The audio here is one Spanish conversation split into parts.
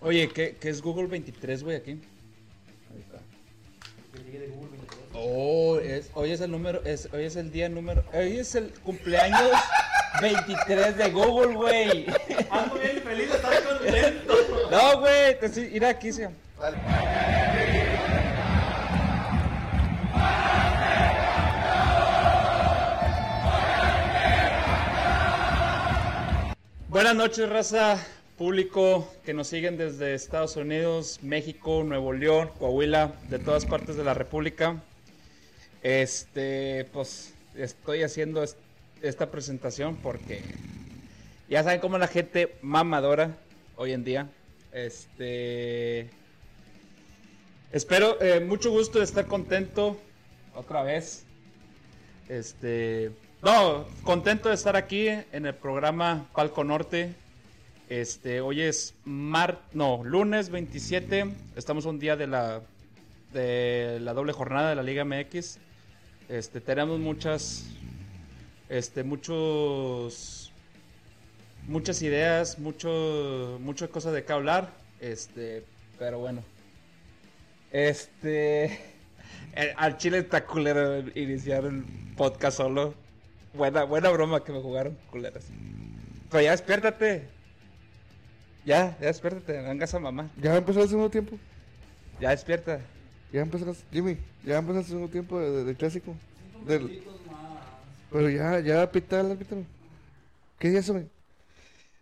Oye, ¿qué, qué es Google 23, güey, aquí? Ahí está. Oh, es, hoy es el número, es, hoy es el día número, hoy es el cumpleaños 23 de Google, güey. Ando bien feliz, estás contento. No, güey, te estoy- mira aquí, sí. Buenas noches, raza, público que nos siguen desde Estados Unidos, México, Nuevo León, Coahuila, de todas partes de la República. Este, pues estoy haciendo es- esta presentación porque ya saben cómo la gente mamadora hoy en día. Este, espero, eh, mucho gusto de estar contento otra vez. Este, no, contento de estar aquí en el programa Palco Norte. Este, hoy es mar, no, lunes 27. Estamos un día de la de la doble jornada de la Liga MX. Este, tenemos muchas este muchos muchas ideas, mucho muchas cosas de qué hablar. Este, pero bueno. Este eh, Al chile está culero el- iniciar el podcast solo. Buena, buena broma que me jugaron, culeros. Pero ya despiértate. Ya, ya despiértate, no vengas a mamá. Ya empezó el segundo tiempo. Ya despierta. Ya empezó, el- Jimmy, ya empezó el segundo tiempo de- de- del clásico. Del- Pero ya, ya pita el árbitro. ¿Qué día es hoy?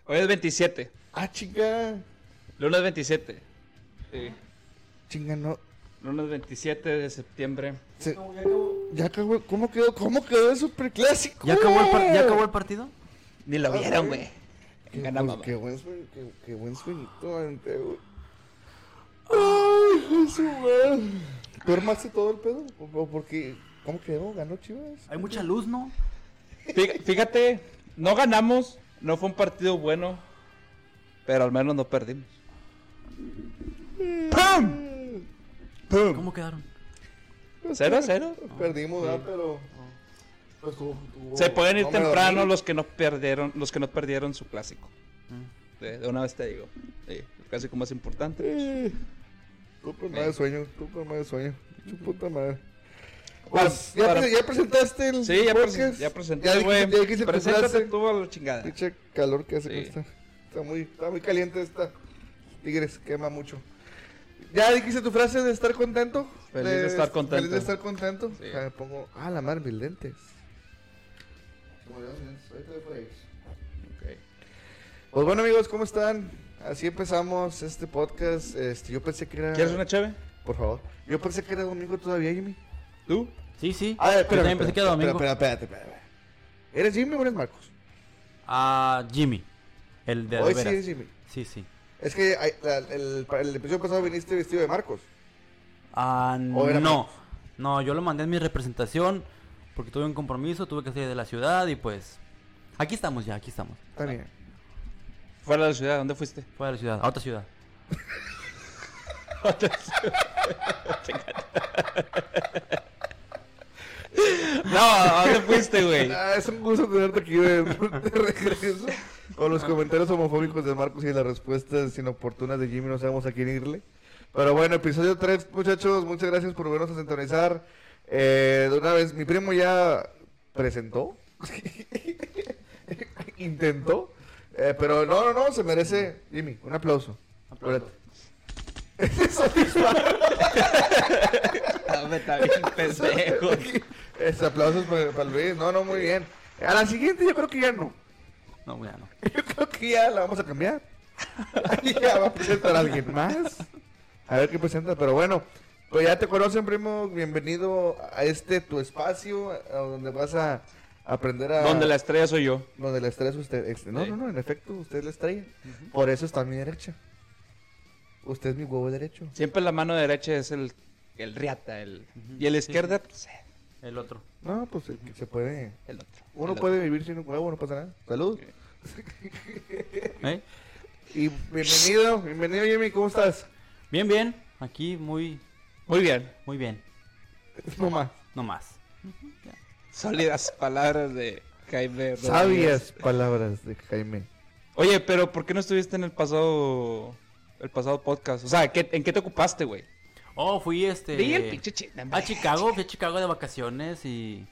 Hoy es 27, Ah, chinga. lunes 27. Sí. Chinga, no. Lunes 27 de septiembre. Se- Ya acabó, ¿cómo quedó? ¿Cómo quedó el superclásico? ¿Ya acabó, el par- güey? ¿Ya acabó el partido? Ni lo vieron, güey. Qué, Gana buen- mamá. qué buen sueño, qué, qué buen sueñito, Dante, güey. Ay, Jesús, güey. ¿Tú armaste todo el pedo? ¿O, o por qué? ¿Cómo quedó? ¿Ganó Chivas? Hay mucha luz, ¿no? Fí- Fíjate, no ganamos, no fue un partido bueno, pero al menos no perdimos. ¡Pum! ¡Pum! ¿Cómo quedaron? ¿Cero a cero? Ah, Perdimos, ¿verdad? Pero. pues, tuvo- tuvo- Se pueden ir no me temprano dormí. los que no perdieron, los que no perdieron su clásico. Mm. De, de una vez te digo. Sí, el clásico más importante. Eh, Tú con madre de sueño, tú con madre de sueño. Tu puta madre. Para- Pues, ya, para- pre- ya presentaste el. Sí, ya, podcast. presen- ya Ya presenté, dijiste- güey. Ya dijiste tu Preséntate frase. tú a la chingada. Pinche calor que hace con Sí. esta. Está muy, está muy caliente esta. Tigres, quema mucho. Ya dijiste tu frase de estar contento. Feliz de estar contento. Feliz de estar contento. Sí. Ah, pongo. Ah, la madre, mis lentes. Como yo, mis lentes, ahorita voy por ahí. Ok. Pues bueno, amigos, ¿cómo están? Así empezamos este podcast. Este, yo pensé que era. ¿Quieres una chave? Por favor. Yo pensé que era domingo todavía, Jimmy. ¿Tú? Sí, sí. A ver, Ah, Yo también pensé que era domingo. Espera, espera, espera, espera, espera. ¿Eres Jimmy o eres Marcos? Ah, Jimmy. El de Hoy sí veras. es Jimmy. Sí, sí. Es que ay, la- el, el episodio pasado viniste vestido de Marcos. Ah, ¿O era no. No, yo lo mandé en mi representación porque tuve un compromiso, tuve que salir de la ciudad y pues... Aquí estamos ya, aquí estamos. Está bien. Fuera de la ciudad, ¿dónde fuiste? Fuera de la ciudad, a otra ciudad. No, ¿a dónde fuiste, Este, güey? Ah, es un gusto tenerte aquí de, de regreso. Con los comentarios homofóbicos de Marcos y las respuestas inoportunas de Jimmy, no sabemos a quién irle. Pero bueno, episodio 3, muchachos, muchas gracias por vernos a sintonizar. Eh, de una vez, mi primo ya presentó, intentó, eh, pero no, no, no, se merece, Jimmy, un aplauso. Acuérdate. Satisfactorio. Ah, No, me está bien pendejo. Es aplausos para, para Luis. No, no, muy bien. A la siguiente yo creo que ya no. No, ya no. Yo creo que ya la vamos a cambiar. ya va a presentar a alguien más. A ver qué presenta, pero bueno. Pues ya te conocen, primo. Bienvenido a este tu espacio, a donde vas a aprender a... Donde la estrella soy yo. Donde la estrella es usted. Este, No, Sí. no, no, en efecto, usted es la estrella. Por eso está a mi derecha. Usted es mi huevo derecho. Siempre la mano derecha es el, el riata, el, y el izquierda, pues, eh, El otro. No, pues el que se puede... el otro. Uno el puede vivir sin un huevo, no pasa nada. Salud. ¿Eh? Y bienvenido, bienvenido Jimmy, ¿cómo estás? Bien, bien. Aquí muy, otro. Muy bien. muy bien. No más. No más. Sólidas palabras de Jaime. Rodríguez. Sabias palabras de Jaime. Oye, pero ¿por qué no estuviste en el pasado el pasado podcast. O sea, ¿qué- ¿en qué te ocupaste, güey? Oh, fui este. Di el pinche chisme, hombre. A Chicago, fui a Chicago de vacaciones y.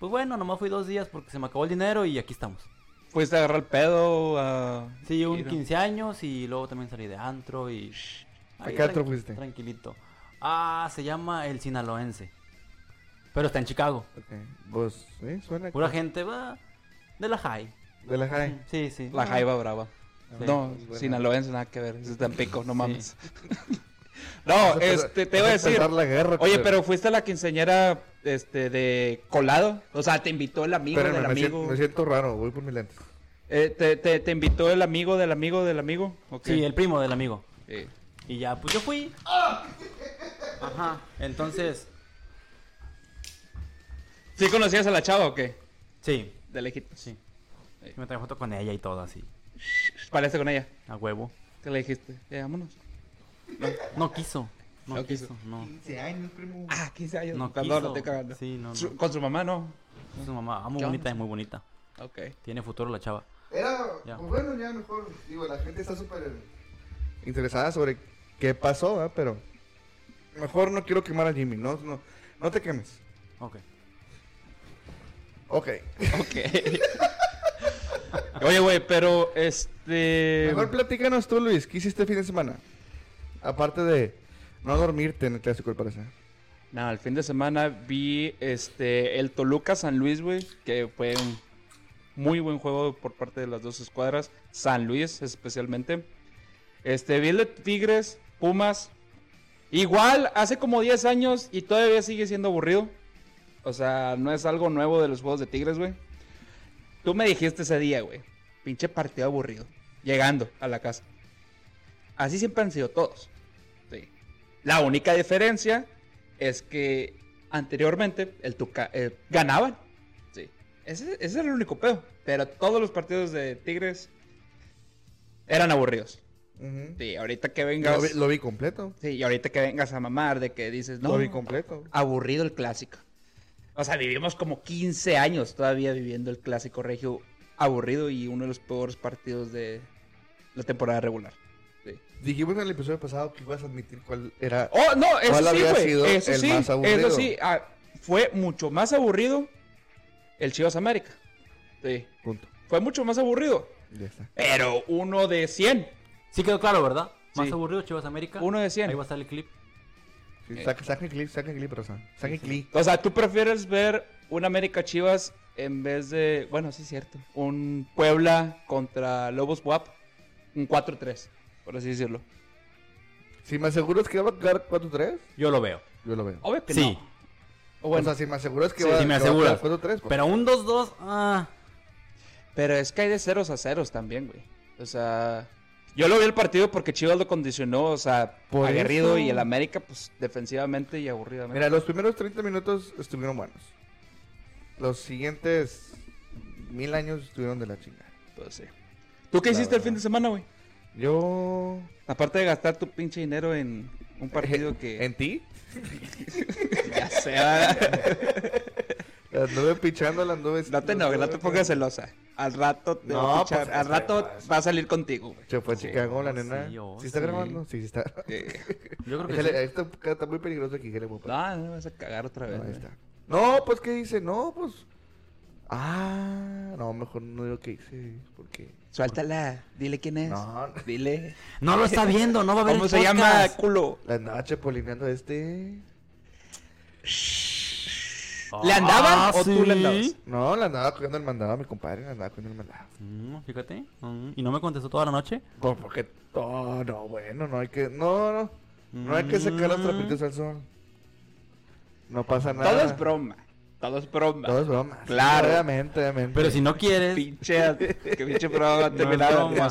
Pues bueno, nomás fui dos días porque se me acabó el dinero y aquí estamos. Fuiste a agarrar el pedo. a- Sí, un ir a- 15 años y luego también salí de antro y. ¿A Ahí qué antro tran- fuiste? Tranquilito. Ah, se llama El Sinaloense. Pero está en Chicago. Ok, Pues, ¿eh? Suena. Pura gente va de la high. De la Jai. Sí, sí. La Jaiba Brava. Sí. no, pues, bueno. sinaloense, nada que ver. Es de Tampico, no mames. Vas no, a empezar- este, te vas iba a decir. empezar la guerra, Oye, culero. pero fuiste a la quinceañera este, de colado. O sea, te invitó el amigo Espérame, del me, siento, amigo. me siento raro, voy por mi lente. Eh, te, te- te invitó el amigo del amigo del amigo. ok. Sí, el primo del amigo. Eh, Y ya, pues yo fui. Ajá. Entonces, ¿Sí conocías a la chava o qué? sí, De lejitos. sí. Y Me traje foto con ella y todo así. Parece con ella. A huevo. ¿Qué le dijiste? Eh, vámonos. No quiso. No, No quiso. quiso. No. 15 años, primo. Ah, 15 años. No Perdón, quiso, la estoy güey. cagando. Sí, no, Su- no. Con su mamá, no. Es su mamá. Ah, muy ¿Qué bonita, onda? es muy bonita. Ok. Tiene futuro la chava. Era, Ya. pues bueno, ya mejor, digo, la gente está súper interesada sobre qué pasó, ¿verdad? pero mejor no quiero quemar a Jimmy, no, no, no te quemes. Ok. Ok, Ok. Oye, güey, pero este. mejor platícanos tú, Luis, ¿qué hiciste el fin de semana? Aparte de no dormirte en el clásico, al parecer. No, el fin de semana vi este el Toluca San Luis, güey, que fue un muy buen juego por parte de las dos escuadras, San Luis especialmente. Este vi el de Tigres, Pumas. Igual hace como 10 años y todavía sigue siendo aburrido. O sea, no es algo nuevo de los juegos de Tigres, güey. Tú me dijiste ese día, güey, pinche partido aburrido, llegando a la casa. Así siempre han sido todos. Sí. La única diferencia es que anteriormente el Tuca eh, ganaban. Sí. Ese, ese era el único pedo. Pero todos los partidos de Tigres eran aburridos. Ujú. Sí, ahorita que Lo, vengas. vi, lo vi completo. Sí, y ahorita que vengas a mamar de que dices, no, Lo vi completo. aburrido el clásico. O sea, vivimos como 15 años todavía viviendo el clásico regio aburrido y uno de los peores partidos de la temporada regular. Sí. Dijimos en el episodio pasado que ibas a admitir cuál era. Oh, no, eso ¿Cuál sí, había güey. sido eso, el sí más aburrido? eso sí, ah, fue mucho más aburrido el Chivas América. Sí, Oh, Punto. fue mucho más aburrido. Ya está. Pero uno de 100. Sí quedó claro, ¿verdad? Más Sí. aburrido, Chivas América. Uno de cien. Ahí va a estar el clip. Sí, saca, saca el clip, saca el clip, Rosa. Saca el clip. O sea, tú prefieres ver un América Chivas en vez de. Bueno, sí, es cierto. Un Puebla contra Lobos WAP. Un 4-3, por así decirlo. Si me aseguras que va a quedar 4-3, Yo lo veo. yo lo veo. Obvio que Sí. no. O bueno, o sea, si me aseguras que Sí, va, sí me que va a aseguras. quedar 4-3, pues, Pero un 2-2. Ah. pero es que hay de ceros a ceros también, güey. O sea. Yo lo vi el partido porque Chivas lo condicionó, o sea, Por aguerrido eso. y el América, pues, defensivamente y aburridamente. Mira, los primeros 30 minutos estuvieron buenos. Los siguientes mil años estuvieron de la chingada. Pues sí. ¿Tú qué La hiciste el verdad. fin de semana, güey? Yo... eh, Aparte de gastar tu pinche dinero en un partido que ¿En ti? ya sea. La Anduve pichando, la anduve... No te, no, no te pongas celosa. Al rato te va a No, pichar- pues, al rato este, pues. va a salir contigo, güey. Se fue a Chicago, la Sí, nena. ¿Sí, yo, está sí. grabando? Sí, sí está. Eh, Yo creo que Déjale, sí. esto está muy peligroso aquí, déjale, papá. no, no vas a cagar otra vez. No, ahí güey. está. No, pues, ¿qué dice? No, pues... Ah, no, mejor no digo qué hice, porque... Suéltala, dile quién es. No, no. Dile. No lo está viendo, no va a ver ¿Cómo el se podcast. llama culo? La andaba chapulineando a este... ¿Le andaban Ah, o tú le sí. andabas? No, la andaba cogiendo el mandado a mi compadre, la andaba cogiendo el mandado. Mm, fíjate. Mm, Y no me contestó toda la noche. Pues porque no, no, bueno, no hay que, no, no, no hay que sacar los Mm. trapitos al sol. No pasa nada. Todo es broma. Todo es broma. Ah. Todo es broma. Claro. Sí, obviamente, obviamente. Pero si no quieres. Pinche, que pinche broma No es terminada. broma.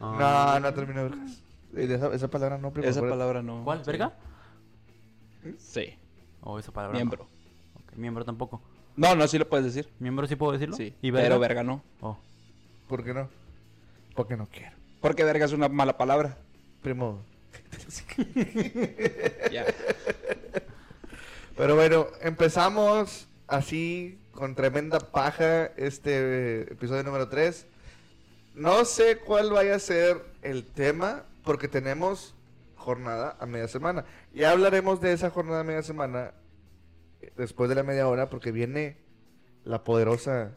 No, no termina vergas. Eh, Esa, esa palabra no, primo, Esa acuérdate. palabra no. ¿Cuál? Sí. ¿Verga? Sí, O esa palabra. no. miembro. Ok, miembro tampoco. No, no, sí lo puedes decir. ¿Miembro sí puedo decirlo? Sí, ¿Y verga? pero verga no. Oh. ¿Por qué no? Porque no quiero. Porque verga es una mala palabra. Primo. Ya. Pero bueno, empezamos así con tremenda paja este eh, episodio número 3. No sé cuál vaya a ser el tema, porque tenemos jornada a media semana. Ya hablaremos de esa jornada a media semana eh, después de la media hora, porque viene la poderosa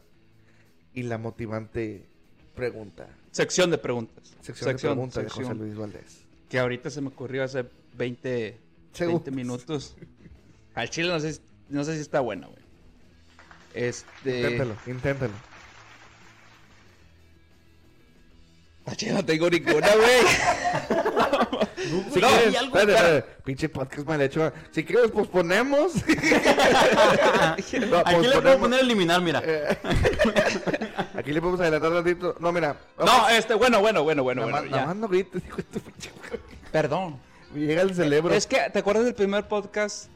y la motivante pregunta. Sección de preguntas. Sección, de preguntas de José sección. Luis Valdés. Que ahorita se me ocurrió hace 20, 20 Segundos. minutos. Al chile no sé, si- no sé si está buena, güey. Este. Inténtalo, inténtalo. Al chile no tengo ninguna, güey. Si no, quieres, hay algo, espérate, espérate, pinche podcast mal hecho. ah. Si quieres, posponemos. No, Ah, Aquí le puedo posponemos. poner eliminar, mira. Eh, Eh. Aquí le podemos adelantar tantito. No, mira. No, este, bueno, bueno, bueno, bueno, Nada bueno. más- ya. nada más no grites, hijo de tu pinche madre. Perdón. Me llega el cerebro. Es que, ¿te acuerdas del primer podcast?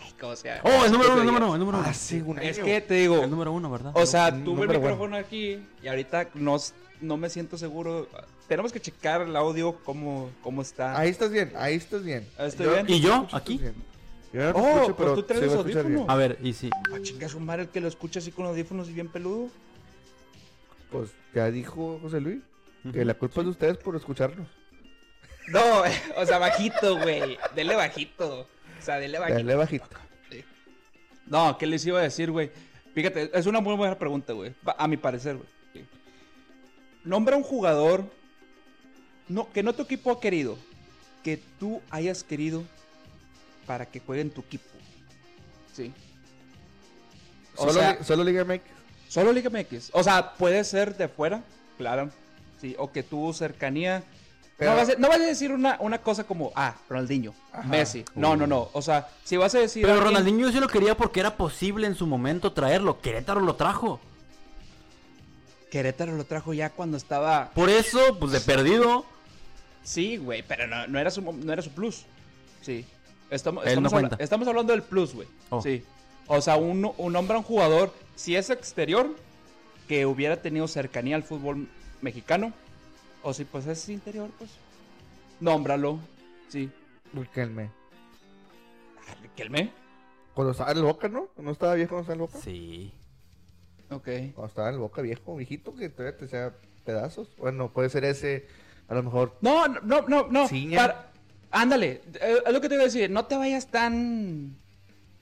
Ay, ¿cómo se llama? Este, Oh, el número uno, el número uno, el número uno. Ah, sí, un Es año. que te digo, El número uno, ¿verdad? o sea, un tuve el número micrófono bueno. aquí y ahorita no, s- no me siento seguro. Tenemos que checar el audio, cómo, cómo está. Ahí estás bien, ahí estás bien. Ahí Ah, estoy Yo- bien. ¿Y yo? estás ¿Aquí? bien. Yo no te Oh, escucho, pues pero tú traes sí voy a los escuchar audífonos. bien. A ver, y sí. Ah, chinga su madre, el que lo escucha así con audífonos y bien peludo. Pues ya dijo José Luis que la culpa es de ustedes por escucharnos. No, o sea, bajito, güey. Dele bajito. O sea, dele bajito. Dale bajito. No, ¿qué les iba a decir, güey? Fíjate, es una muy buena pregunta, güey. Pa- A mi parecer, güey. Sí. Nombra un jugador no, que no tu equipo ha querido, que tú hayas querido para que juegue en tu equipo. Sí. O Solo, sea- li- solo Liga MX. Solo Liga MX. O sea, puede ser de afuera, claro. Sí, o que tu cercanía. Pero- No, vas a, no vas a decir una, una cosa como, ah, Ronaldinho, Ajá. Messi. No, no, no. O sea, si vas a decir. Pero alguien- Ronaldinho yo sí lo quería porque era posible en su momento traerlo. Querétaro lo trajo. Querétaro lo trajo ya cuando estaba Por eso, pues de perdido. Sí, güey, pero no, no, era su, mom- no era su plus. Sí. Estamos, Él estamos, no habla- cuenta. estamos hablando del plus, güey. Oh. Sí. O sea, un, un hombre, un jugador, si es exterior, que hubiera tenido cercanía al fútbol mexicano. O si pues es interior, pues. Nómbralo. Sí. Riquelme. Ah, Riquelme. Cuando estaba en el Boca, ¿no? ¿No estaba viejo cuando estaba en el Boca? Sí. Ok. Cuando estaba en el Boca viejo, viejito, que todavía te sea pedazos. Bueno, puede ser ese, a lo mejor. No, no, no, no. no. Ciña. Para- Ándale. eh, Es lo que te iba a decir. No te vayas tan.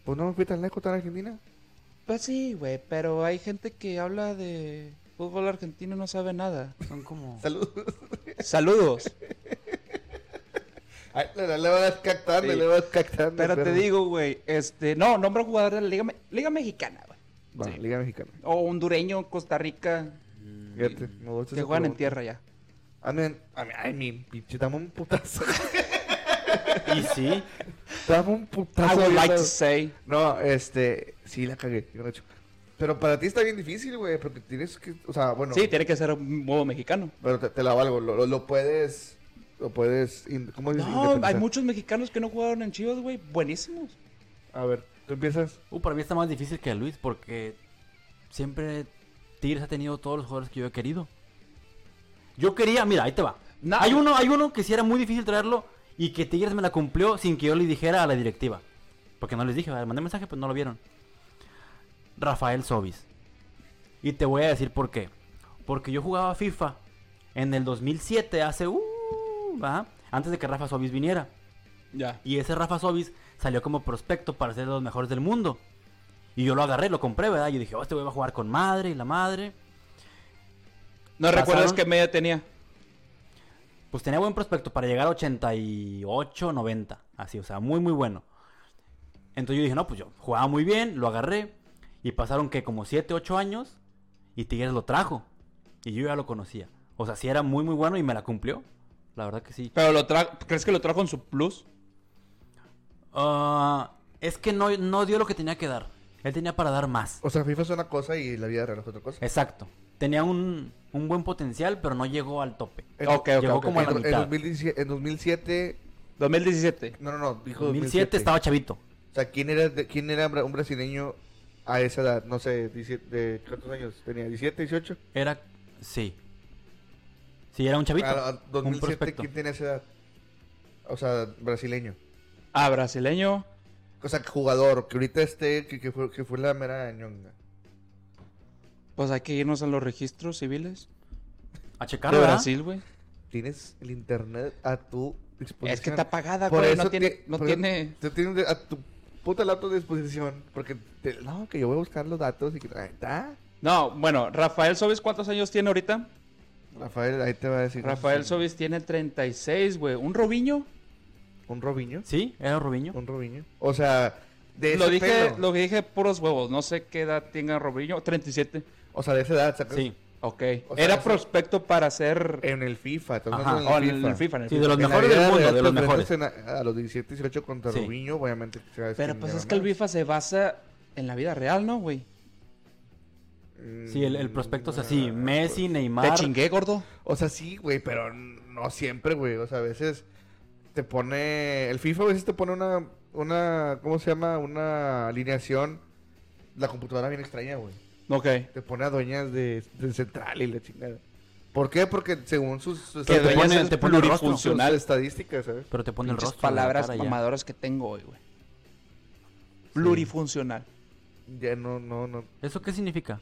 Pues no me fui tan lejos, tan Argentina. Pues sí, güey, pero hay gente que habla de fútbol argentino y no sabe nada. Son como. Saludos. Saludos. Ay, le, le vas cactando, Sí. le vas cactando. Pero te perro. digo, güey, este, no, nombra un jugador de la Liga, Me- Liga Mexicana, güey. Va, Sí. Liga Mexicana. O hondureño, Costa Rica, Fíjate, me gusta que esa juegan en pregunta. tierra ya. A mí, a mí, ah, ay, mi pinche, dame un putazo. Y sí. dame un I putazo. would bien like dado. to say. No, este, sí, la cagué, yo gacho. Pero para ti está bien difícil, güey, porque tienes que, o sea, bueno. Sí, tiene que ser un modo mexicano. Pero te, te la valgo, lo, lo, lo puedes, lo puedes, in- ¿cómo dices? No, hay Independizar. muchos mexicanos que no jugaron en Chivas, güey, buenísimos. A ver, tú empiezas. Uh, para mí está más difícil que Luis porque siempre Tigres ha tenido todos los jugadores que yo he querido. Yo quería, mira, ahí te va. No. Hay uno, hay uno que sí era muy difícil traerlo y que Tigres me la cumplió sin que yo le dijera a la directiva. Porque no les dije, ¿verdad? mandé mensaje, pues no lo vieron. Rafael Sobis. Y te voy a decir por qué. Porque yo jugaba FIFA en el 2007, hace... Uh, ajá, antes de que Rafa Sobis viniera. Ya. Y ese Rafa Sobis salió como prospecto para ser de los mejores del mundo. Y yo lo agarré, lo compré, ¿verdad? Yo dije, oh, este güey va a jugar con madre y la madre. ¿No Pasaron- recuerdas qué media tenía? Pues tenía buen prospecto para llegar a 88, 90. Así, o sea, muy, muy bueno. Entonces yo dije, no, pues yo jugaba muy bien, lo agarré. Y pasaron que como 7, 8 años. Y Tigres lo trajo. Y yo ya lo conocía. O sea, sí era muy, muy bueno y me la cumplió. La verdad que sí. Pero lo tra- ¿crees que lo trajo en su plus? Ah, es que no, no dio lo que tenía que dar. Él tenía para dar más. O sea, FIFA es una cosa y la vida real es otra cosa. Exacto. Tenía un, un buen potencial, pero no llegó al tope. En- Ok, ok, Llegó ok. como a la en, en mitad. 2017, en 2007, 2017. no, no, no, dijo 2007 estaba chavito. O sea, ¿quién era, de- quién era bra- un brasileño a esa edad? No sé, 17, de, ¿cuántos años tenía? ¿17, 18? Era. Sí. Sí, era un chavito. A- a un 2007, prospecto. ¿quién tenía esa edad? O sea, brasileño. Ah, brasileño. O sea, jugador, que ahorita esté, que, que, fue, que fue la mera ñonga. Pues hay que irnos a los registros civiles. A checarlo, De ¿verdad? Brasil, güey. Tienes el internet a tu disposición. Es que está apagada, Pues Por güey. eso No tiene, ti- no por tiene. eso Te tienen de- a tu puta laptop de disposición. Porque, te- no, que yo voy a buscar los datos y que... Ahí está. No, bueno, Rafael Sobis, ¿cuántos años tiene ahorita? Rafael, ahí te va a decir. Rafael Sobis tiene 36, güey. ¿Un Robiño? Un Robiño. Sí, era Rubiño. Un Robiño. O sea, de Lo ese dije, pelo. lo que dije puros huevos. No sé qué edad tenga Robiño. 37. O sea, de esa edad, ¿sacas? Sí. Ok. O sea, Era eso- prospecto para ser. En el FIFA. estás Ajá. hablando Oh, en el FIFA, en el Sí, FIFA. de los En la mejores vida del mundo, real, de los te enfrentas mejores. en la- a los 17, 18 contra Sí. Robiño, obviamente. sabes Pero quién pues le es va que el más. FIFA se basa en la vida real, ¿no, güey? Mm, Sí, el, el prospecto es así. Ah, Messi, Te Neymar. chingué, gordo. O sea, sí, güey, pero no siempre, güey. O sea, a veces te pone. El FIFA a veces te pone una. una ¿Cómo se llama? Una alineación. La computadora bien extraña, güey. Ok. Te pone a dueñas de, de central y la chingada. ¿por qué? Porque según sus, sus Que te debería pone- ser te pone el rostro. sus plurifuncional. estadísticas, ¿sabes? Pero te pone el Pinches rostro. güey, la palabras cara y ya. mamadoras que tengo hoy, güey. Plurifuncional. Ya no, no, no, ¿Eso qué significa?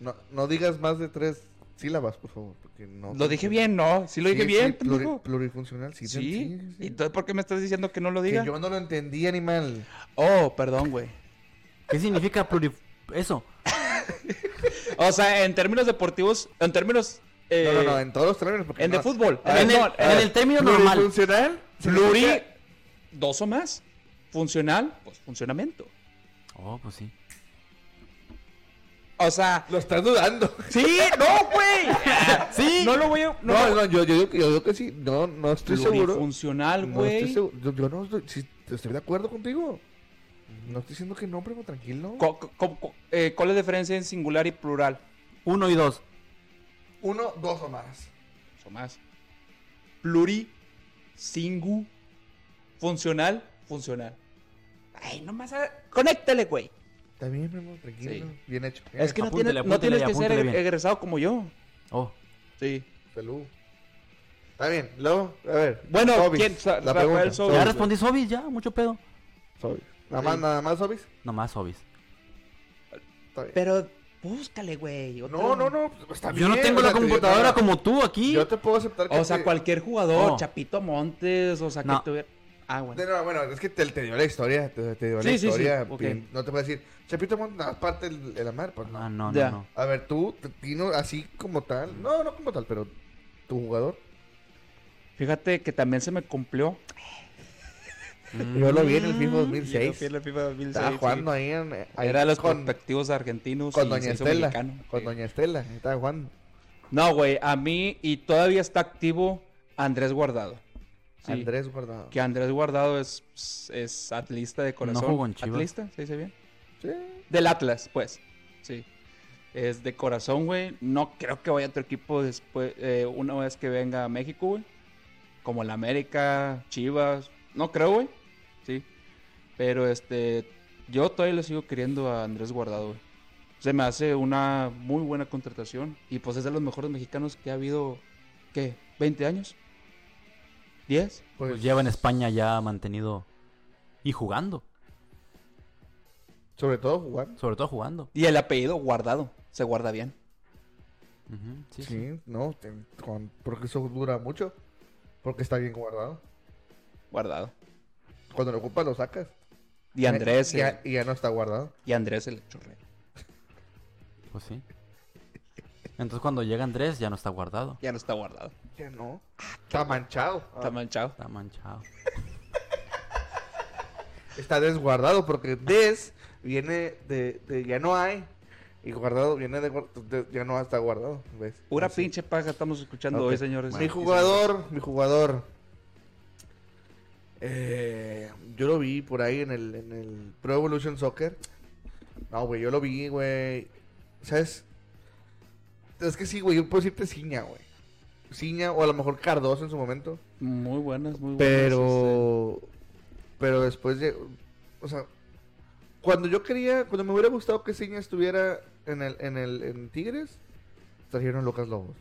no. No digas más de tres sílabas, por favor. Porque no. Lo dije bien, ¿no? Sí lo Sí, dije sí, bien, pluri- pendejo. plurifuncional, sí. Sí. sí, sí, sí. Entonces, ¿por qué me estás diciendo que no lo Que diga? yo no lo entendí, animal. Oh, perdón, güey. ¿Qué significa plurif... Eso. O sea, en términos deportivos, en términos. eh, no, no, no, en todos los términos. Porque en Ah, no- de eh, fútbol. A En En, el, no, en en el término normal. Plurifuncional. pluri, significa- dos o más. Funcional, pues funcionamiento. Oh, pues sí. O sea, Lo estás dudando. sí, no, güey. Sí. No lo voy a. No, No, no, yo, yo, digo, que- yo digo que sí. No, no estoy seguro. Plurifuncional, No estoy güey. seguro. Yo, yo no estoy, sí, estoy de acuerdo contigo. No estoy diciendo que no, primo, tranquilo. Co- co- co- co- eh, ¿Cuál es la diferencia en singular y plural? Uno y dos. Uno, dos o más. o más. Pluri, singu, funcional, funcional. Ay, nomás a- conéctale, güey. Está bien, primo, tranquilo. Sí. Bien hecho. bien Es que no, Apúntale, tiene- no apúntale, tienes que ser apúntale bien. egresado como yo. Oh. Sí. hecho. Salud. Está bien, luego, a ver. Bueno, Sobis, ¿quién? Sa- La Rafael pregunta. Sobis. Ya güey. respondí Sobis, ya. Mucho pedo. Sobis. Nada más, nada más, Sobis. Nomás Sobis. Está bien. Pero búscale, güey. No, no, no. pues, Está Yo no bien, tengo o la sea, te- computadora no, como tú aquí. Yo te puedo aceptar que O sea, te- cualquier jugador, No. Chapito Montes, o sea, que No. tuviera. Ah, bueno. No, no, bueno, es que te, te dio la historia, te, te dio la Sí, sí, sí, historia. ok. bien. No te puedo decir, Chapito Montes, nada más parte el- de la mar, pues no. Ah, no, Ya. no, no. A ver, tú, te- Tino, así como tal, no, no como tal, pero tu jugador. Fíjate que también se me cumplió. Mm. Yo lo Mm. vi en el FIFA Yo 2006. fui a la FIFA 2006, estaba sí. jugando ahí en... eh, ahí Era de los con, prospectivos argentinos. con y Doña se hizo Estela. mexicano. Con Sí. Doña Estela, ahí estaba jugando. No, güey, a mí y todavía está activo Andrés Guardado. Sí, Andrés Guardado. Que Andrés Guardado es, es atlista de corazón. jugó en Chivas. ¿Atlista? ¿Se dice bien? Sí. Del Atlas, pues. Sí. Es de corazón, güey. No creo que vaya a otro equipo después, eh, una vez que venga a México, güey. Como el América, Chivas. No creo, güey. Sí. Pero este. Yo todavía le sigo queriendo a Andrés Guardado, güey. Se me hace una muy buena contratación. Y pues es de los mejores mexicanos que ha habido. ¿Qué? ¿20 años? ¿10? Pues lleva en España ya mantenido y jugando. Sobre todo jugando. Sobre todo jugando. Y el apellido Guardado. Se guarda bien. Ujú, sí, Sí, sí. no, te- con- porque eso dura mucho. Porque está bien guardado. Guardado. Cuando lo ocupas, lo sacas. Y Andrés. Y ya, eh, y ya no está guardado. Y Andrés el chorreo. Pues sí. Entonces cuando llega Andrés ya no está guardado. Ya no está guardado. Ya no. Está manchado. Está manchado. Está manchado. Está desguardado porque des viene de, de ya no hay y guardado viene de, guar- de- ya no está guardado, ¿ves? Pura Así. pinche paja estamos escuchando Ok. hoy, señores. Mi Sí, jugador, mi jugador. Eh, yo lo vi por ahí en el, en el Pro Evolution Soccer. No, güey, yo lo vi, güey. ¿Sabes? Es que sí, güey, yo puedo decirte Ciña, güey. Ciña o a lo mejor Cardoso en su momento. señores. Muy buenas, muy buenas. Pero. eh. Pero después de. O sea. Cuando yo quería. Cuando me hubiera gustado que Ciña estuviera en el, en el en Tigres. Trajeron a Lucas Lobos.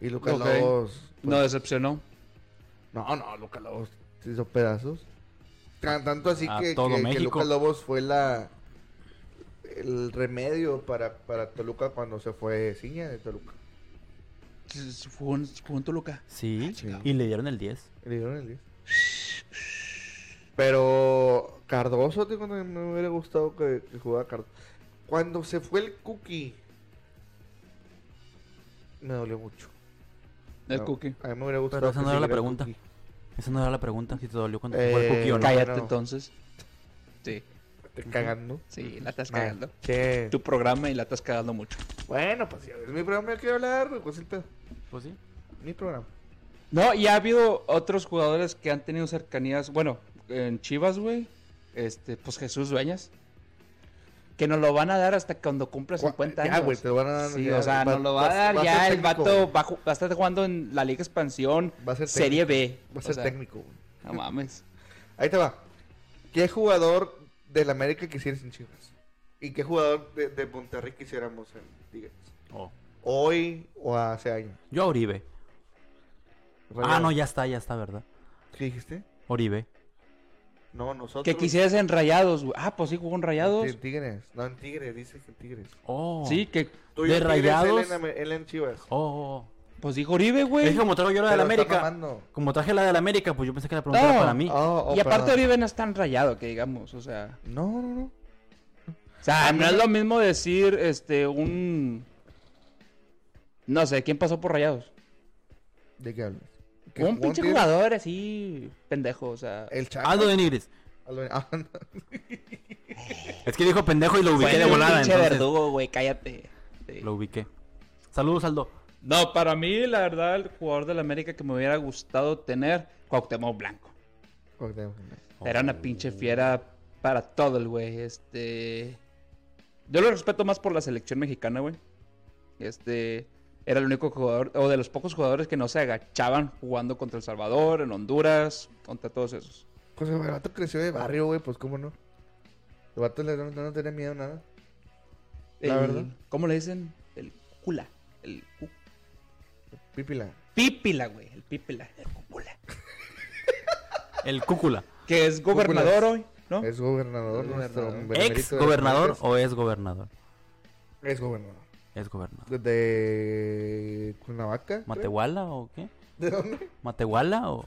Y Lucas Ok. Lobos. este, pues, No decepcionó. no, no, Lucas Lobos se hizo pedazos. Tan- tanto así A que, todo que- que México. Lucas Lobos fue la. El remedio para, para Toluca cuando se fue Ciña de Toluca. Jugó en, jugó en Toluca. Sí, chingado. y le dieron el 10. Le dieron el 10. Pero Cardoso, digo, no me hubiera gustado que, que jugara Cardoso. Cuando se fue el Cookie, me dolió mucho. El No, Cookie. A mí me hubiera gustado. Pero esa que no era la siguiera el pregunta. Cookie. Esa no era la pregunta, si te dolió cuando te fue el Eh, cookie o no. calla- Cállate no. entonces. Sí, Te cagando. sí, la estás Mal. cagando. Che. Tu programa y la estás cagando mucho. Bueno, pues ya ves, mi programa, yo quiero hablar, güey, pues el pedo. Pues sí. Mi programa. No, y ha habido otros jugadores que han tenido cercanías. Bueno, en Chivas, güey. Este, pues Jesús Dueñas. Que nos lo van a dar hasta cuando cumpla Cu- 50 ya, años. güey, te lo van a dar, Sí, ya, o sea, va- nos lo va a va- dar va a ya. ser el técnico, vato güey. va, a ju- va a estar jugando en la Liga Expansión Va a ser Serie B. Va a O ser sea, técnico. güey. No mames. Ahí te va. ¿Qué jugador del América quisieras en Chivas? ¿Y qué jugador de, de Monterrey quisiéramos en Tigres? Oh. ¿Hoy o hace años? Yo a Oribe. Pues Ah, no, ya está, ya está, ¿verdad? ¿Qué dijiste? Oribe. No, nosotros. Que quisieras en Rayados, güey. Ah, pues sí, jugó en Rayados. En Tigres. No, en Tigres, dice que en Tigres. Oh. Sí, que. Tú y ¿De en Tigres, Rayados? Él en, Ame- él en Chivas. Oh, oh, Pues dijo Oribe, oh. güey. Es que como traigo yo la Te del lo está América. mamando. Como traje la del América, pues yo pensé que la pregunta era No. para mí. Oh, oh, y aparte perdón. Oribe no es tan rayado, que digamos, o sea. No, no, no. O sea, A mí no es me- lo mismo decir, este, un... No sé, ¿quién pasó por rayados? ¿De qué hablas? ¿Que Un jugó Eh, en pinche Tigres? jugador así, pendejo, o sea... El Chaco. Aldo de Nigris. Aldo de- Ah, no. Es que dijo pendejo y lo ubiqué Fue de un volada. pinche entonces. verdugo, güey, cállate. Sí. Lo ubiqué. Saludos, Aldo. No, para mí, la verdad, el jugador del América que me hubiera gustado tener, Cuauhtémoc Blanco. Cortemos. Era una pinche fiera para todo el güey. Este. Yo lo respeto más por la selección mexicana, güey. Este. Era el único jugador, o de los pocos jugadores que no se agachaban jugando contra El Salvador, en Honduras, contra todos esos. Pues el vato creció de barrio, güey, pues cómo no. El vato le- no, no tenía miedo a nada. La El- verdad. ¿Cómo le dicen? El cula. El cu- Pípila. pípila, güey. El pípila. El cúpula. El cúcula. Que es gobernador hoy, ¿no? Es gobernador, Gobernador. nuestro ¿Ex benemérito de gobernador Benítez. o es gobernador? Es gobernador. Es gobernador. De Cuernavaca. creo. ¿Matehuala o qué? ¿De dónde? ¿Matehuala o.?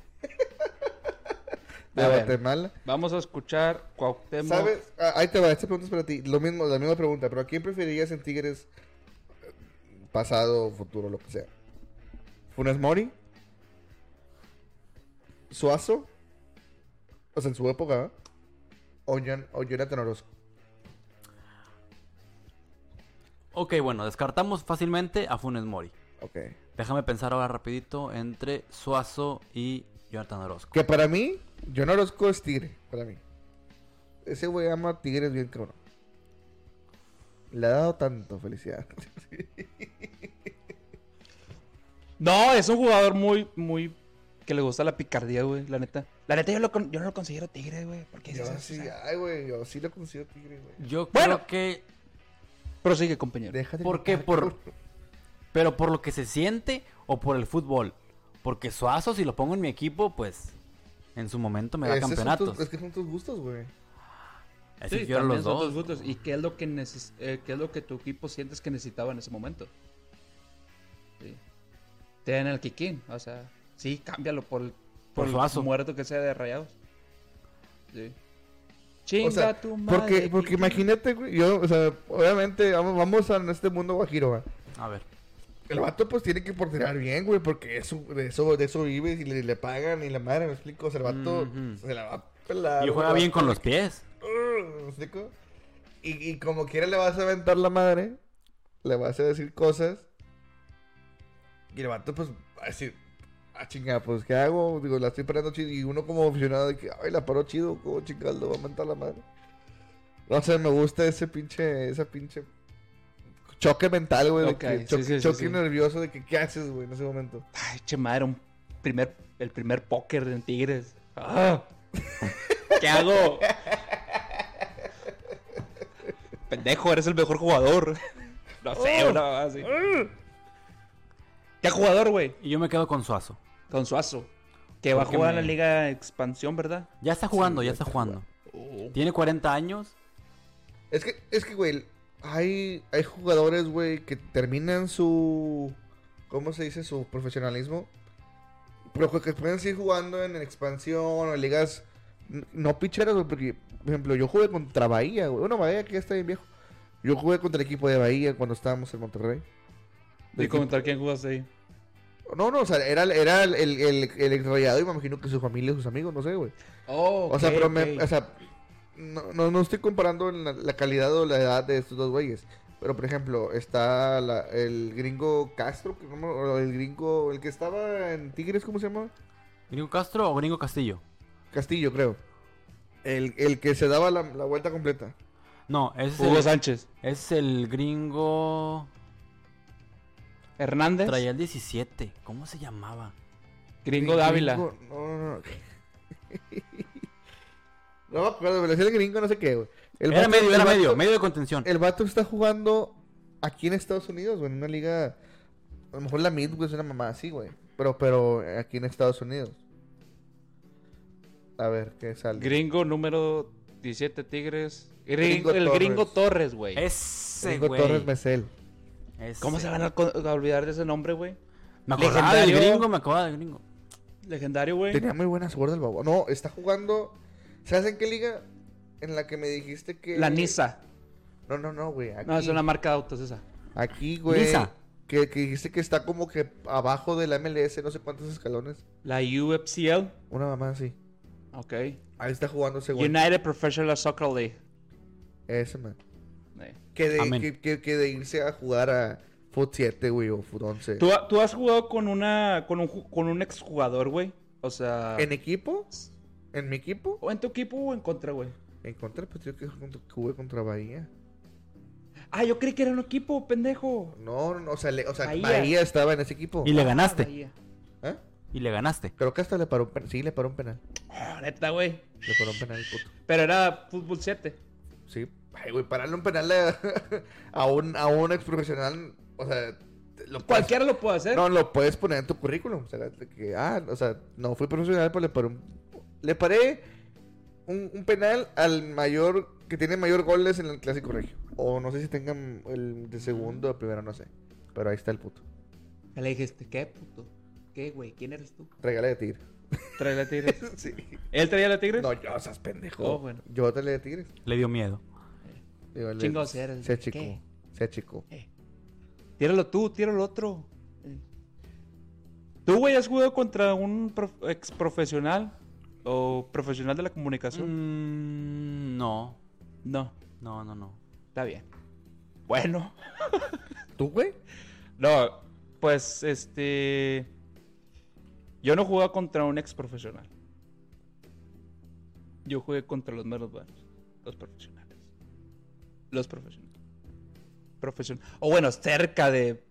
De A ver. Em, Guatemala. Vamos a escuchar Cuauhtémoc. ¿Sabes? Ah, ahí te va, esta pregunta es para ti. Lo mismo, la misma pregunta, pero ¿a quién preferirías en Tigres eh, pasado, futuro, lo que sea? ¿Funes Mori? ¿Suazo? O sea, en su época, ¿verdad? ¿O, Jon- o Jonathan Orozco? Ok, bueno, descartamos fácilmente a Funes Mori. Ok. Déjame pensar ahora rapidito entre Suazo y Jonathan Orozco. Que para mí, Jon Orozco es Tigre, para mí. Ese güey ama a Tigres bien cabrón. Le ha dado tanto felicidad. No, es un jugador muy, muy. Que le gusta la picardía, güey, la neta. La neta, yo, lo con- yo no lo considero tigre, güey. Porque Yo es- es- sí, es- ay, güey, yo sí lo considero Tigre, güey. Yo Bueno. creo que. Prosigue, compañero. Déjate ¿Por qué? Por... ¿Pero por lo que se siente o por el fútbol? Porque Suazo, si lo pongo en mi equipo, pues. En su momento me da Esos son campeonatos. tus- es que son tus gustos, güey. Así Sí, que yo también los son dos. tus gustos. ¿Y qué es lo que neces- eh, qué es lo que tu equipo sientes que necesitaba en ese momento? Sí. Te dan el Kikín, o sea, sí, cámbialo por el, Por por el Suazo. muerto que sea de rayados. Sí. Chinga O sea, tu madre. porque, porque Kikín. imagínate, güey, yo, o sea, obviamente vamos, vamos a este mundo guajiro, güey. A ver. El vato pues tiene que porterar bien, güey, porque eso, de eso, de eso vive y le, le pagan y la madre, me explico, o sea, el vato Ujú. se la va a pelar. Y güey, juega el bien vato- con los pies. ¿Me explico? Y, y como quiera le vas a aventar la madre, le vas a decir cosas. Y el vato, pues, va a decir, ah, chingada, pues, ¿qué hago? Digo, la estoy parando chido. Y uno como aficionado de que, ay, la paró chido, como chingada, le va a aventar la madre. No sé, me gusta ese pinche, esa pinche choque mental, güey. de Ok, que sí, choque sí, sí, choque sí. nervioso de que, ¿qué haces, güey, en ese momento? Ay, che madre, un primer, el primer póker en Tigres. Ah. ¿Qué hago? Pendejo, eres el mejor jugador. No sé, una mamá así. ¿Qué jugador, güey? Y yo me quedo con Suazo. Con Suazo. Que va a Porque jugar en me- la Liga Expansión, ¿verdad? Ya está jugando, ya está jugando. Tiene 40 años. Es que, es que, güey, hay, hay jugadores, güey, que terminan su ¿cómo se dice? Su profesionalismo. Pero que- que pueden seguir jugando en expansión o en ligas n- no picheras, güey, porque, por ejemplo, yo jugué contra Bahía, güey. Bueno, Bahía que ya está bien viejo. Yo jugué contra el equipo de Bahía cuando estábamos en Monterrey. Y comentar quién jugaste ahí. No, no, o sea, era, era el, el, el, el ex Rayado y me imagino que su familia, sus amigos, no sé, güey. Oh, o sea, pero me, o sea, no, no, no estoy comparando en la, la calidad o la edad de estos dos güeyes. Pero, por ejemplo, está la- el gringo Castro, que no me- o el gringo, el que estaba en Tigres, ¿cómo se llama? ¿Gringo Castro o Gringo Castillo? Castillo, creo. El, el que se daba la, la vuelta completa. No, ese Hugo es el, Sánchez. ese es el gringo... Hernández. Traía el 17. ¿Cómo se llamaba? Gringo Dávila. Gringo- No, no, no. No me acuerdo, pero decía el gringo no sé qué, güey. El era vato- medio, el era medio, vato- medio de contención. El vato está jugando aquí en Estados Unidos, güey, en una liga. A lo mejor la Mid, güey, es una mamá así, güey. Pero, pero aquí en Estados Unidos. A ver, ¿qué sale? Gringo número 17 Tigres. Gringo Gringo- el Torres. gringo Torres, güey. Ese, Gringo güey. Torres Mesel. Ese. ¿Cómo se van a, co- a olvidar de ese nombre, güey? Me acordaba del Legendario. gringo, me acordaba del gringo. Legendario, güey. Tenía muy buena suerte el babo. No, está jugando. ¿Sabes en qué liga? En la que me dijiste que. La Nisa. No, no, no, güey. Aquí, No, es una marca de autos esa. aquí güey. Nisa. Que, que dijiste que está como que abajo de la MLS, no sé cuántos escalones. La UFCL. Una mamá así. Ok. Ahí está jugando ese güey. United Professional Soccer League. Ese, man. Eh. Que de, Amén. que, que- que de irse a jugar a Foot 7, güey, o Foot 11. ¿Tú, tú has jugado con una con un, ju- con un exjugador, güey? O sea... ¿En equipo? ¿En mi equipo? ¿O en tu equipo o en contra, güey? En contra, pues yo que junto- que jugué contra Bahía. Ah, yo creí que era un equipo, pendejo. No, no, no, o sea, le- o sea Bahía. Bahía. estaba en ese equipo. Y le ganaste. Ahí. ¿Eh? Y le ganaste. Creo que hasta le paró un penal. Sí, le paró un penal. Oh, neta, güey. Le paró un penal, puto. Pero era fútbol 7. Sí. Ay, güey, pararle un penal a, a un, a un ex profesional. O sea, te- lo puedes- Cualquiera lo puede hacer. No, lo puedes poner en tu currículum. O sea, de que, ah, o sea, no fui profesional, pero le paré un, le paré un, un penal al mayor que tiene mayor goles en el clásico regio. O no sé si tengan el de segundo o primero, no sé. Pero ahí está el puto. Le dijiste, ¿qué puto? ¿Qué, güey? ¿Quién eres tú? Regale de tigre. Trae la tigre. sí. ¿Él traía la tigre? No, yo seas pendejo. Oh, bueno. Yo te le de tigres. Le dio miedo. Digo, le- Chingados eres, Sea ¿qué? chico. Sea chico. Tíralo tú, tíralo otro. ¿Tú, güey, has jugado contra un prof- ex profesional o profesional de la comunicación? Mm, no. No, No, no, no. está bien. Bueno. ¿Tú, güey? No, pues este. Yo no jugaba contra un ex profesional. Yo jugué contra los meros buenos. Los profesionales. Los profesionales. Profesion... O bueno, cerca de.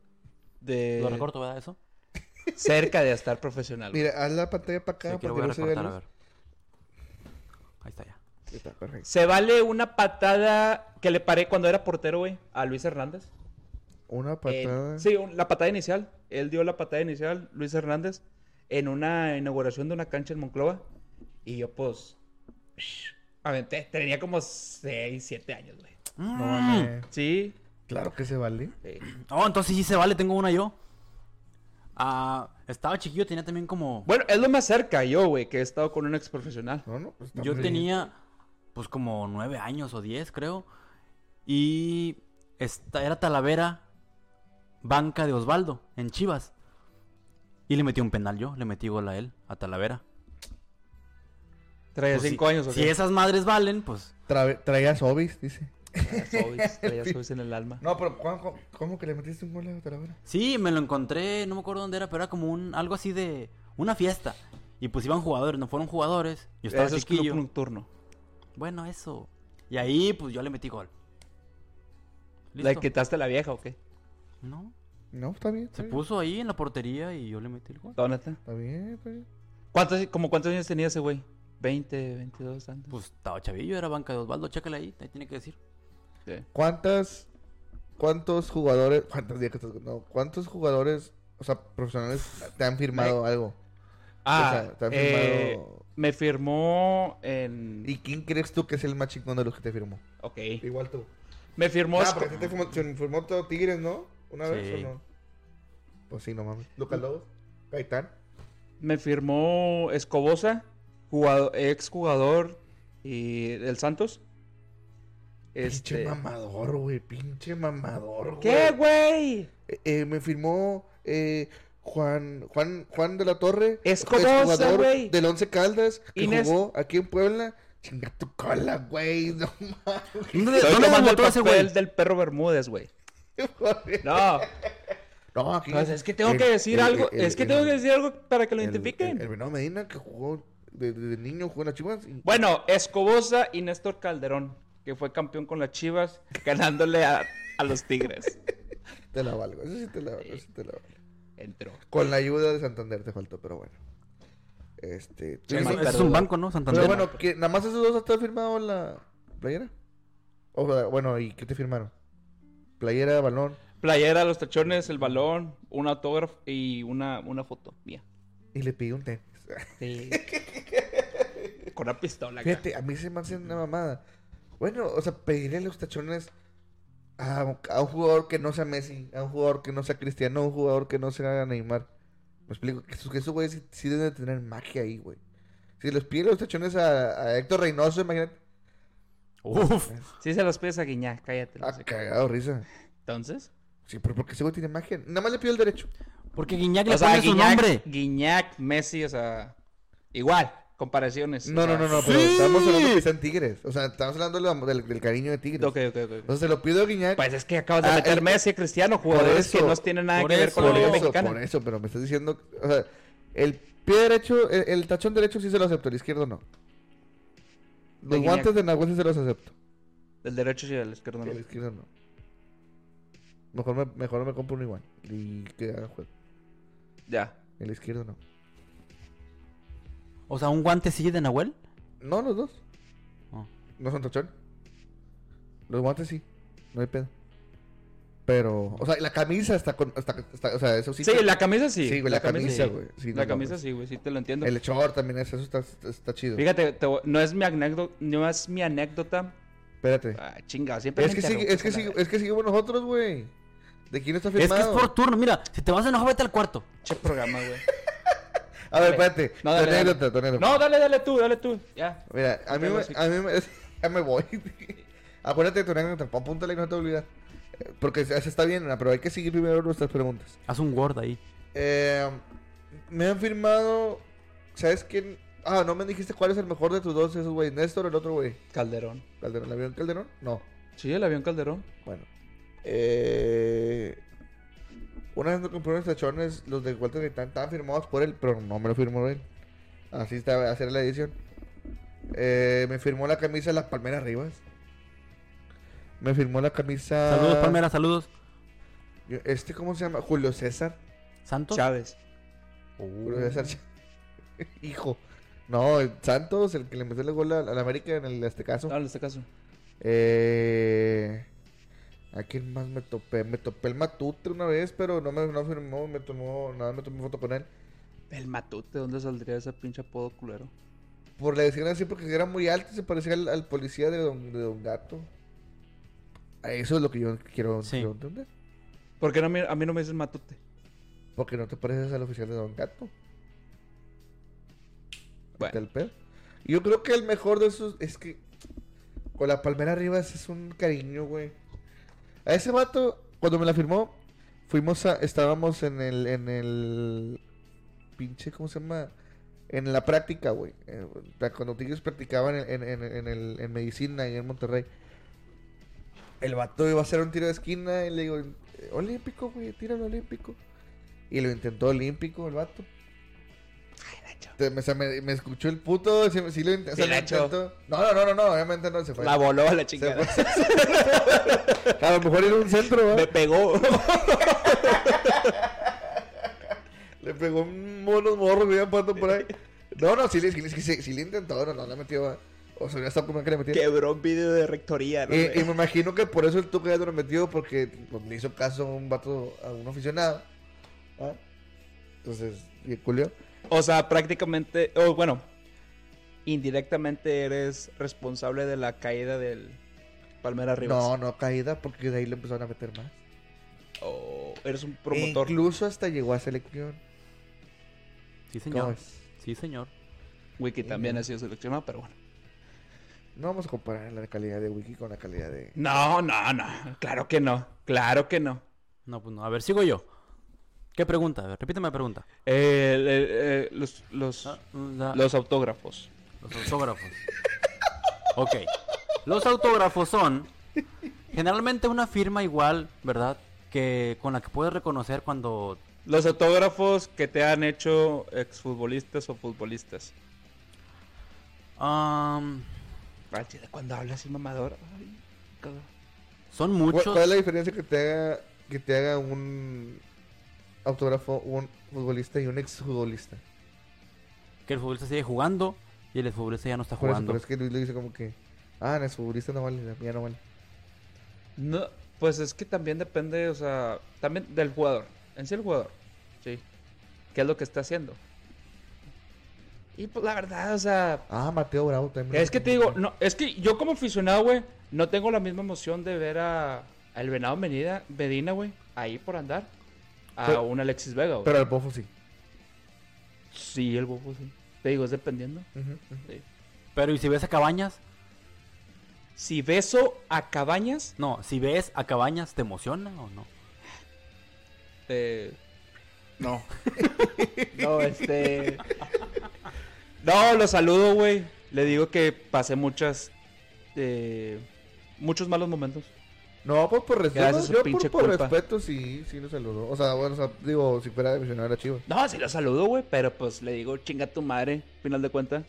de Lo recorto, ¿verdad? Eso. cerca de estar profesional. güey. Mira, haz la pantalla para acá. Sí, que lo para voy a que no se vea recortar, a luz. ver. Ahí está ya. Está perfecto. ¿Se vale una patada que le paré cuando era portero, güey? A Luis Hernández. Una en- patada. sí, un- la patada inicial. Él dio la patada inicial, Luis Hernández, en una inauguración de una cancha en Monclova. Y yo, pues. Aventé. Tenía como 6, 7 años, güey. No Mm. mames. Sí. Claro que se vale. sí. Oh, entonces sí se vale, tengo una yo. Ah, estaba chiquillo, tenía también como. Bueno, es lo más cerca yo, güey, que he estado con un ex profesional. No, no. pues, Yo hombre. tenía pues como nueve años o diez, creo. Y esta, era Talavera, banca de Osvaldo, en Chivas. Y le metí un penal yo, le metí gol a él, a Talavera. Traía Pues, 5 si, años, o Si esas madres valen, pues. Tra- traías obis, dice. Traía sobis en el alma. No, pero ¿cómo, cómo- cómo que le metiste un gol a Talavera? Sí, me lo encontré, no me acuerdo dónde era, pero era como un algo así de una fiesta. Y pues iban jugadores, no fueron jugadores. Yo estaba Eso es club chiquillo. nocturno. Bueno, eso. Y ahí pues yo le metí gol. ¿Le ¿Listo? quitaste la vieja o qué? No, No, está bien. se está bien. puso ahí en la portería y yo le metí el gol. Donata. Está bien, está bien. ¿Cuántos, como cuántos años tenía ese güey? 20, 22 antes. Pues estaba chavillo, era banca de Osvaldo, chécale ahí, ahí tiene que decir. Sí. ¿Cuántas, ¿Cuántos jugadores, cuántos días que estás- no, cuántos jugadores, o sea, profesionales te han firmado algo? Ah, sea, te han eh, firmado- me firmó en... ¿Y quién crees tú que es el más chingón de los que te firmó? Ok. Igual tú. Me firmó... Ah, Ah, porque a ti te firmó, te firmó todo Tigres, ¿no? Una Sí. vez o no. Pues sí, no mames. Lucas Lobos, Gaitán. Me firmó Escobosa, jugador, ex jugador y del Santos. Pinche Este, mamador, güey. Pinche mamador, güey. ¿Qué, güey? Eh, eh, me firmó eh, Juan, Juan, Juan de la Torre. Escobosa, exjugador güey. Del Once Caldas, que Inés- jugó aquí en Puebla. Chinga tu cola, güey. No ¿Dónde, Estoy dónde tomando el debutó ese güey? papel del perro Bermúdez, güey. mames. No, No, aquí. pues es que tengo el- que decir el- algo. el- es que el- tengo que decir algo para que lo el- identifiquen. El, el Venado Medina que jugó desde niño, jugó en las Chivas. y- Bueno, Escobosa y Néstor Calderón, que fue campeón con las Chivas, ganándole a, a los Tigres. Te la valgo, eso sí te la valgo, eso sí te la valgo. Entró. Con la ayuda de Santander te faltó, pero bueno. Este. ¿tú Sí, Es, dices- Marta es un Duda. banco, ¿no? pero Santander. bueno, que nada más esos dos hasta han firmado la playera. O sea, bueno, ¿y qué te firmaron? Playera, balón. Playera, los tachones, el balón, un autógrafo y una, una foto mía. Y le pidió un tenis. Sí. Este, Con una pistola. acá. Fíjate, a mí se me hace una mamada. Bueno, o sea, pedirle los tachones a, a un jugador que no sea Messi, a un jugador que no sea Cristiano, a un jugador que no sea Neymar. Me explico, que esos, que esos güeyes sí, sí deben de tener magia ahí, güey. Si les pide los tachones a, a Héctor Reynoso, imagínate. Uf. Sí se los pides a Guiñá, cállate. no Ah, sé qué. cagado, risa. Entonces. Sí, pero porque ese güey tiene magia. Nada más le pido el derecho. Porque Guiñac le O sea, pone su nombre. Guiñac, Guiñac, Messi, o sea, igual, comparaciones. o No, no, sea, no, no, pero estamos hablando de que sean tigres. O sea, estamos hablando de la- del, del cariño de tigres. Ok, ok, ok, ok. Entonces se lo pido a Guiñac. Pues es que acabas de Ah, meter es que- Messi y Cristiano, jugadores eso, que no tienen nada por que ver eso, con la por Liga eso, Mexicana. por eso, pero me estás diciendo, o sea, el pie derecho, el, el tachón derecho sí se lo acepto, el izquierdo no. Los De Guiñac. guantes de Nahuel sí se los acepto, Del derecho y del izquierdo. no. el izquierdo no. Mejor me, mejor me compro un igual y que haga juego. Ya. El izquierdo no. O sea, un guante sigue de Nahuel. No, los dos. Oh. No son tachón. Los guantes sí, no hay pedo. Pero, o sea, la camisa está con, está, está- o sea, eso sí. Sí, la camisa sí. Sí, güey, la camisa, sí. güey. Sí, la no camisa mames. sí, güey, sí te lo entiendo. El short también es, eso está, está chido. Fíjate, te voy- no es mi anécdota, no es mi anécdota. Espérate. Ah, chinga, siempre Es me que, sigue- interrumpes es, que a la sigue- eh. verga. es que seguimos nosotros, güey. ¿De quién está Es que firmado? es por turno. Mira, si te vas a enojar, vete al cuarto. Che programa, güey. A ver, espérate. No, dale, tu dale. anécdota, tu anécdota. No, dale, dale tú, dale tú. Ya. Mira, a mí, Dale, me, sí. a mí me, ya me voy. Acuérdate de tu anécdota, apúntala y no te olvidas. Eh, Porque se- se está bien, ¿no? pero hay que seguir primero nuestras preguntas. Haz un Word ahí. Eh, me han firmado... ¿Sabes quién? Ah, no me dijiste cuál es el mejor de tus dos esos, güey. Néstor, el otro, güey. Calderón. Calderón. ¿La vieron Calderón? No. Sí, el avión Calderón. Bueno. Eh, una vez me compré unos tachones, los de Walter Gaitán, estaban firmados por él, pero no me lo firmó él. Así estaba, hacer la edición. Eh, me firmó la camisa Las Palmeras Rivas. Me firmó la camisa. Saludos, Palmera, saludos. Yo- Este, ¿cómo se llama? Julio César. Santos. Uh, Chávez. Julio César. Hijo. No, el Santos, el que le metió el gol al al América en el, este caso. No, en este caso. Eh, ¿A quién más me topé? Me topé el Matute una vez, pero no me no firmó, me tomó, nada, me tomé foto con él. El matute, ¿dónde saldría ese pinche apodo culero? Por le decían así porque era muy alto y se parecía al, al policía de don, de don Gato. A Eso es lo que yo quiero, Sí. quiero entender. ¿Por qué no, a, mí, a mí no me dicen matute? Porque no te pareces al oficial de don Gato. Está Bueno, el pedo. Yo creo que el mejor de esos es que con la palmera arriba ese es un cariño, güey. A ese vato, cuando me la firmó, fuimos a. Estábamos en el. En el. Pinche, ¿cómo se llama? En la práctica, güey. Eh, Cuando tigres practicaban en, en, en, en el, en medicina y en Monterrey. El vato iba a hacer un tiro de esquina y le digo, olímpico, güey, tíralo olímpico. Y lo intentó olímpico el vato. Te- me, o sea, me- me escuchó el puto, sí, sí lo int- o sea, Sí, lo Nacho. intentó. No, no, no, no, no, obviamente no se fue. la voló a la Se chingada. fue. a lo mejor era un centro, ¿va? Me pegó. Le pegó un mono morro que iba pato por ahí. No, no, sí, le- sí, le- sí, sí, sí le intentó, no, no le metió, ¿va? O sea, ya está como que le metió. Quebró un video de rectoría, ¿no? Y, y me imagino que por eso el Tuca ya no lo metió, porque pues, le hizo caso a un vato, a un aficionado. ¿ah? Entonces, y culió. O sea, prácticamente, o bueno, indirectamente eres responsable de la caída del Palmera Rivas. No, no, caída, porque de ahí le empezaron a meter más. o eres un promotor? Incluso hasta llegó a selección. Sí, ¿Cómo señor. es? Sí, señor. Wiki también ha sido seleccionado, pero bueno. No vamos a comparar la calidad de Wiki con la calidad de... No, no, no. Claro que no. Claro que no. No, pues no. A ver, sigo yo. ¿Qué pregunta? A ver, repíteme la pregunta. Eh, el- el- eh, los, los, Ah, la- los autógrafos. Los autógrafos. Ok. Los autógrafos son generalmente una firma igual, ¿verdad? Que con la que puedes reconocer cuando Los autógrafos que te han hecho exfutbolistas o futbolistas. am, Ah, chida, cuando hablas así mamador. ay, cago. son ¿Cuál- muchos. ¿Cuál es la diferencia que te haga, que te haga un autógrafo, un futbolista y un exfutbolista? Que el futbolista sigue jugando y el exfutbolista ya no está Por eso, jugando. pero es que Luis le dice como que, ah, no, exfutbolista no vale, ya no vale. No, pues es que también depende, o sea, también del jugador. En sí el jugador. Sí. ¿Qué es lo que está haciendo? Y pues la verdad, o sea, Ah, Mateo Bravo también. es que te digo, no, es que yo como aficionado, güey, no tengo la misma emoción de ver a, a el Venado Medina, Medina, güey, ahí por andar, a Pero- un Alexis Vega, güey. Pero al Pofo sí. Sí, el bobo, sí. Te digo, es dependiendo. Ujú, ujú. Sí. Pero ¿y si ves a Cabañas? Si beso a Cabañas, No, si ves a Cabañas, ¿te emociona o no? eh, No. no, este... No, lo saludo, güey. Le digo que pasé muchas... eh, muchos malos momentos. No, pues por respeto, Gracias a su yo pinche por, por culpa. respeto sí, sí lo saludó. O sea, bueno, o sea, digo, si fuera de misionero a Chivas. No, sí lo saludo, güey, pero pues le digo, chinga tu madre, final de cuenta.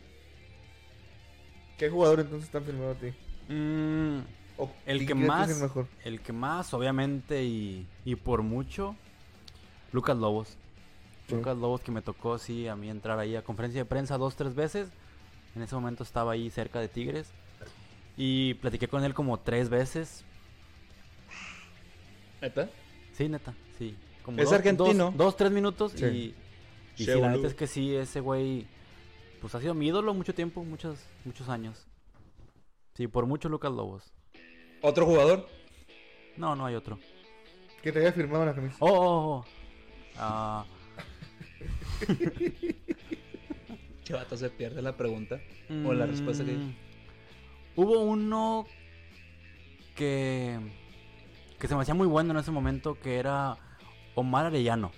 ¿Qué jugador entonces están firmado a ti? Mm, ¿O el quién que crees más... es el mejor? El que más, obviamente, y, y por mucho, Lucas Lobos. Sí. Lucas Lobos que me tocó, sí, a mí entrar ahí a conferencia de prensa dos, tres veces. En ese momento estaba ahí cerca de Tigres. Y platiqué con él como tres veces. ¿Neta? Sí, neta, sí. Como Es argentino. Dos, dos, tres minutos. Sí. Y, y sí, Che, la boludo. neta es que sí, ese güey, pues ha sido mi ídolo mucho tiempo, muchos, muchos años. Sí, por mucho Lucas Lobos. ¿Otro jugador? No, no hay otro. Que te haya firmado la camisa. Oh, oh, oh. Ah, Chivato, se pierde la pregunta. O Mm. la respuesta que Mm. Hubo uno que que se me hacía muy bueno en ese momento que era Omar Arellano,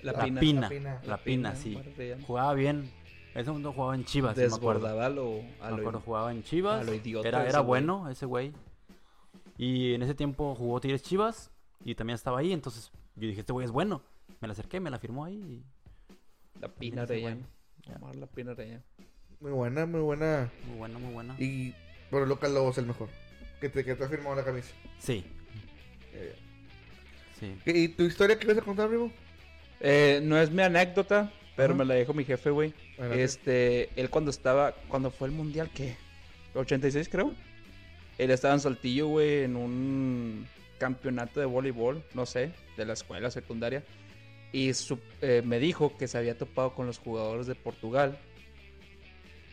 La, la pina. Pina, la Pina. Pina, La Pina, sí. Omar Arellano. Jugaba bien. En ese momento jugaba en Chivas, sí me acuerdo. Desbordaba lo, a Me lo- acuerdo, jugaba en Chivas. a lo idiota era ese era güey. bueno ese güey. Y en ese tiempo jugó Tigres Chivas y también estaba ahí, entonces yo dije, este güey es bueno. Me la acerqué, me la firmó ahí y La Pina ese güey. Arellano. Ya. Omar La Pina Arellano. Muy buena, muy buena. muy bueno, muy bueno. Y por Lucas Lobos el mejor. Que te, que te ha firmado la camisa. Sí, Eh, sí. ¿Y tu historia que vas a contar, primo? Eh, no es mi anécdota, pero Ajá. me la dijo mi jefe, güey. Adelante. Este, él cuando estaba, cuando fue el mundial, ¿qué? 86 creo. Él estaba en Saltillo, güey, en un campeonato de voleibol, no sé, de la escuela secundaria. Y su- eh, me dijo que se había topado con los jugadores de Portugal.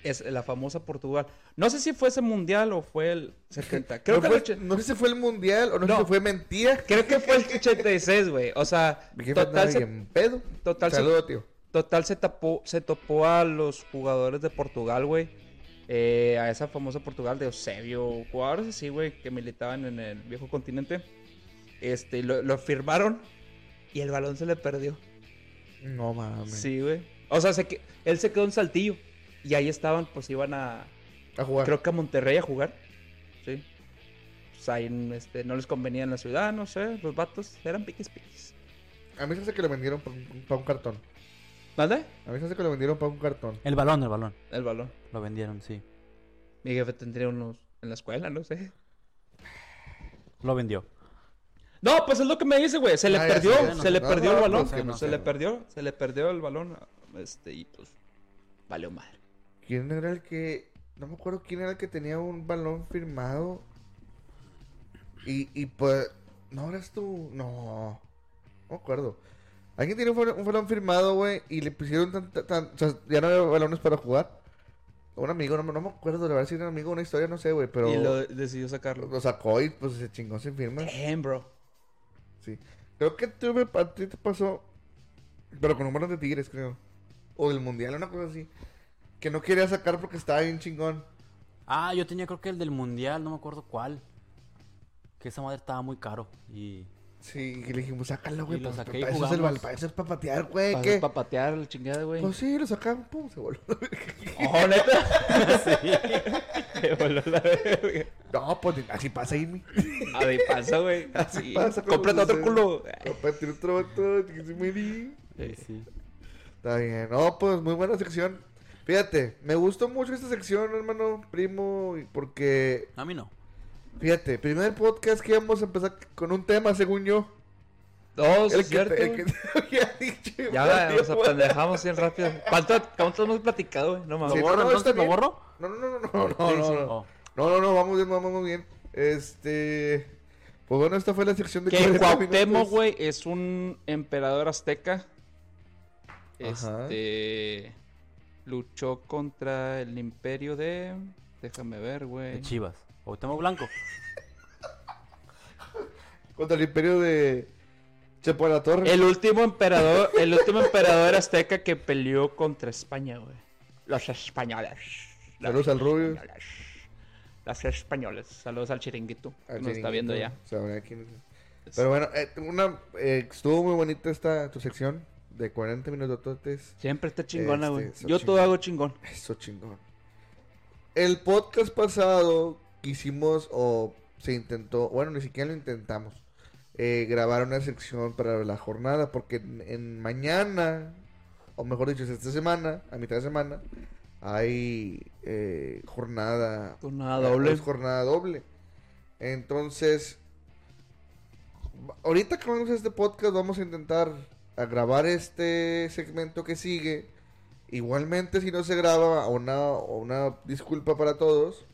Es la famosa Portugal. No sé si fue ese mundial o fue el 70. Creo no, que fue- el och- no sé si fue el mundial o no, No. sé si fue mentira. Creo que fue el 86, güey. O sea, Mi jefe andaba total se, bien pedo. total se- Saludo, tío. total se tapó, se topó a los jugadores de Portugal, güey. Eh, a esa famosa Portugal de Eusebio, jugadores así, güey, que militaban en el viejo continente. Este, y lo, lo firmaron y el balón se le perdió. No mames. Sí, güey. O sea, se que- él se quedó en Saltillo y ahí estaban, pues iban a, A jugar. creo que a Monterrey a jugar. Sí. Pues ahí este, no les convenía en la ciudad, no sé, los vatos eran piques piques. A mí se hace que lo vendieron para un cartón. ¿Vale? A mí se hace que lo vendieron para un cartón. El balón, el balón. El balón. Lo vendieron, sí. Mi jefe tendría unos en la escuela, no sé. Lo vendió. No, pues es lo que me dice, güey. Se le Ah, ya perdió, sé, ya no se le sé. perdió No, el no, balón. pues, que no se sé, le no. perdió, se le perdió el balón. Este, y pues, valió madre. ¿Quién era el que.? No me acuerdo quién era el que tenía un balón firmado. Y, y pues. No eras tú. No. No me acuerdo. Alguien tenía un balón, un balón firmado, güey. Y le pusieron tanta. tan- o sea, ya no había balones para jugar. Un amigo, no, me- no me acuerdo. La verdad, si era un amigo, una historia, no sé, güey. Pero. Y lo Lo, decidió sacarlo. sacó y pues se chingó sin firma. Damn, bro. Sí. Creo que tuve, a ti te pasó, pero con números de Tigres, creo. O del Mundial, una cosa así. Que no quería sacar porque estaba bien chingón. Ah, yo tenía creo que el del mundial, no me acuerdo cuál. Que esa madre estaba muy caro. Y. Sí, y le dijimos, sácalo, güey. Y lo pues, saqué y pa- eso, es el, jugamos. bal- pa- eso es para patear, güey. Para ¿qué? patear el chingada, güey. Pues sí, lo sacamos, pum, se voló. Oh, neta. Sí. Se voló la verga. no, pues así pasa, Irmi. A ver, pasa, güey. Así Sí. pasa, ¿cómo Cómprate otro sucede? culo. Lo pateó pues, otro vato, que se me di. Sí, sí. Está bien. No, pues muy buena sección. Fíjate, me gustó mucho esta sección, hermano, primo, y porque, No, a mí no. fíjate, primer podcast que íbamos a empezar con un tema, según yo. No, sí El Pues, es que, cierto. te, el güey. que te había dicho. Ya güey, nos güey. apendejamos bien rápido. ¿Cuánto, cuánto hemos platicado, güey? No ¿Lo Sí, mames. no, borro este no, está entonces? ¿Lo bien. borro? No, no, no, no, no, no, no, Sí, sí. no. Oh. No, no, no, vamos bien, vamos muy bien. Este. Pues bueno, esta fue la sección de Que 40 Cuauhtémoc, minutos. güey, es un emperador azteca. Ajá. Este. Luchó contra el imperio de. Déjame ver, De güey. Chivas. O Temo Blanco. Contra el imperio de. Chapo de la Torre. El último emperador, el último emperador azteca que peleó contra España, güey. Los españoles. Saludos al Rubio. españoles. Los españoles. Saludos al chiringuito. que Al nos está chiringuito. viendo ya. Sabrá quién es. Pero bueno, eh, una, eh, estuvo muy bonita esta tu sección de 40 minutos. Siempre está chingona, Este, güey. está Yo todo chingón. hago chingón. Eso chingón. El podcast pasado que hicimos o se intentó, bueno, ni siquiera lo intentamos, eh, grabar una sección para la jornada, porque en, en mañana, o mejor dicho, es esta semana, a mitad de semana, hay eh, jornada Una es doble. jornada doble. Entonces, va- ahorita que vamos a este podcast, vamos a intentar a grabar este segmento que sigue. Igualmente, si no se graba, una, una disculpa para todos,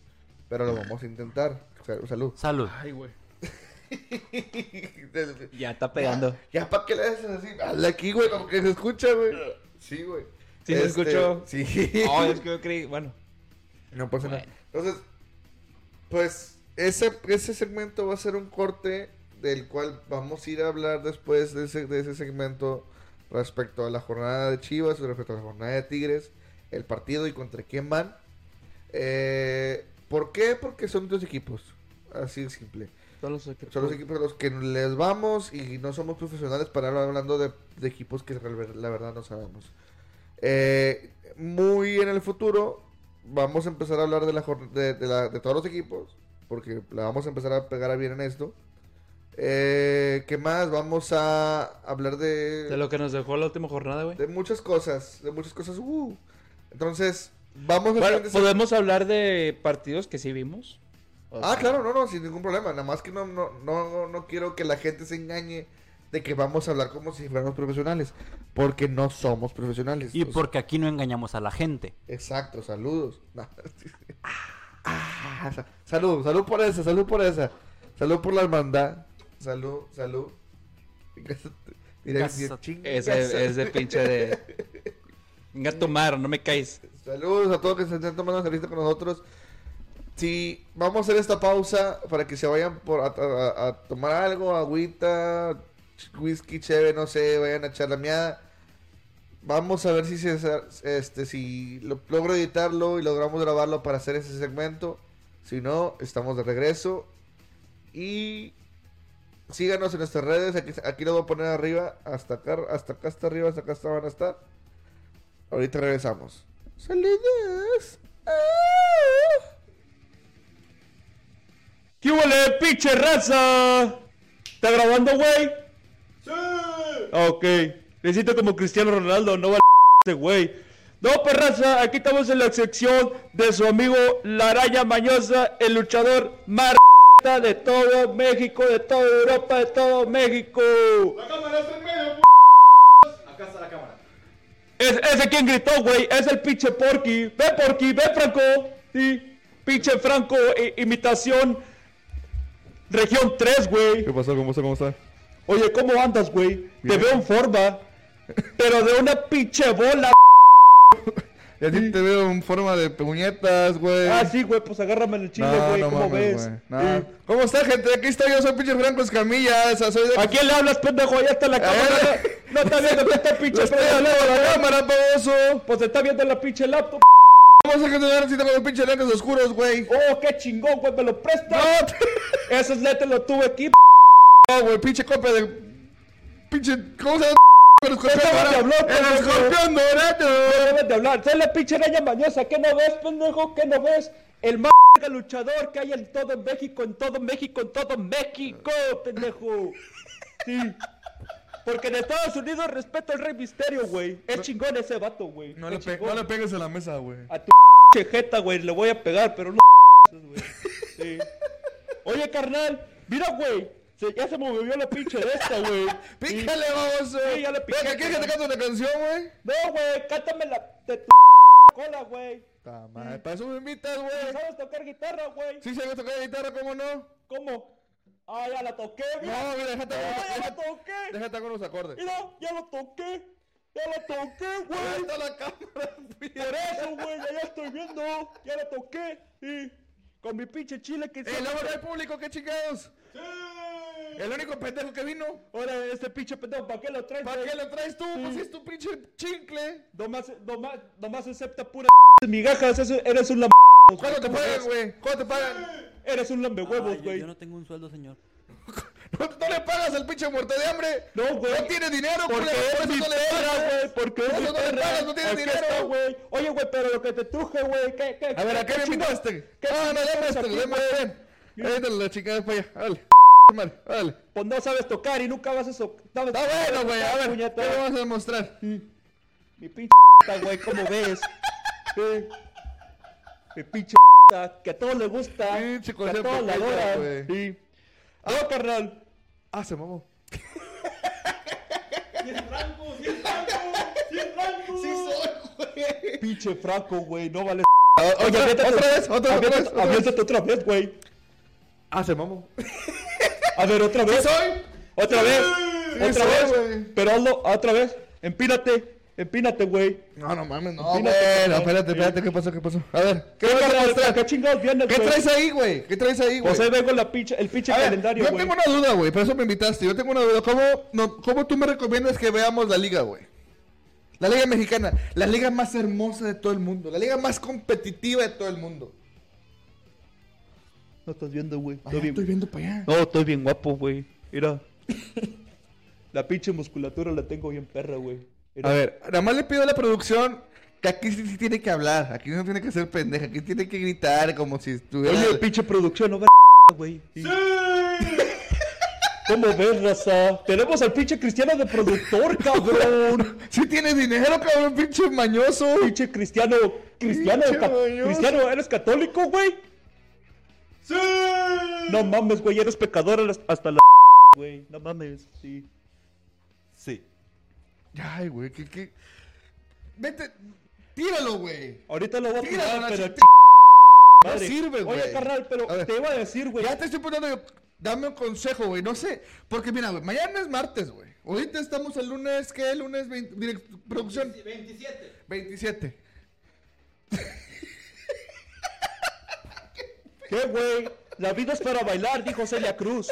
pero lo vamos a intentar. Sal- Salud. Salud. Ay, güey. Ya está pegando. Ya, ¿para qué le haces así? Hazle aquí, güey, como que se escucha, güey. Sí, güey. Sí, Este, se escuchó. Sí. Oh, es que yo creí. Bueno. No pasa Bueno. nada. Entonces, pues ese, ese segmento va a ser un corte del cual vamos a ir a hablar después de ese, de ese segmento respecto a la jornada de Chivas, respecto a la jornada de Tigres, el partido y contra quién van. Eh, ¿Por qué? Porque son dos equipos. Así de simple. Son los equipos. Son los equipos a los que les vamos y no somos profesionales para hablar hablando de, de equipos que la ver- la verdad no sabemos. Eh, muy en el futuro vamos a empezar a hablar de, la, jor- de, de la- de todos los equipos porque la vamos a empezar a pegar a bien en esto. Eh, ¿Qué más? Vamos a hablar de, De lo que nos dejó la última jornada, güey. de muchas cosas, de muchas cosas. uh. Entonces, vamos a... Bueno, pues podemos hablar de partidos que sí vimos. O Ah, sea, claro, no, no, sin ningún problema. Nada más que no, no, no, no quiero que la gente se engañe de que vamos a hablar como si fuéramos profesionales. Porque no somos profesionales. Y O sea, porque aquí no engañamos a la gente. Exacto, saludos. No, sí, sí. Ah, sa- salud, salud por esa, salud por esa. Salud por la hermandad. Salud, salud. Diré, Casa- "Chinga Es, esa". de- es de pinche de. Venga a tomar, no me caes. Saludos a todos que se estén tomando la lista con nosotros. Si vamos a hacer esta pausa para que se vayan por a, a- a tomar algo, agüita, ch- whisky, chévere, no sé, vayan a echar la miada. Vamos a ver si se, este, si lo- logro editarlo y logramos grabarlo para hacer ese segmento. Si no, estamos de regreso. Y síganos en nuestras redes. Aquí, aquí lo voy a poner arriba. Hasta acá, hasta acá, hasta arriba, hasta acá hasta van a estar. Ahorita regresamos. Saludos. ¡Qué huele, pinche raza! ¿Está grabando, güey? ¡Sí! Ok. Necesito como Cristiano Ronaldo, no va este güey. No, pues raza, aquí estamos en la sección de su amigo Laraya Mañosa, el luchador más de todo México, de toda Europa, de todo México. Acá está la cámara. Es, ese quien gritó, güey, es el pinche Porky. Ve, Porky, ve, Franco. Sí, pinche Franco, i- imitación. Región 3, güey. ¿Qué pasó? ¿Cómo está? ¿Cómo está? Oye, ¿cómo andas, güey? Te veo en forma, pero de una pinche bola. Y a ti te veo en forma de puñetas, güey. Ah, sí, güey, pues agárrame el chile, güey, ¿cómo ves? güey. No. Eh, ¿Cómo está, gente? Aquí está yo, soy pinche Franco Escamilla. Esa, soy de... ¿A quién le hablas, pendejo? Allá está la cámara. No está viendo que está pinche Eh. Estoy pendejo. al lado de la cámara, baboso. Pues está viendo la pinche laptop. Vamos a generar cita con los pinches lentes oscuros, güey. Oh, qué chingón, güey, me lo prestas. No, te- Esas letras lo tuve aquí. no, Oh, güey, pinche copia Este de. Pinche. ¿Cómo se llama? El escorpión Déjame dorado. hablar, El pendejo. escorpión dorado. Deben de hablar. ¿Sabes la pinche araña mañosa? ¿Qué no ves, pendejo? ¿Qué no ves? El más verga luchador que hay en todo México, en todo México, en todo México, pendejo. Sí. Porque en Estados Unidos respeto al Rey Misterio, güey. Es chingón ese vato, güey. No Es le, pe- chingón. no le pegues a la mesa, güey. A tu pinche jeta, güey, le voy a pegar, pero no güey. Sí. Oye, carnal, mira, güey. se- ya se me movió la pinche de esta, güey. Pícale, baboso. Sí, ya le piqué, Venga, ¿quieres que te cante una canción, güey? No, güey, cántame la de tu cola, güey. Ta madre, para eso me invitas, ¿Tú güey. ¿Sabes tocar guitarra, güey? Sí, sabes tocar guitarra, ¿cómo no? ¿Cómo? Ah, ya la toqué, mira. No, mira, déjate. Ah, ya la déjate- toqué. Déjate con los acordes. Mira, ya la toqué. Ya la toqué, Ahí güey. está la cámara, güey. Por eso, güey, ya la estoy viendo. Ya la toqué. Y con mi pinche chile que El hombre del público, qué chingados. Sí. El único pendejo que vino. Ahora, este pinche pendejo, ¿para qué lo traes? ¿Para güey? qué lo traes tú? Pues es tu pinche chincle. Nomás, nomás, nomás acepta puras migajas, eso- eres un lamb... ¿Cuánto te pagan, güey? ¿Cuánto te pagan? Eres un lambehuevos, Ah, yo- güey. yo no tengo un sueldo, señor. ¿No, no le pagas al pinche muerto de hambre? No, güey. No tiene dinero, Porque culero, es por eso mi no le perra, pagas. güey, porque es Por mi eso no le perra. pagas, no tienes Aquí dinero. está, güey. Oye, güey, pero lo que te truje, güey, ¿qué, qué? A ver, ¿a qué me chingas- invitaste? qué Ah, no, chingas dame haces este, aquí, dame güey? ven. Ahorita la chingada pues, para allá. Dale, madre, dale. Pues no sabes tocar y nunca vas a so... pues, sabes- Está Ah, bueno, güey, a ver, Puñeta. ¿qué le vas a demostrar? Mi pinche güey, ¿cómo ves? Sí. Mi pinche que a todos les gusta, Pinche que a cosa todos la pequeña, adoran. güey. Sí. No, carnal. Ah, se mamó. Pinche Franco, güey, no vale. Oye, aviéntate- otra vez, otra otra vez, aviéntate- otra vez. Aviéntate otra vez, güey. Ah, se mamó. A ver, otra vez. soy? Otra vez. Sí, otra soy, vez. güey. Pero hazlo otra vez. Empínate. Empínate, güey. No, no mames, no, Opínate, güey. No, carnal. espérate, espérate, ¿qué pasó? ¿Qué pasó? A ver, ¿qué ¿Qué, vas a carnal? demostrar? ¿Qué chingados vienes, ¿Qué güey? traes ahí, güey? ¿Qué traes ahí, güey? Pues ahí vengo la pinche, el pinche A ver, calendario, yo güey. tengo una duda, güey, por eso me invitaste. Yo tengo una duda. ¿Cómo, no- cómo tú me recomiendas que veamos la liga, güey? La liga mexicana, la liga más hermosa de todo el mundo, la liga más competitiva de todo el mundo. No estás viendo, güey. Ah, Estoy bien- estoy viendo para allá. No, estoy bien guapo, güey. Mira. la pinche musculatura la tengo bien perra, güey. Mira. A ver, nada más le pido a la producción que aquí sí, sí tiene que hablar, aquí no tiene que ser pendeja, aquí tiene que gritar como si estuviera... Oye, pinche producción, no ver, güey. Sí. ¿Cómo ves, raza? Tenemos al pinche cristiano de productor, cabrón. Si tienes dinero, cabrón, pinche mañoso. Pinche cristiano, cristiano, Pinche ca- mañoso. cristiano, ¿eres católico, güey? ¡Sí! No mames, güey, eres pecador hasta- hasta la güey. No mames, sí. Sí. Ay, güey, que, que... Vete, tíralo, güey. Ahorita lo voy a Tíralo, tirar, la pero chingada. ch- No madre. sirve, güey. Oye, carnal, pero A ver. te iba a decir, güey. Ya te estoy preguntando, yo, dame un consejo, güey. No sé, porque mira, güey, mañana es martes, güey. Ahorita estamos el lunes, ¿qué? El lunes 20, direct- producción 27. 27. ¿Qué, güey? La vida es para bailar, dijo Celia Cruz.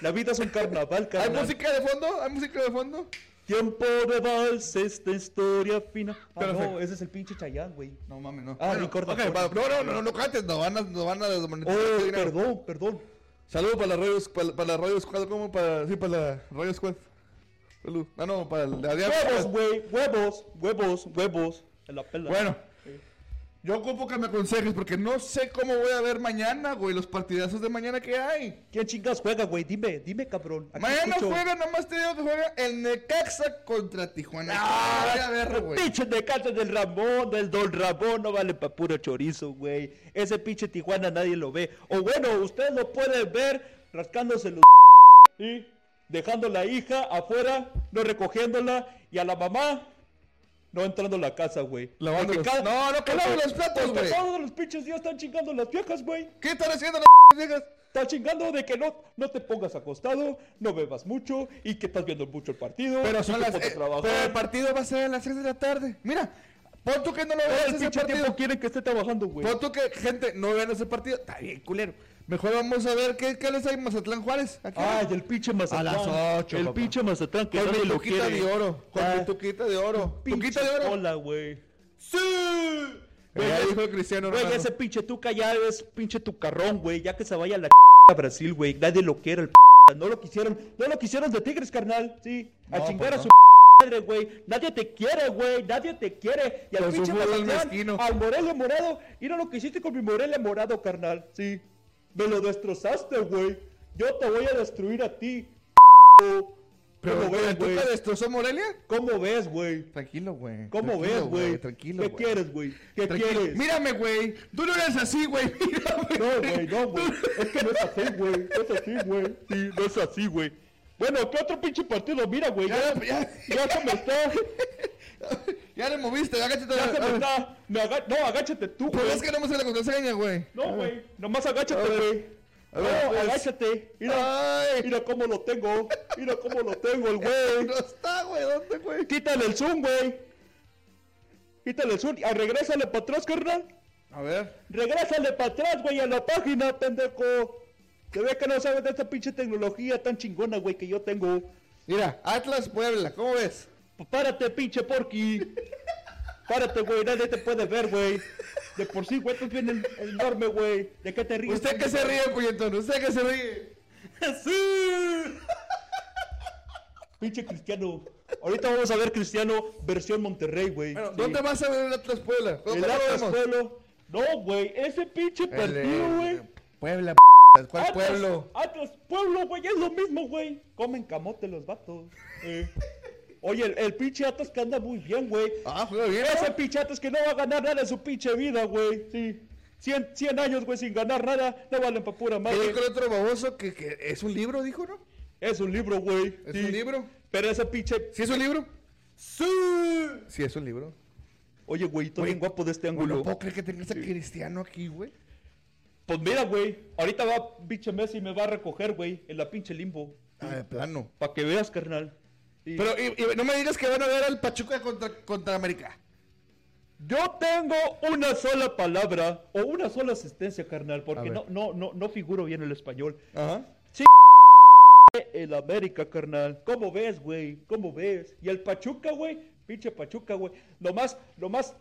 La vida es un carnaval, ¿Hay carnal. música de fondo? ¿Hay música de fondo? Tiempo de vals, esta historia fina. Ah, Perfecto. no, ese es el pinche Chayán, güey. No mames, no. Ah, ni corta, ok, corta. va, no, no, no, no, no cantes, no van a, no van a desmonetizar Oh, tu dinero. perdón, perdón. Saludos para la radio, para, para la radio squad, ¿cómo? Para, sí, para la radio squad. Salud. Ah, no, para la pues. Huevos, güey, huevos, huevos, huevos. En la pela. Bueno, yo ocupo que me aconsejes porque no sé cómo voy a ver mañana, güey, los partidazos de mañana que hay. ¿Quién chingas juega, güey? Dime, dime, cabrón. Aquí Mañana escucho. juega, nomás te digo que juega el Necaxa contra Tijuana. Ah, Voy a ver, los güey. pinches Necaxa del Ramón, del Don Ramón, no vale pa' puro chorizo, güey. Ese pinche Tijuana nadie lo ve. O bueno, ustedes lo pueden ver rascándose los y dejando la hija afuera, no recogiéndola y a la mamá no entrando a la casa, güey. Lavando Porque los- No, no, que laven los platos, porque güey. Todos los pinches días están chingando las viejas, güey. ¿Qué están haciendo las viejas? Estás chingando de que no, no te pongas acostado, no bebas mucho y que estás viendo mucho el partido. Pero y son que las. ponte a eh, trabajar. pero el partido va a ser a las 6 de la tarde. Mira, Pon tú que no lo Todo veas el ese pinche tiempo partido. quieren que esté trabajando, güey. Pon tú que, gente, no vean ese partido. Está bien, culero. Mejor vamos a ver qué, qué les hay Mazatlán Juárez. ¿A qué Ay, hora? el pinche Mazatlán. A las ocho, El papá. pinche Mazatlán que Con nadie mi lo tuquita quiere. de oro. Con Ah. mi tuquita de oro. Pinche ¿Tuquita de oro? Hola, güey. ¡Sí! Güey, Ya ya- dijo Cristiano Güey, Ronaldo. ese pinche tuca ya es pinche tucarrón, güey. Ya que se vaya a la ch- a Brasil, güey. Nadie lo quiere, el p- No lo quisieron. No lo quisieron de Tigres, carnal. Sí. A No, chingar pues a no. su madre, güey. Nadie te quiere, güey. Nadie te quiere. Y al Con su pinche fútbol Mazatlán, mezquino. al Morelia Morado. Mira lo que hiciste con mi Morelia Morado, carnal. Sí. Me lo destrozaste, güey. Yo te voy a destruir a ti. p***o. Pero, ¿Cómo güey, ves, ¿tú güey? te destrozó Morelia? ¿Cómo ves, güey? Tranquilo, güey. ¿Cómo Tranquilo, ves, güey? Tranquilo, ¿Qué güey. quieres, güey? ¿Qué Tranquilo. quieres? Mírame, güey. Tú no eres así, güey. Mírame. No, güey, no, güey. Es que no es así, güey. No es así, güey. Sí, no es así, güey. Bueno, ¿qué otro pinche partido? Mira, güey. Ya, Ya, ya. ya se me está. Ya le moviste, agáchate. Ya se me A ver. está. Me aga- no, agáchate tú, Pues güey. es que no me sale la contraseña, güey. No, güey. Nomás agáchate, A ver. güey. A ver, No, pues. agáchate. Mira, Ay, mira cómo lo tengo. Mira cómo lo tengo, el güey. no está, güey. ¿Dónde, güey? Quítale el zoom, güey. Quítale el zoom. Ah, regrésale para atrás, carnal. A ver. Regrésale para atrás, güey, a la página, pendejo. Que ve que no sabes de esta pinche tecnología tan chingona, güey, que yo tengo. Mira, Atlas Puebla, ¿cómo ves? P- Párate, pinche porky. Párate, güey, nadie te puede ver, güey. De por sí, güey, tú bien en- enorme, güey. ¿De qué te ríes? Usted que se ríe, Cuyentón. Usted que se ríe. ¡Sí! Pinche cristiano. Ahorita vamos a ver cristiano versión Monterrey, güey. Bueno, Sí. ¿dónde vas a ver el Atlas Puebla? El ¿Dónde lo Atlas vemos? Pueblo. No, güey, ese pinche El, eh, partido, güey. Puebla, p***. ¿Cuál Atlas- pueblo? Atlas, pueblo, güey, es lo mismo, güey. Comen camote los vatos. eh. Oye, el, el pinche Atlas que anda muy bien, güey. Ah, juega bien. Ese ¿no? pinche Atlas que no va a ganar nada en su pinche vida, güey. Sí. 100, años, güey, sin ganar nada, no valen pa' pura ¿Qué madre. dijo el otro baboso? Que, que es un libro, dijo, ¿no? Es un libro, güey. ¿Es sí. un libro? Pero ese pinche. ¿Sí es un libro? Sí. Sí, es un libro. Oye, güey, todo Güey, bien guapo de este Güey, ángulo. no puedo creer que tengas a Cristiano aquí, güey. Pues mira, güey, ahorita va pinche Messi y me va a recoger, güey, en la pinche limbo. Ah, de plano. Pa' que veas, carnal. Sí. Pero y- y no me digas que van a ver al Pachuca contra, contra América. Yo tengo una sola palabra o una sola asistencia, carnal, porque ver. no, no, no, no figuro bien el español. Ajá. El América, carnal. ¿Cómo ves, güey? ¿Cómo ves? Y el Pachuca, güey. Pinche Pachuca, güey. Nomás, nomás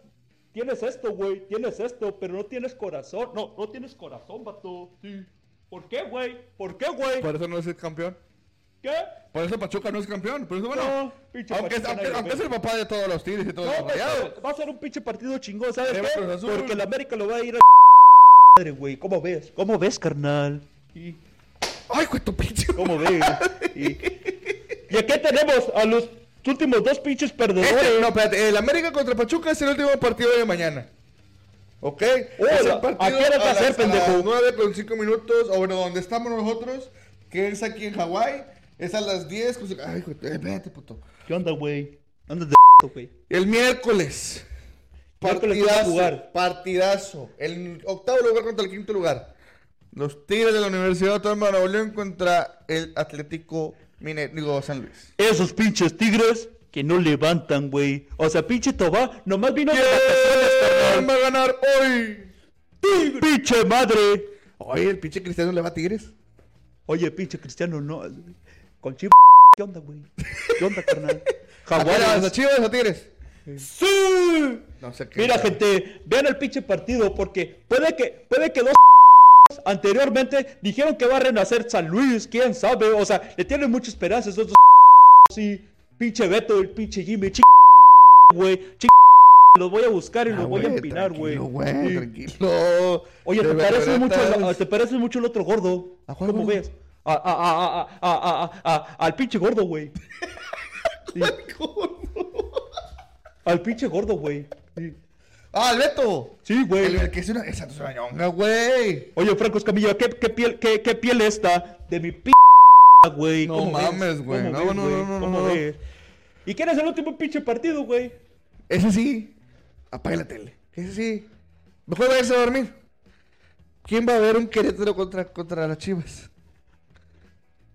tienes esto, güey. Tienes esto, pero no tienes corazón. No, no tienes corazón, vato. Sí. ¿Por qué, güey? ¿Por qué, güey? Por eso no es el campeón. ¿Qué? Por eso Pachuca no es campeón. Por eso, bueno. No, pinche aunque es, Pachuca aunque- nadie lo aunque ve. es el papá de todos los tigres y todos No, pues. los güey, rayados. va a ser un pinche partido chingón, ¿sabes Arriba qué? Cruz Azul. Porque el América lo va a ir a madre, güey. ¿Cómo ves? ¿Cómo ves, carnal? Sí. Ay, güey, tu pinche. ¿Cómo ves? Y, y aquí tenemos a los últimos dos pinches perdedores. Este, no, espérate. El América contra Pachuca es el último partido de mañana. ¿Ok? Hola, Es el Oh, ¿a qué hora va a las- ser, pendejo? las 9 con 5 minutos. O bueno, donde estamos nosotros. Que es aquí en Hawái. Es a las 10. con cinco- Ay, güey, espérate, puto. ¿Qué onda, güey? Andas de güey. El miércoles. Miércoles Partidazo. toca jugar. Partidazo. El octavo lugar contra el quinto lugar. Los Tigres de la Universidad Autónoma de Nuevo León contra el Atlético Mineiro, digo, San Luis. Esos pinches tigres que no levantan, güey. O sea, pinche Tobá nomás vino de ¿Quién vacaciones, va a ganar hoy? carnal. ¡Pinche madre! Oye, el pinche Cristiano le va a Tigres. Oye, pinche Cristiano, no. Con chivo. ¿Qué onda, güey? ¿Qué onda, carnal? ¿A cuál le vas, a Jaguares. Chivas o a Tigres? ¡Sí! No sé qué. Mira, gente, vean el pinche partido porque puede que, puede que dos anteriormente dijeron que va a renacer San Luis, quién sabe, o sea, le tienen mucha esperanza esos dos sí, pinche Beto, el pinche Jimmy, ch- güey, ch- los voy a buscar y Ah, los voy a güey, empinar, güey. Tranquilo, Sí. güey, tranquilo. Oye, De te parece verdad mucho, al- estás- te pareces mucho el otro gordo. ¿A cuál ¿Cómo gordo? ves? A- a- a- a- a- a- a- a- al pinche gordo, güey. Sí. Al pinche gordo, güey. Sí. Ah, el Beto. Sí, güey. El, el que es una. Esa es una ñonga, güey. Oye, Franco Escamilla, ¿qué, qué piel, qué, qué piel esta de mi p***, güey? No ¿Cómo ves? mames, ¿Cómo güey. No, ves, no, güey? no, no, ¿Cómo no. ves? ¿Y quién es el último pinche partido, güey? Ese sí. Apaga la tele. Ese sí. Mejor váyase a dormir. ¿Quién va a ver un Querétaro contra, contra las Chivas?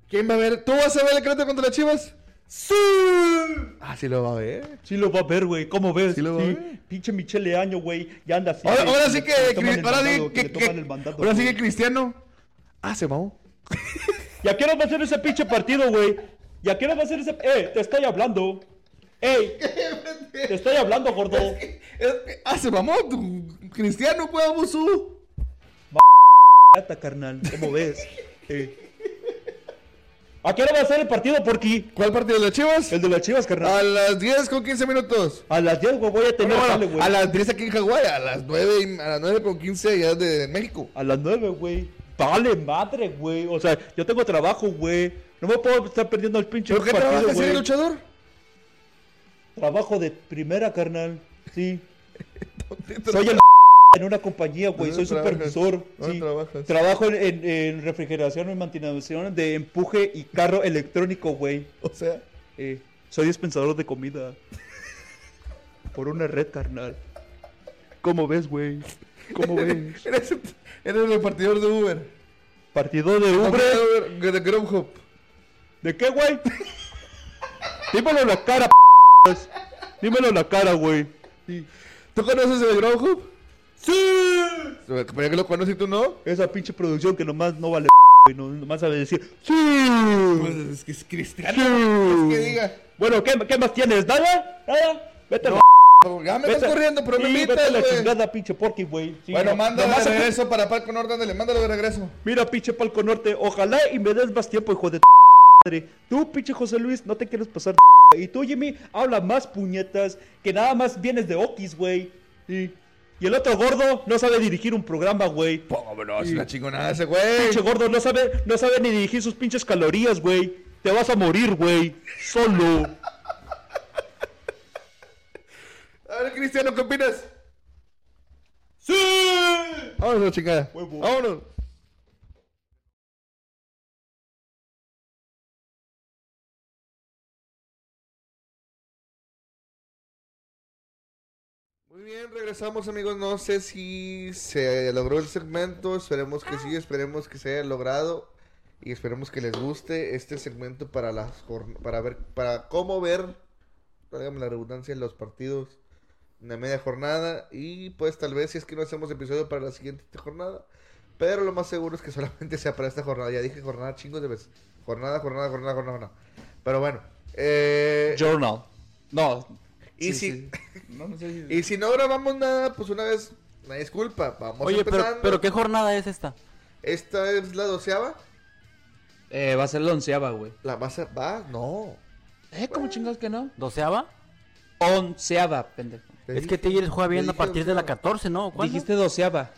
¿Quién va a ver? ¿Tú vas a ver el Querétaro contra las Chivas? ¡Sí! Ah, sí lo va a ver. Sí lo va a ver, güey. ¿Cómo ves? Sí lo va a ver. Pinche Michele Año, güey. Ya anda así. Ahora, güey, ahora sí le- que, le toman Cris- el ahora sí mandado, que- le que- toman el mandado, ahora sí güey. que Cristiano. Ah, se mamó. ¿Y a qué hora va a ser ese pinche partido, güey? ¿Y a qué hora va a ser ese.? ¡Eh! Te estoy hablando. ¡Ey! Te estoy hablando, gordo. Ah, se mamó. tu- Cristiano, pues, güey, abusó. Gata, carnal. ¿Cómo ves? Eh. ¿A qué hora va a ser el partido, Porky? ¿Cuál partido de las Chivas? El de las chivas, carnal. A las 10 con 15 minutos. A las 10, güey, voy a tener. Ah. jale, Bueno, bueno, güey. a las 10 aquí en Hawái, a las 9, y- a las 9 con 15 allá de en México. A las 9, güey. Vale madre, güey. O sea, yo tengo trabajo, güey. No me puedo estar perdiendo el pinche ¿Pero qué partido, trabajas güey. el luchador? Trabajo de primera, carnal. Sí. ¿Dónde Soy trabajas? el en una compañía, güey. ¿Dónde Soy trabajas? supervisor. ¿Dónde sí. trabajas? Trabajo en, en- en refrigeración y mantenimiento de empuje y carro electrónico, güey. O sea, Eh, soy dispensador de comida. Por una red, carnal. ¿Cómo ves, güey? ¿Cómo ves? eres, eres el repartidor de Uber. Partido de Uber. Uber de Grubhub. ¿De qué, güey? Dímelo en la cara, p***as. Dímelo en la cara, güey. ¿Tú conoces el de Grubhub? ¡Sí! ¿Pero que lo conoces y tú no? Esa pinche producción que nomás no vale, p***, güey. no- Nomás sabe decir, sí. Pues es que es Cristiano. sí. Que diga. Bueno, ¿qué, qué más tienes? ¿Nada? ¿Nada? Vete a la Ah, Ya me Vete- estás corriendo, pero me Sí, Vete a invitas, la güey. chingada, pinche porky, güey. Sí, Bueno, no- mándalo nomás de aquí- regreso para Palco Norte, ándale, mándalo de regreso. Mira, pinche palco norte, ojalá y me des más tiempo, hijo de tu madre. Tú, pinche José Luis, no te quieres pasar de Y tú, Jimmy, habla más puñetas, que nada más vienes de Okis, güey. Sí. Y el otro gordo no sabe dirigir un programa, güey. Póngamelo, es una chingonada ese güey. Pinche gordo no sabe, no sabe ni dirigir sus pinches calorías, güey. Te vas a morir, güey. Solo. A ver, Cristiano, ¿qué opinas? ¡Sí! Vámonos, a la chingada. Huevo. Vámonos. Muy bien, regresamos amigos. No sé si se logró el segmento. Esperemos que sí, esperemos que se haya logrado. Y esperemos que les guste este segmento para las jorn- para ver, para cómo ver, válgame la redundancia, los partidos una media jornada y pues tal vez si es que no hacemos episodio para la siguiente jornada, pero lo más seguro es que solamente sea para esta jornada. Ya dije jornada chingos de veces. Jornada, jornada, jornada, jornada. jornada. Pero bueno, eh, Journal. No. y, sí, si, No, no sé si- y si no grabamos nada, pues una vez, una disculpa, vamos Oye, pero, empezando. pero ¿qué jornada es esta? Esta es la doceava. Eh, va a ser la onceava, güey. La base va, no. Eh, ¿cómo chingados que no? ¿Doceava? Onceava, pendejo. Te Es que dije, Tigres juega bien te a dije partir de la doceava. 14, ¿no? ¿Cuándo? Dijiste doceava.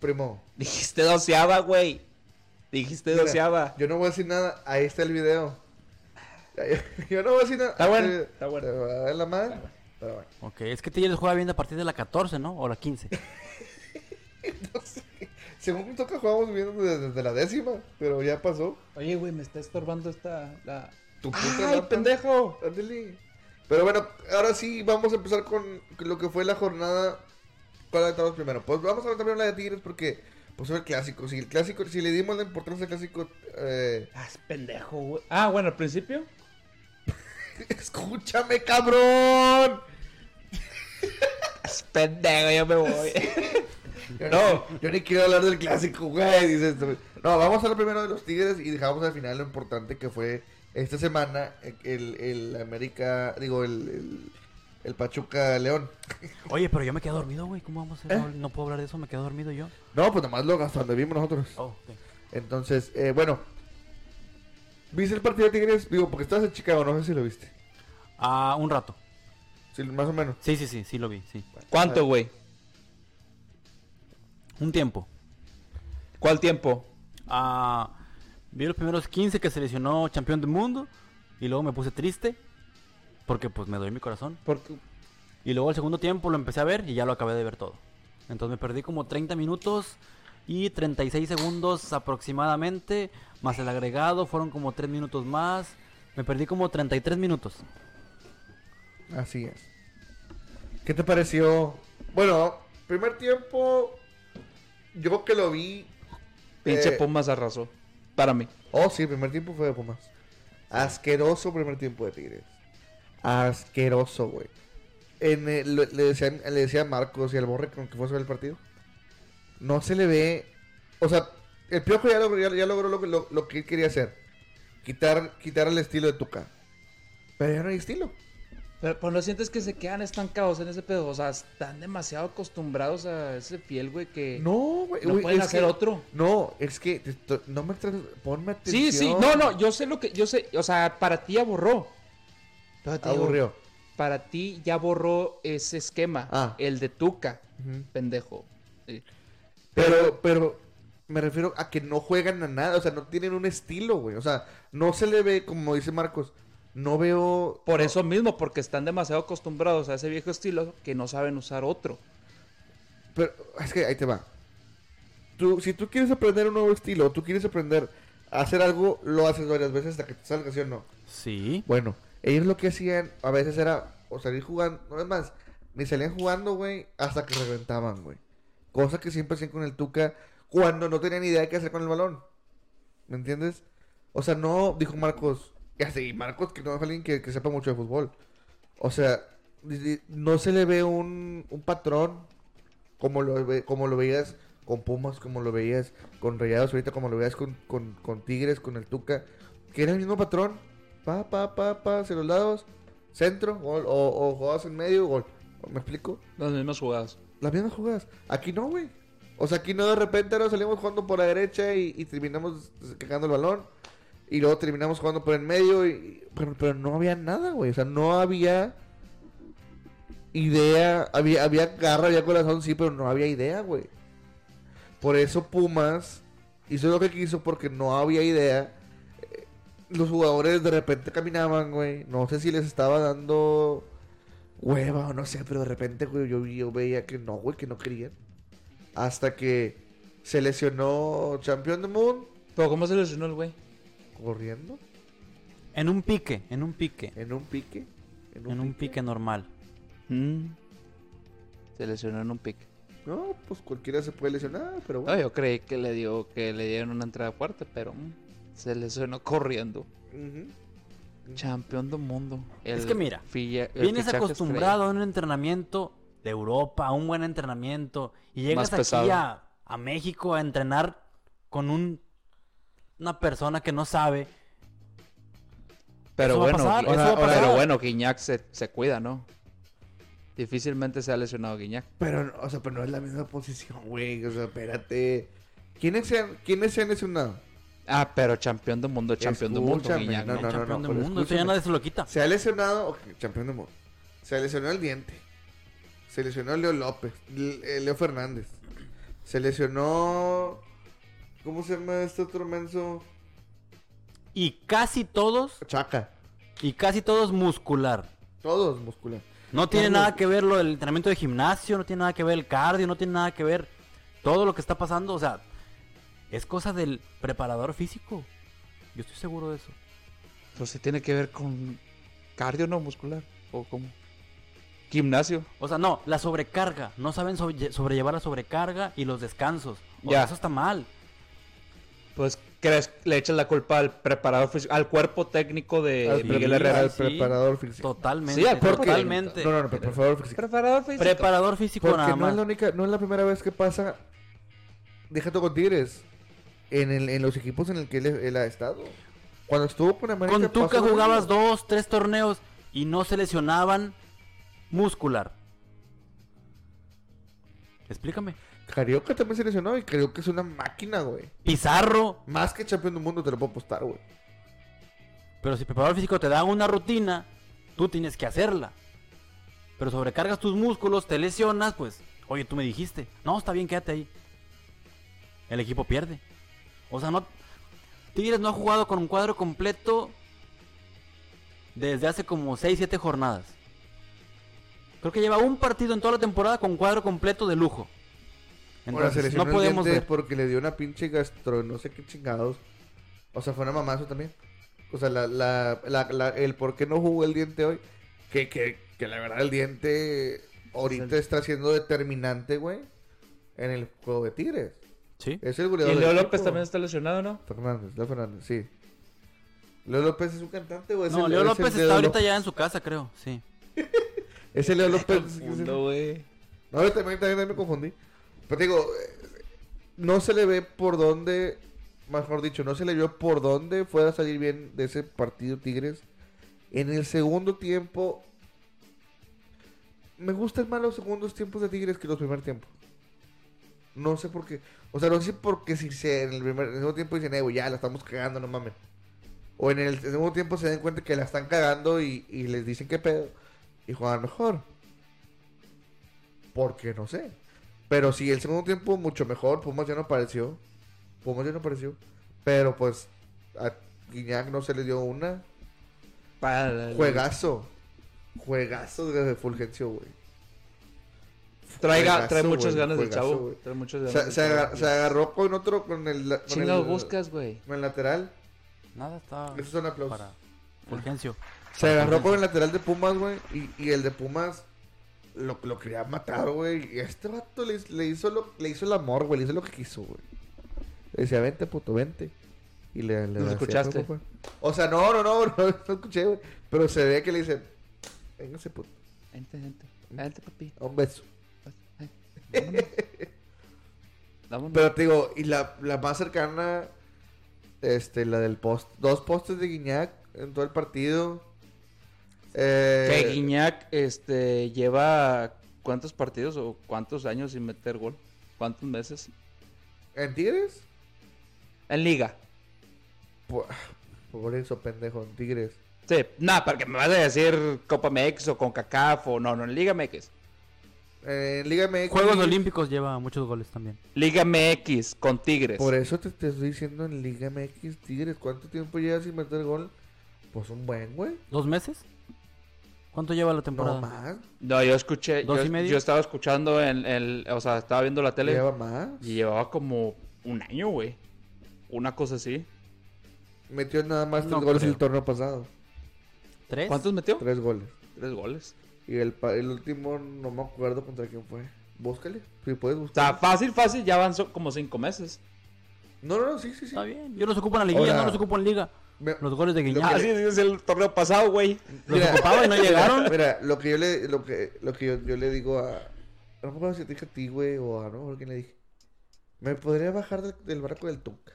Primo. Dijiste doceava, güey. Dijiste mira, doceava. Yo no voy a decir nada, ahí está el video. Yo no voy a decir nada. Está bueno, Eh, está bueno. te va a dar la madre, pero bueno. Ok, es que Tigres juega bien a partir de la 14, ¿no? O la 15. Según toca jugamos bien desde, desde la décima, pero ya pasó. Oye, güey, me está estorbando esta. La... Tu puta ¡Ay, lata. pendejo! Ándale. Pero bueno, ahora sí vamos a empezar con lo que fue la jornada. ¿Cuál aventamos primero? Pues vamos a aventar primero la de Tigres porque pues fue el clásico. Si el clásico, si le dimos la importancia al clásico, eh, Ah, es pendejo, güey. Ah, bueno, al principio. escúchame, cabrón. Es pendejo, yo me voy. Yo no, yo ni quiero hablar del clásico, güey. Dices, tú. no, vamos a hablar primero de los Tigres y dejamos al final lo importante que fue esta semana eh, el, el América, digo, el, el, el Pachuca León. Oye, pero yo me quedé dormido, güey. ¿Cómo vamos a ¿Eh? hacer? No puedo hablar de eso, me quedé dormido yo. No, pues nomás lo hasta donde vimos nosotros. Oh, ok. Entonces, eh, bueno, ¿viste el partido de Tigres? Digo, porque estabas en Chicago, no sé si lo viste. Ah, un rato. Sí, más o menos. Sí, sí, sí, sí lo vi, sí. ¿Cuánto, güey? Un tiempo. ¿Cuál tiempo? Ah, vi los primeros 15 que seleccionó campeón del mundo y luego me puse triste porque pues me doy mi corazón. Porque Y luego el segundo tiempo lo empecé a ver y ya lo acabé de ver todo. Entonces me perdí como 30 minutos y 36 segundos aproximadamente, más el agregado fueron como 3 minutos más. Me perdí como 33 minutos. Así es. ¿Qué te pareció? Bueno, primer tiempo, yo que lo vi. pinche eh, Pumas arrasó. Para mí. Oh, sí, el primer tiempo fue de Pumas. Asqueroso primer tiempo de Tigres. Asqueroso, güey. En el- le, le decían, le decía a Marcos y al Borre con que fue a ver el partido. No se le ve. O sea, el piojo ya logró, ya, ya logró lo, que- lo- lo que él quería hacer: quitar, quitar el estilo de Tuca. Pero ya no hay estilo. Pero, pues no sientes que se quedan estancados en ese pedo. O sea, están demasiado acostumbrados a ese piel, güey, que. No, güey. No güey, pueden es hacer que- otro. No, es que te estoy- no me traes, ponme Sí, atención. sí, no, no, yo sé lo que, yo sé, o sea, para ti ya borró. Pero te digo, Aburrió. Para ti ya borró ese esquema, Ah. el de Tuca, Ujú. pendejo. Sí. Pero, pero me refiero a que no juegan a nada, o sea, no tienen un estilo, güey. O sea, no se le ve, como dice Marcos, no veo. Por no- eso mismo, porque están demasiado acostumbrados a ese viejo estilo que no saben usar otro. Pero es que ahí te va. Tú, si tú quieres aprender un nuevo estilo, tú quieres aprender a hacer algo, lo haces varias veces hasta que te salga, ¿sí o no? Sí. Bueno, ellos lo que hacían a veces era o salir jugando, no es más, ni salían jugando, güey, hasta que reventaban, güey. Cosa que siempre hacían con el Tuca cuando no tenían idea de qué hacer con el balón. ¿Me entiendes? O sea, no, dijo Marcos, ya sé, y Marcos que no es alguien que, que sepa mucho de fútbol. O sea, di- di- no se le ve un, un patrón como lo, ve- como lo veías con Pumas, como lo veías con Rayados ahorita, como lo veías con, con, con Tigres, con el Tuca, que era el mismo patrón. Pa, pa, pa, pa, hacia los lados, centro, gol, o, o jugadas en medio, gol. ¿Me explico? Los mismos jugados. Las mismas jugadas. Aquí no, güey. O sea, aquí no de repente nos salimos jugando por la derecha y, y terminamos cagando el balón. Y luego terminamos jugando por el medio. Y, y- pero, pero no había nada, güey. O sea, no había idea. Había, había garra, había corazón, sí, pero no había idea, güey. Por eso Pumas hizo lo que quiso porque no había idea. Eh, Los jugadores de repente caminaban, güey. No sé si les estaba dando hueva o no sé, pero de repente, güey, yo, yo veía que no, güey, que no querían. Hasta que se lesionó Champion de Moon Pero ¿cómo se lesionó el güey? corriendo En un pique, en un pique. en un pique. En un pique normal. Mm. Se lesionó en un pick. No, pues cualquiera se puede lesionar, pero No, bueno. yo creí que le dio, que le dieron una entrada fuerte, pero mm, se lesionó corriendo. Ujú. Campeón del mundo. Es El que mira, filla- el Vienes fichaje acostumbrado a un entrenamiento de Europa, a un buen entrenamiento, y Más llegas aquí pesado. a, a México a entrenar con un, una persona que no sabe. estrella. Pero Eso va a bueno, pasar, Gui- eso va a pero pasar. bueno, Guiñac se, se cuida, ¿no? Difícilmente se ha lesionado Guiñac. Pero, no- o sea, pero no es la misma posición, güey. O sea, espérate. ¿Quiénes se han, ¿quiénes se han lesionado? Ah, pero campeón del mundo, campeón del mundo, Escúchame, Guiñac. no, ¿no? no. campeón del mundo, pero eso ya escúchame. nadie se lo quita. Se ha lesionado, ok, Champion de Moon. Se lesionó el diente. Se lesionó Leo López, L- eh, Leo Fernández. Se lesionó. ¿Cómo se llama este otro menso? Y casi todos, Chaca. y casi todos muscular. Todos muscular. No tiene Todos. nada que ver lo del entrenamiento de gimnasio, no tiene nada que ver el cardio, no tiene nada que ver todo lo que está pasando. O sea, es cosa del preparador físico. Yo estoy seguro de eso. Pues sí tiene que ver con cardio, ¿no? Muscular. ¿O cómo? Gimnasio. O sea, no, la sobrecarga. No saben sobre- sobrellevar la sobrecarga y los descansos. O Ya. sea, eso está mal. Pues crees, le echas la culpa al preparador físico, al cuerpo técnico de al, Miguel pre- Herrera. al Eh, sí. Ah, preparador físico. Totalmente. Sí, porque- totalmente. No, no, no, pero preparador físico. Preparador físico. Preparador físico Porque nada no más. es la única, no es la primera vez que pasa. Déjate con Tigres. En, el, en los equipos en el que él, él ha estado. Cuando estuvo con América. Con Tuca pasó lo jugabas mismo. dos, tres torneos y no se lesionaban muscular. Explícame. Carioca también se lesionó y Carioca es una máquina, güey. Pizarro. Más que campeón del mundo te lo puedo apostar, güey. Pero si preparador físico te da una rutina, tú tienes que hacerla. Pero sobrecargas tus músculos, te lesionas, pues, oye, tú me dijiste, no, está bien, quédate ahí. El equipo pierde. O sea, no. Tigres no ha jugado con un cuadro completo desde hace como 6, 7 jornadas. Creo que lleva un partido en toda la temporada con cuadro completo de lujo. Ahora se Entonces, lesionó no podemos el diente pues, ver. porque le dio una pinche gastro, no sé qué chingados. O sea, fue una mamazo también. O sea, la, la, la- la- el por qué no jugó el diente hoy. Que, que, que la verdad el diente ahorita está siendo determinante, güey. En el juego de Tigres. Sí. Es el goleador Y del Leo equipo. López también está lesionado, ¿no? Fernández, Leo Fernández, sí. Leo López es un cantante, o es No, el- Leo es el López Leo está ahorita López? ya en su casa, creo. Sí. Es el Leo López. Mundo, güey. No, yo también, también, también me confundí. Pero te digo, eh, no se le ve por dónde, mejor dicho, no se le vio por dónde fuera a salir bien de ese partido Tigres. En el segundo tiempo, me gustan más los segundos tiempos de Tigres que los primer tiempos. No sé por qué. O sea, no sé por qué si se, en el primer en el segundo tiempo dicen, eh, güey, ya la estamos cagando, no mames. O en el segundo tiempo se dan cuenta que la están cagando y, y les dicen qué pedo. Y juegan mejor. Porque no sé. Pero sí, el segundo tiempo mucho mejor. Pumas ya no apareció. Pumas ya no apareció. Pero pues a Guiñac no se le dio una. Para el- Juegazo. Juegazo de Fulgencio, güey. Trae, ga- Juegazo, trae muchas güey, ganas del juegazo, chavo. güey. Trae muchas ganas. Se, del se chavo. aga- se agarró con otro, con el, la- con Chingado el, buscas, güey. con el lateral. Nada, está. Esos son aplausos. Ah, Para Fulgencio. Se agarró con el lateral de Pumas, güey. Y, y el de Pumas lo, lo quería matar, güey. Y este vato le, le hizo lo, le hizo el amor, güey. Le hizo lo que quiso, güey. Le decía, vente, puto, vente. Y le, le ¿Los hacía escuchaste? poco, güey. O sea, no, no, no, no, no escuché, güey. Pero se ve que le dice, véngase, puto, Vente, vente. Vente, papi. un beso. Vámonos. Vámonos. Pero te digo, y la, la más cercana, este, la del post. Dos postes de Guiñac en todo el partido. Eh, Que Guiñac este, lleva cuántos partidos o cuántos años sin meter gol. ¿Cuántos meses? ¿En Tigres? En liga. Por, por eso, pendejo, en Tigres. Sí, nada, porque me vas a decir Copa MX o con CACAF o no, no, en Liga MX. Eh, en Liga MX. Juegos Olímpicos lleva muchos goles también. Liga MX con Tigres. Por eso te, te estoy diciendo en Liga MX, Tigres. ¿Cuánto tiempo llevas sin meter gol? Pues un buen, güey. ¿Dos meses? ¿Cuánto lleva la No temporada? más. No, yo escuché, ¿Dos yo, y medio? yo estaba escuchando en el, o sea, estaba viendo la tele Lleva más. y llevaba como un año, güey. Una cosa así. Metió nada más tres No goles creo. el torneo pasado. ¿Tres? ¿Cuántos metió? Tres goles. Tres goles. Y el, pa- el último no me acuerdo contra quién fue. Búscale. Si puedes O sea, buscar. fácil, fácil, ya van so- como cinco meses. No, no, no, sí, sí, sí. Está bien. Yo los ocupo en la liguilla, Ahora- no los ocupo en liga. Me- Los goles de Ah, Guiñac. Así es el torneo pasado, güey. Los ocupaba y no mira, llegaron. Mira, lo que yo le, lo que, lo que yo, yo le digo a. No me acuerdo si te dije a ti, güey, o a no, me acuerdo quién le dije. Me podría bajar del, del barco del Tuca.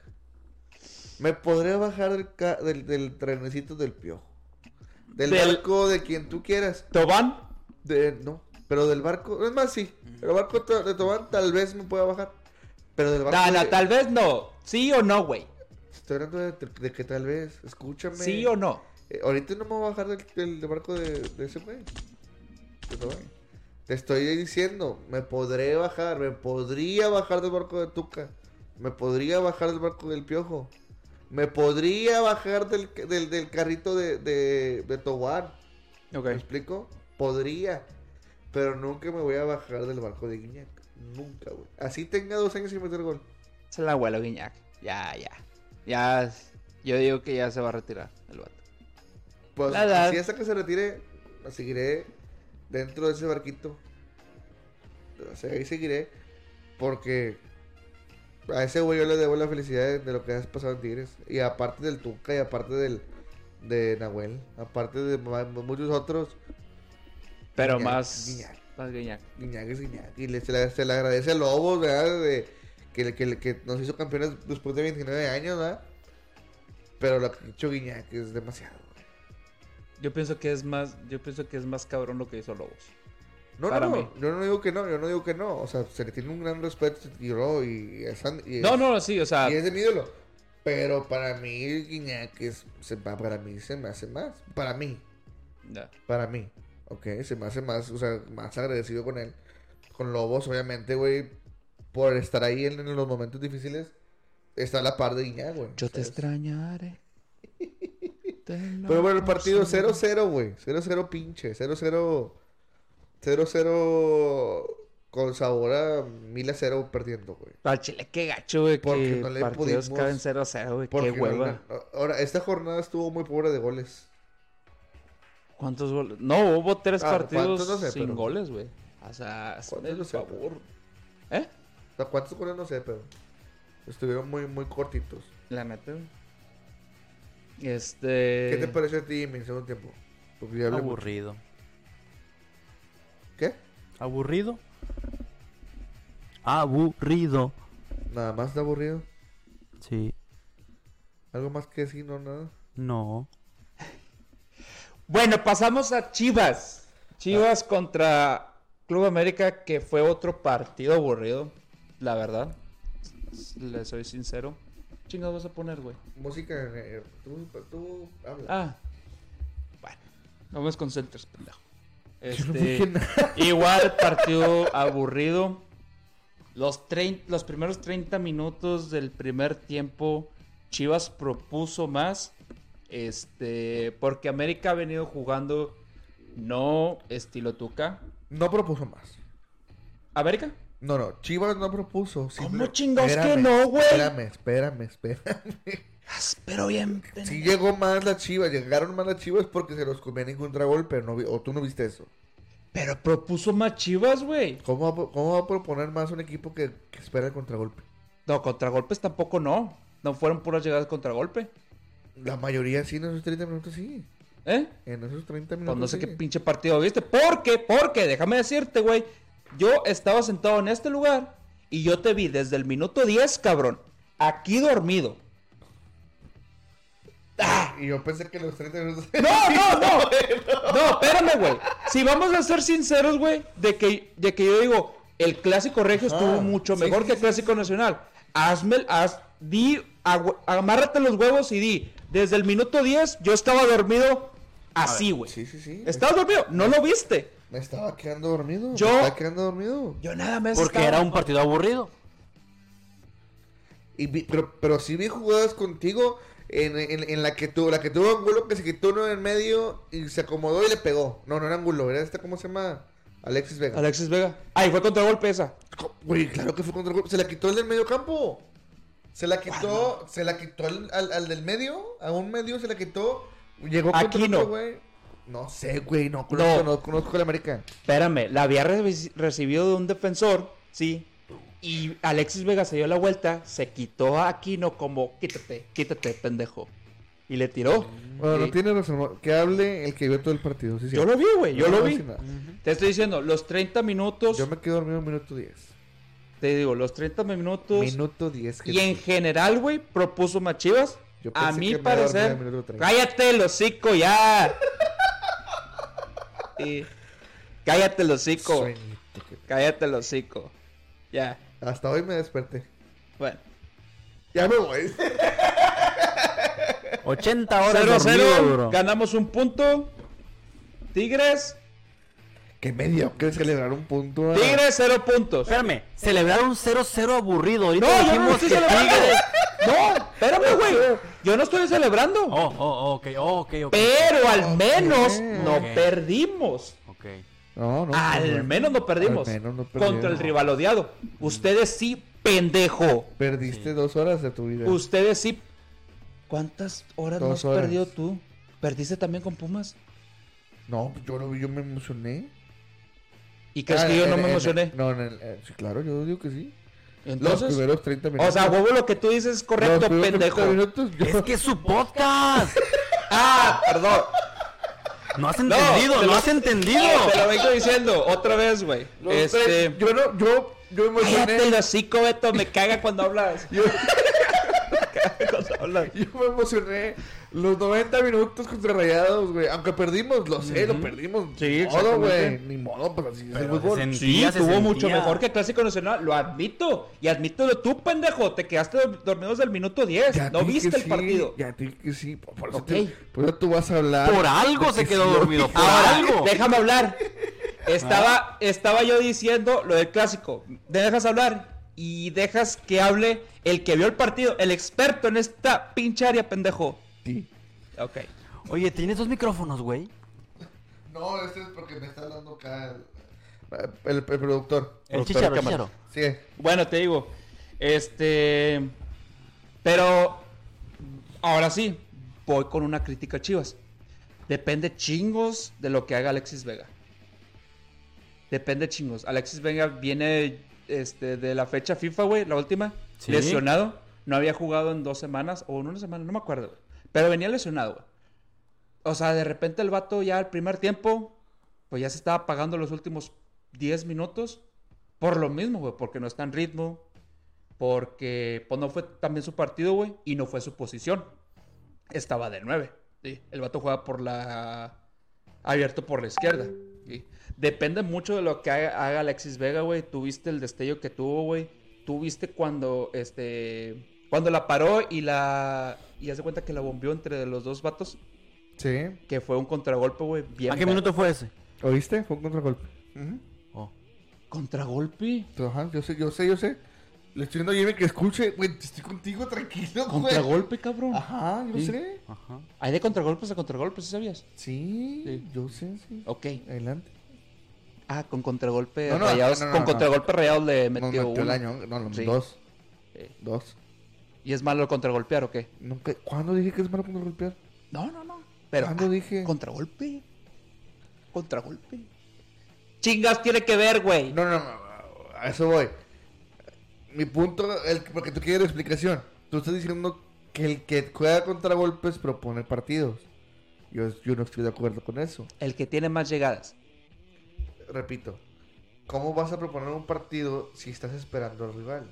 Me podría bajar del, ca- del, del trenecito del piojo. Del, Del- barco de quien tú quieras. Tobán, De, no, pero del barco. Es más, sí. El barco to- de Tobán tal vez me pueda bajar. Pero del barco. No, de- no, tal vez no. Sí o no, güey. Estoy hablando de, de que tal vez. Escúchame. Sí o no. Eh, ahorita no me voy a bajar del, del- del barco de, de ese güey. De Tobán. Te estoy diciendo, me podré bajar, me podría bajar del barco de Tuca. Me podría bajar del barco del Piojo. Me podría bajar del, del, del carrito de, de, de Tobar. Ok. ¿Me explico? Podría. Pero nunca me voy a bajar del barco de Guiñac. Nunca, güey. Así tenga dos años sin meter gol. Es el abuelo Guiñac. Ya, ya. Ya. es- Yo digo que ya se va a retirar el vato. Pues La edad. así hasta que se retire, la seguiré dentro de ese barquito. O sea, ahí seguiré. Porque a ese güey yo le debo la felicidad de, de lo que has pasado en Tigres. Y aparte del Tuca y aparte del de Nahuel. Aparte de ma- muchos otros. Pero Guiñac, más. Guiñac. Más Guiñac. Guiñac es Guiñac. Y le, se, le, se le agradece a Lobos, ¿verdad? De, que, le- que, le- que nos hizo campeones después de 29 años, ¿verdad? Pero lo que ha hecho Guiñac es demasiado. güey. Yo pienso que es más. Yo pienso que es más cabrón lo que hizo Lobos. No, Para no, mí. no, yo no digo que no, yo no digo que no. O sea, se le tiene un gran respeto se tiró y es, an- y es- No, no, sí, o sea. y es de mi ídolo. Pero para mí, Guiñac es, se, va- para mí se me hace más. Para mí, ya. para mí. Ok, se me hace más, o sea, más agradecido con él. Con Lobos, obviamente, güey, por estar ahí en, en los momentos difíciles. Está a la par de Guiñac, güey. Yo te ¿sabes? extrañaré. Te lo Pero bueno, el partido aseguro. 0-0, güey. 0-0 pinche. 0-0. 0-0 con sabor a 1000 a 0 perdiendo, güey. Al Chile, qué gacho, güey. Porque Que no le partidos pudimos- caben 0-0, güey. Qué Porque no- hueva. no- ahora, esta jornada estuvo muy pobre de goles. ¿Cuántos goles? No, hubo tres Ah, partidos ¿cuántos? No sé, sin pero- goles, güey. O sea, hazme ¿Cuántos? el No sé, pero- favor. ¿Eh? O sea, ¿Cuántos goles? No sé, pero estuvieron muy, muy cortitos. La neta, güey. Este. ¿Qué te pareció a ti, mi segundo tiempo? Porque ya hablé mucho. Aburrido. ¿Qué? ¿Aburrido? Aburrido. Nada más está aburrido. Sí. Algo más que decir, no, nada. No. Bueno, pasamos a Chivas. Chivas contra Club América, que fue otro partido aburrido, la verdad. S- Le soy sincero. Chingados vas a poner, güey. Música, eh, tú, tú habla. Ah. Bueno, no me desconcentres, pendejo. Yo no Este, dije nada. igual partido aburrido. Los, trein- los primeros 30 minutos del primer tiempo, Chivas propuso más. Este, porque América ha venido jugando no estilo Tuca. No propuso más. ¿América? No, no, Chivas no propuso. simple- chingados que no, güey? Espérame, espérame, espérame. Pero bien, Si llegó más la Chivas, llegaron más las Chivas porque se los comían en contragolpe, no vi- o tú no viste eso. pero propuso más Chivas, güey. ¿Cómo va, a pro- cómo va a proponer más un equipo que, que espera el contragolpe? No, contragolpes tampoco no. No fueron puras llegadas contragolpe. La mayoría sí, en esos 30 minutos sí. ¿Eh? En esos 30 minutos Pues no sé qué sí. pinche partido viste. Porque, porque, déjame decirte, güey. Yo estaba sentado en este lugar y yo te vi desde el minuto 10, cabrón. Aquí dormido. Y yo pensé que los 30 minutos... No, no, no. No, espérame, güey. Si vamos a ser sinceros, güey, de que, de que yo digo, el clásico regio Ajá. estuvo mucho Sí, mejor sí, que el clásico nacional. Hazme, el- haz, di, agu- amárrate los huevos y di. Desde el minuto 10 yo estaba dormido así, güey. sí, sí, sí. ¿Estabas dormido? No lo viste. Me estaba quedando dormido. Yo- Me estaba quedando dormido. Yo nada más Porque estaba- era un partido aburrido. Y vi- pero, pero sí vi jugadas contigo en, en- en la que tuvo, la que tuvo Angulo que se quitó uno en medio y se acomodó y le pegó. No, no era Angulo, era este, ¿cómo se llama? Alexis Vega. Alexis Vega. Ay, fue contragolpe esa. Co- Güey, claro que fue contra el gol. Se la quitó el del medio campo. Se la quitó, Ah, se la quitó al, al- al del medio, a un medio se la quitó. Llegó contra Aquino. otro, güey. No sé, güey, no conozco, no. conozco el América. Espérame, la había re- recibido de un defensor, sí. Y Alexis Vega se dio la vuelta, se quitó a Aquino como, quítate, quítate, pendejo. Y le tiró. Bueno, Eh, no tiene razón. Que hable el que vio todo el partido. Sí, sí. Yo lo vi, güey, yo No lo voy a vi. decir nada. Te estoy diciendo, los 30 minutos, Yo me quedo dormido en minuto 10. te digo, los 30 minutos. Minuto 10. y en general, güey, propuso más Chivas. Yo pensé A mi que me iba a dormir parecer. al minuto 30. Cállate el hocico ya. Sí. Cállate el hocico. Sueñito que- Cállate el hocico. Ya. Hasta hoy me desperté. Bueno. Ya me voy. 80 0 horas dormido, 0. bro. Ganamos un punto. Tigres. Qué medio. ¿Quieres celebrar un punto? a- Tigres, 0 puntos. Espérame, celebrar un 0-0 aburrido. Ahorita No, yo no lo dijimos estoy que celebrando. Tigres- No, espérame, güey. Yo no estoy celebrando. Oh, oh, oh, ok, oh, ok, ok. Pero al menos Ok. no perdimos. Ok. No, no. Al no, menos no perdimos. Al menos no perdimos. Contra el rival odiado. Ustedes sí, pendejo. Perdiste dos horas de tu vida. Ustedes sí. ¿Cuántas horas Dos no has horas. perdido tú? ¿Perdiste también con Pumas? No, yo lo vi, yo me emocioné. ¿Y crees Ah, que yo en- no en- me emocioné? No, en el- eh, sí, claro, yo digo que sí. los Entonces, primeros 30 minutos. o sea, huevo, lo que tú dices es Los correcto, primeros 30 pendejo. minutos, yo- Es que es su podcast. Ah, perdón. No has No, entendido, te no lo- has entendido. Te lo vengo diciendo otra vez, güey. los Este. tres- yo no, yo, yo me emocioné. Cállate el hocico, Beto. Me caga cuando hablas. Yo, Cuando hablas. yo me emocioné. Los 90 minutos contra Rayados, güey. Aunque perdimmoos, lo sé, lo perdimos. Sí, Ni modo, güey. exactamente. Ni modo, pues así es el Pero fútbol. se Sí, sentía, se estuvo sentía. mucho mejor que Clásico Nacional, lo admito. Y admítelo tú, pendejo. Te quedaste dor- dormido desde el minuto 10. Ya no te dije viste que el sí, partido. Ya te dije que sí. Por por eso, Ok. te- por eso tú vas a hablar. Por algo de se que quedó lo dormido, dije. Ah. por Ahora, algo. déjame hablar. Estaba, estaba yo diciendo lo del clásico. Me dejas hablar y dejas que hable el que vio el partido, el experto en esta pinche área, pendejo. Sí. Ok. Oye, ¿tienes dos micrófonos, güey? No, este es porque me está hablando acá el, el- El el productor. Productor de chicharo, el cámara. chicharo. Sí. Bueno, te digo. Este. Pero. Ahora sí, voy con una crítica a chivas. Depende chingos de lo que haga Alexis Vega. Depende chingos. Alexis Vega viene este, de la fecha FIFA, güey, la última. Sí. Lesionado. No había jugado en dos semanas o en una semana, no me acuerdo. güey. Pero venía lesionado, güey. O sea, de repente el vato ya al primer tiempo, pues ya se estaba pagando los últimos 10 minutos por lo mismo, güey, porque no está en ritmo, porque pues no fue también su partido, güey, y no fue su posición. Estaba de 9. ¿sí? El vato juega por la abierto por la izquierda. ¿sí? Depende mucho de lo que haga, haga Alexis Vega, güey. Tuviste el destello que tuvo, güey. Tuviste cuando este cuando la paró y la y hace cuenta que la bombeó entre los dos vatos, Sí. que fue un contragolpe, güey, bien. ¿A qué ver- minuto fue ese? ¿Oíste? Fue un contragolpe. Ujú. Contragolpe. Pero, Ajá, yo sé, yo sé, yo sé. Le estoy diciendo a Jimmy que escuche. Güey, estoy contigo, tranquilo, güey. Contragolpe, cabrón. Ajá, yo Sí. sé. Ajá. Hay de contragolpes a contragolpes, ¿sí ¿sabías? Sí, Sí. yo sé, sí. Ok. Adelante. Ah, con contragolpe No, no, rayados. no, no, con no. contragolpe rayados le Nos metió, metió el uno. año. No, no, Sí. dos. Eh. Dos. ¿Y es malo contragolpear o qué? Nunca... ¿Cuándo dije que es malo contragolpear? No, no, no. Pero. ah, ¿Cuándo Ah, dije? Contragolpe. Contragolpe. Chingas tiene que ver, güey. No, no, no, a eso voy. Mi punto, el, porque tú quieres explicación. Tú estás diciendo que el que juega contra golpes propone partidos. Yo, yo no estoy de acuerdo con eso. El que tiene más llegadas. Repito, ¿cómo vas a proponer un partido si estás esperando al rival?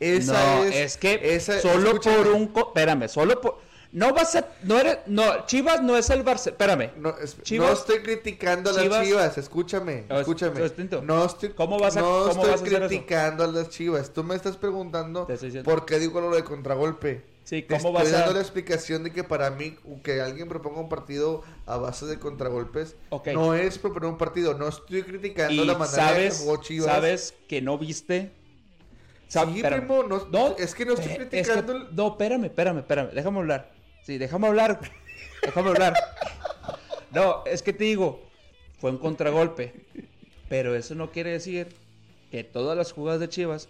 no, es, que esa- solo escúchame, por un. co- Espérame, solo por. No vas a. No eres. No, Chivas no es el Barcelona. Espérame. No, es- Chivas- no estoy criticando a las Chivas- Chivas, escúchame, No, es- escúchame. es distinto. No estoy, ¿Cómo vas a- no cómo vas estoy a hacer eso? criticando a las Chivas. Tú me estás preguntando Te estoy diciendo. por qué digo lo de contragolpe. Sí, Te ¿cómo estoy vas a- dando la explicación de que para mí que alguien proponga un partido a base de contragolpes Ok. no es proponer un partido. No estoy criticando Y la manera sabes, que jugó Chivas. sabes que no viste. Sab- Sí, espérame. primo, no- es que no estoy eh, es que- criticando el- no, espérame, espérame, espérame. Déjame hablar. Sí, déjame hablar. güey. Déjame hablar. No, es que te digo, fue un contragolpe. Pero eso no quiere decir que todas las jugadas de Chivas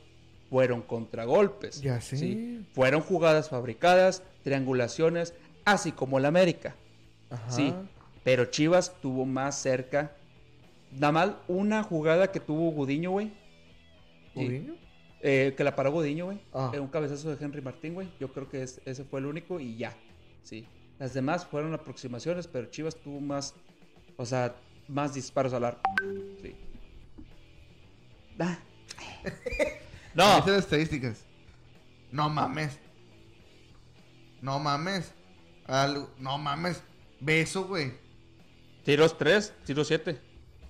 fueron contragolpes. Ya sé. Fueron jugadas fabricadas, triangulaciones, así como el América. Ajá. Sí, pero Chivas tuvo más cerca. Nada más una jugada que tuvo Gudiño, güey. Sí, Mourinho. eh, que la paró Gudiño, güey. Ah. Era un cabezazo de Henry Martín, güey. Yo creo que es- ese fue el único y ya. Sí. Las demás fueron aproximaciones, pero Chivas tuvo más. O sea, más disparos al arco. Sí. Ah. Ahí No, están las estadísticas. No mames. No mames. Al- No mames. Beso, güey. tiros 3, tiros 7.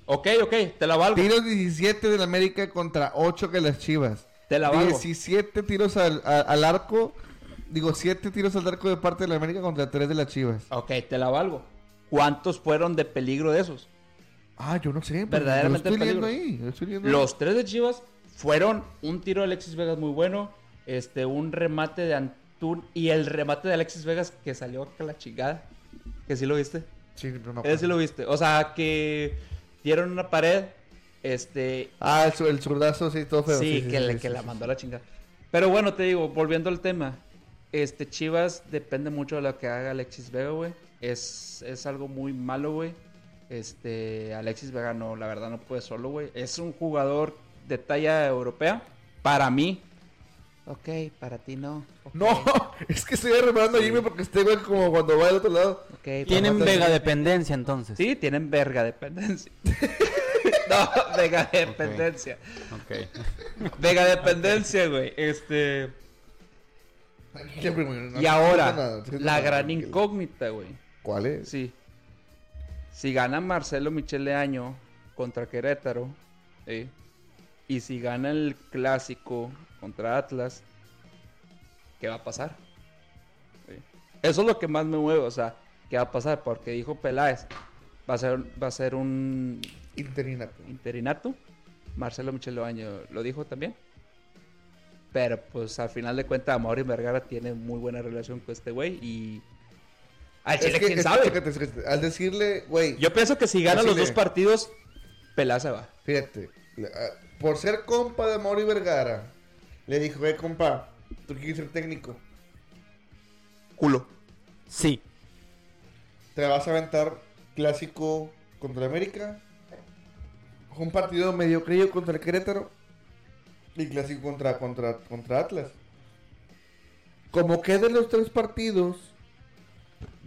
Ok, ok, te la valgo. Tiros 17 del América contra 8 que las Chivas. Te la valgo. 17 tiros al, a- al arco. Digo, 7 tiros al arco de parte de la América contra 3 de las Chivas. Ok, te la valgo. ¿Cuántos fueron de peligro de esos? Ah, yo no sé. pero Verdaderamente Lo estoy leyendo peligro. ahí. lo estoy leyendo ahí. Los tres de Chivas fueron un tiro de Alexis Vegas muy bueno, este, un remate de Antun y el remate de Alexis Vegas que salió acá la chingada. Que sí lo viste. Sí, no me acuerdo. Ese sí lo viste. O sea, que dieron una pared, este, Ah, el, su- el zurdazo, sí, todo feo. sí, que, le- que la sí, mandó a la chingada. Pero bueno, te digo, volviendo al tema. Este, Chivas depende mucho de lo que haga Alexis Vega, güey. Es, es algo muy malo, güey. Este, Alexis Vega no, la verdad no puede solo, güey. Es un jugador de talla europea. Para mí. Ok, para ti no. No, es que estoy arreglando a Jimmy porque este güey como cuando va al otro lado. Ok, Tienen Tomate. vega dependencia entonces. Sí, tienen verga dependencia. no, vega dependencia. Ok. Vega dependencia, güey. Este. Tranquilo, primo, no y te ahora, sientas nada, no te sientas la nada, gran tranquilo. incógnita, güey. ¿Cuál es? Sí. Si gana Marcelo Michele Año contra Querétaro, ¿sí? y si gana el clásico contra Atlas, ¿qué va a pasar? ¿Sí? Eso es lo que más me mueve, o sea, ¿qué va a pasar? Porque dijo Peláez, va a ser, va a ser un Interinato. interinato. Marcelo Michele Año lo dijo también. Pero pues al final de cuentas, Mauri Vergara tiene muy buena relación con este güey y... Al Es Chile, que- quién es que sabe. fíjate, fíjate, al decirle, güey, Yo pienso que si gana los Decirle. dos partidos, Pelá se va. fíjate, le- ah, por ser compa de Mauri Vergara, le dijo, güey, compa, tú quieres ser técnico, Culo. Sí. te vas a aventar clásico contra el América, un partido medio crío contra el Querétaro y clásico contra, contra, contra Atlas. Como queden los tres partidos,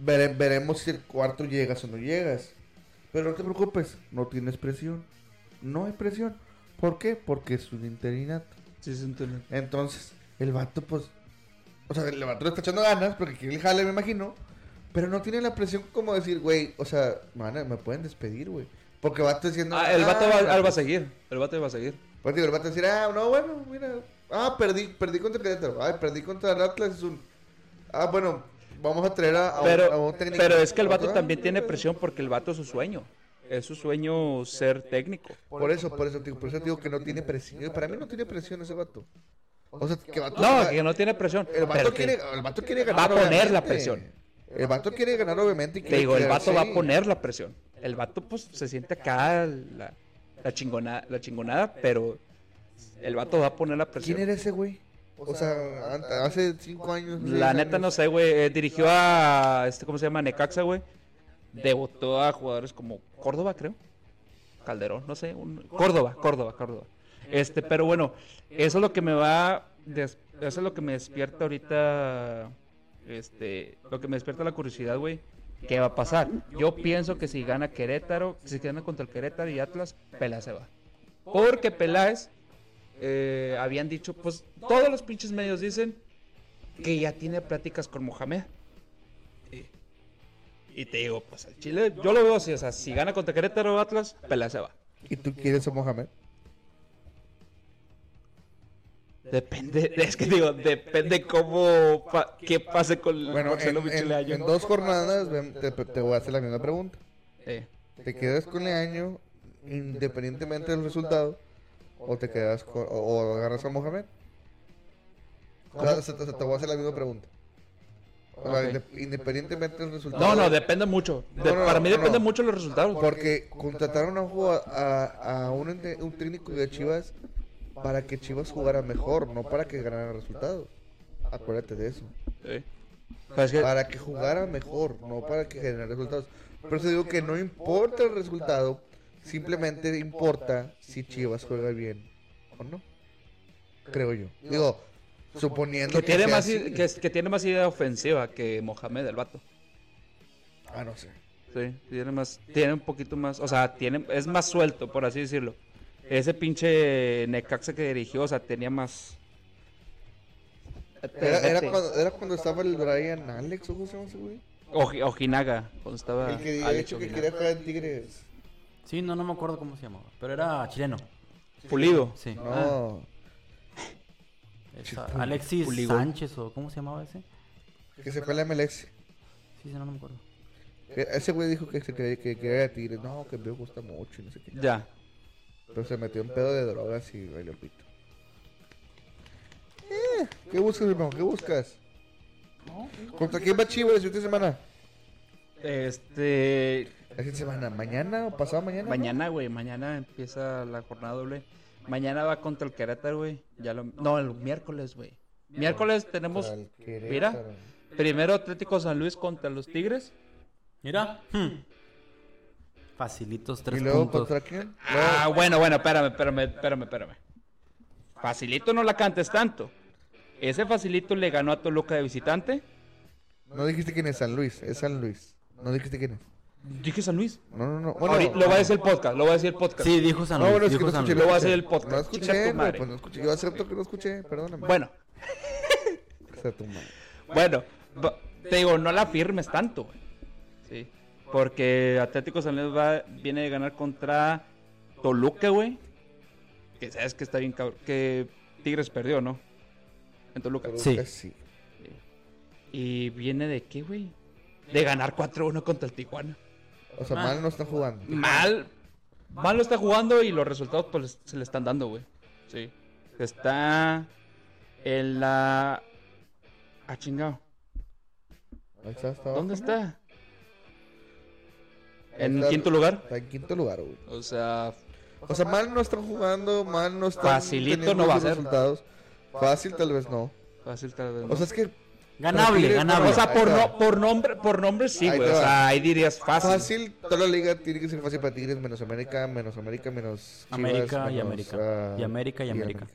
vere- veremos si el cuarto llegas o no llegas. Pero no te preocupes, no tienes presión. No hay presión. ¿Por qué? Porque es un interinato. Sí, es un túnel. Entonces, el vato, pues. O sea, el vato le está echando ganas porque quiere el jale, me imagino. Pero no tiene la presión como decir, güey, o sea, me, van a- me pueden despedir, güey. Porque va diciendo. Ah, el vato va, "Ah, ah, va a seguir. El vato va a seguir. pues digo, el vato va a decir, ah, no, bueno, mira. Ah, perdí, perdí contra el Querétaro. Ah, perdí contra el Atlas. Es un... Ah, bueno, vamos a traer a, a un- a Pero, un técnico. pero es que el vato Ah, también tiene presión porque el vato es su sueño. Es su sueño ser técnico. Por eso, por eso, te digo, por eso te digo que no tiene presión. Para mí no tiene presión ese vato. O sea, que vato. No, que no tiene presión. El pero vato, que- quiere, el vato quiere ganar. Va a poner obviamente. la presión. El vato quiere ganar, obviamente. y Te quiere digo, el pelear, vato va sí. a poner la presión. El vato, pues, se siente acá la, la, chingona- la chingonada, pero el vato va a poner la ¿Quién presión. era ese güey? O sea, an- hace cinco años. seis La neta, años. no sé, güey. eh, Dirigió a, este, ¿cómo se llama? Necaxa, güey. Debutó a jugadores como Córdoba, creo. Calderón, no sé. un- Córdoba, Córdoba, Córdoba. Este, pero bueno, eso es lo que me va, des- eso es lo que me despierta ahorita, este, lo que me despierta la curiosidad, güey. ¿Qué va a pasar? Yo pienso que si gana Querétaro, si gana contra el Querétaro y Atlas, Peláez se va. Porque Peláez, eh, habían dicho, pues todos los pinches medios dicen que ya tiene pláticas con Mohamed. Y- Y te digo, pues al Chile, yo lo veo así, o sea, si gana contra Querétaro o Atlas, Peláez se va. ¿Y tú quieres a Mohamed? Depende, es que digo, depende cómo, pa- qué pase con Bueno, en, Marcelo en- Micheleaño. en dos jornadas ven, te, te voy a hacer la misma pregunta. Eh, ¿Te quedas con Leaño independientemente del resultado? ¿O te quedas con, o, o agarras a Mohamed? O sea, se- se- te voy a hacer la misma pregunta. O sea, Ok. inde- independientemente del resultado. No, no, depende mucho. De- No, no, para mí no, depende no. mucho los resultados. Porque contrataron a un, jugua- a, a un, ente- un técnico de Chivas para que Chivas jugara mejor, no para que ganara resultados. Acuérdate de eso. Eh. Pero es que- Para que jugara mejor, no para que generara resultados. Por eso digo que no importa el resultado, simplemente importa si Chivas juega bien o no. Creo yo. Digo, suponiendo que, tiene sea más, así. i- que, es- que tiene más idea ofensiva que Mohamed, el vato. Ah, no sé. Sí, tiene más, tiene un poquito más, o sea, tiene, es más suelto, por así decirlo. Ese pinche Necaxa que dirigió, o sea, tenía más... Era, era cuando, era cuando estaba el Brian Alex o cómo se llama ese güey. Oji- Ojinaga, cuando estaba... El que había Ah, Alex hecho que Ojinaga. quería jugar en Tigres. Sí, no, no me acuerdo cómo se llamaba. Pero era chileno. Pulido. Sí. No. Es, ah, Alexis Puligón. Sánchez o cómo se llamaba ese. Que se fue a la MLX. Sí, sí, no, no me acuerdo. E- Ese güey dijo que se quería que, que era de Tigres. No, que me gusta mucho y no sé qué. Ya. Pero se metió en pedo de drogas y bailó pito. Eh, ¿Qué buscas, hermano? ¿Qué buscas? ¿Contra quién va Chivas la siguiente semana? Este... La siguiente semana, ¿mañana o pasado mañana? Mañana, güey, mañana empieza la jornada doble. Mañana va contra el Querétaro, güey. Ya lo- No, el miércoles, güey. Miércoles ¿no? tenemos Contra el Querétaro. mira. primero Atlético San Luis contra los Tigres. Mira. hmm. Facilitos ¿Y tres luego puntos. contra quién? Ah, bueno, bueno, espérame, espérame, espérame, espérame. Facilito no la cantes tanto. Ese facilito le ganó a Toluca de visitante. No dijiste quién es San Luis, es San Luis. No dijiste quién es. Dije San Luis. No, no, no. Bueno, Ahorita- lo va a decir el podcast, lo va a decir el podcast. Sí, dijo San No, Luis. bueno, es que dijo no San escuché Luis. Lo va a hacer el No podcast. Chinga escuché, tu güey, madre. pues no escuché. Yo acepto que no escuché, perdóname. Bueno, Está tu madre. Bueno, va- te digo, no la firmes tanto, güey. Sí. Porque Atlético San Luis va- viene de ganar contra Toluca, güey. Que sabes que está bien cabrón. Que Tigres perdió, ¿no? En Toluca. Pero Sí. que sí. Y viene de qué, güey? De ganar 4-1 contra el Tijuana. O sea, mal no está jugando. Mal. Mal lo está jugando y los resultados pues se le están dando, güey. Sí. Está en la... Ah, chingado. Ahí está, está abajo. ¿Dónde está? Ahí ¿En está- quinto lugar? Está en quinto lugar, güey. O sea, O sea, mal no están jugando, mal no están Facilito teniendo no va a los ser. resultados. Fácil tal vez no. fácil tal vez. ¿no? O sea, es que Ganable, Tigres, ganable. bueno, O sea, por, ahí te va. no- por nombre, por nombre sí, Ahí güey. te O va. sea, ahí dirías fácil. fácil, toda la liga tiene que ser fácil para Tigres, menos América, menos América, menos Chivas, América y menos, América. ah, Y América y América.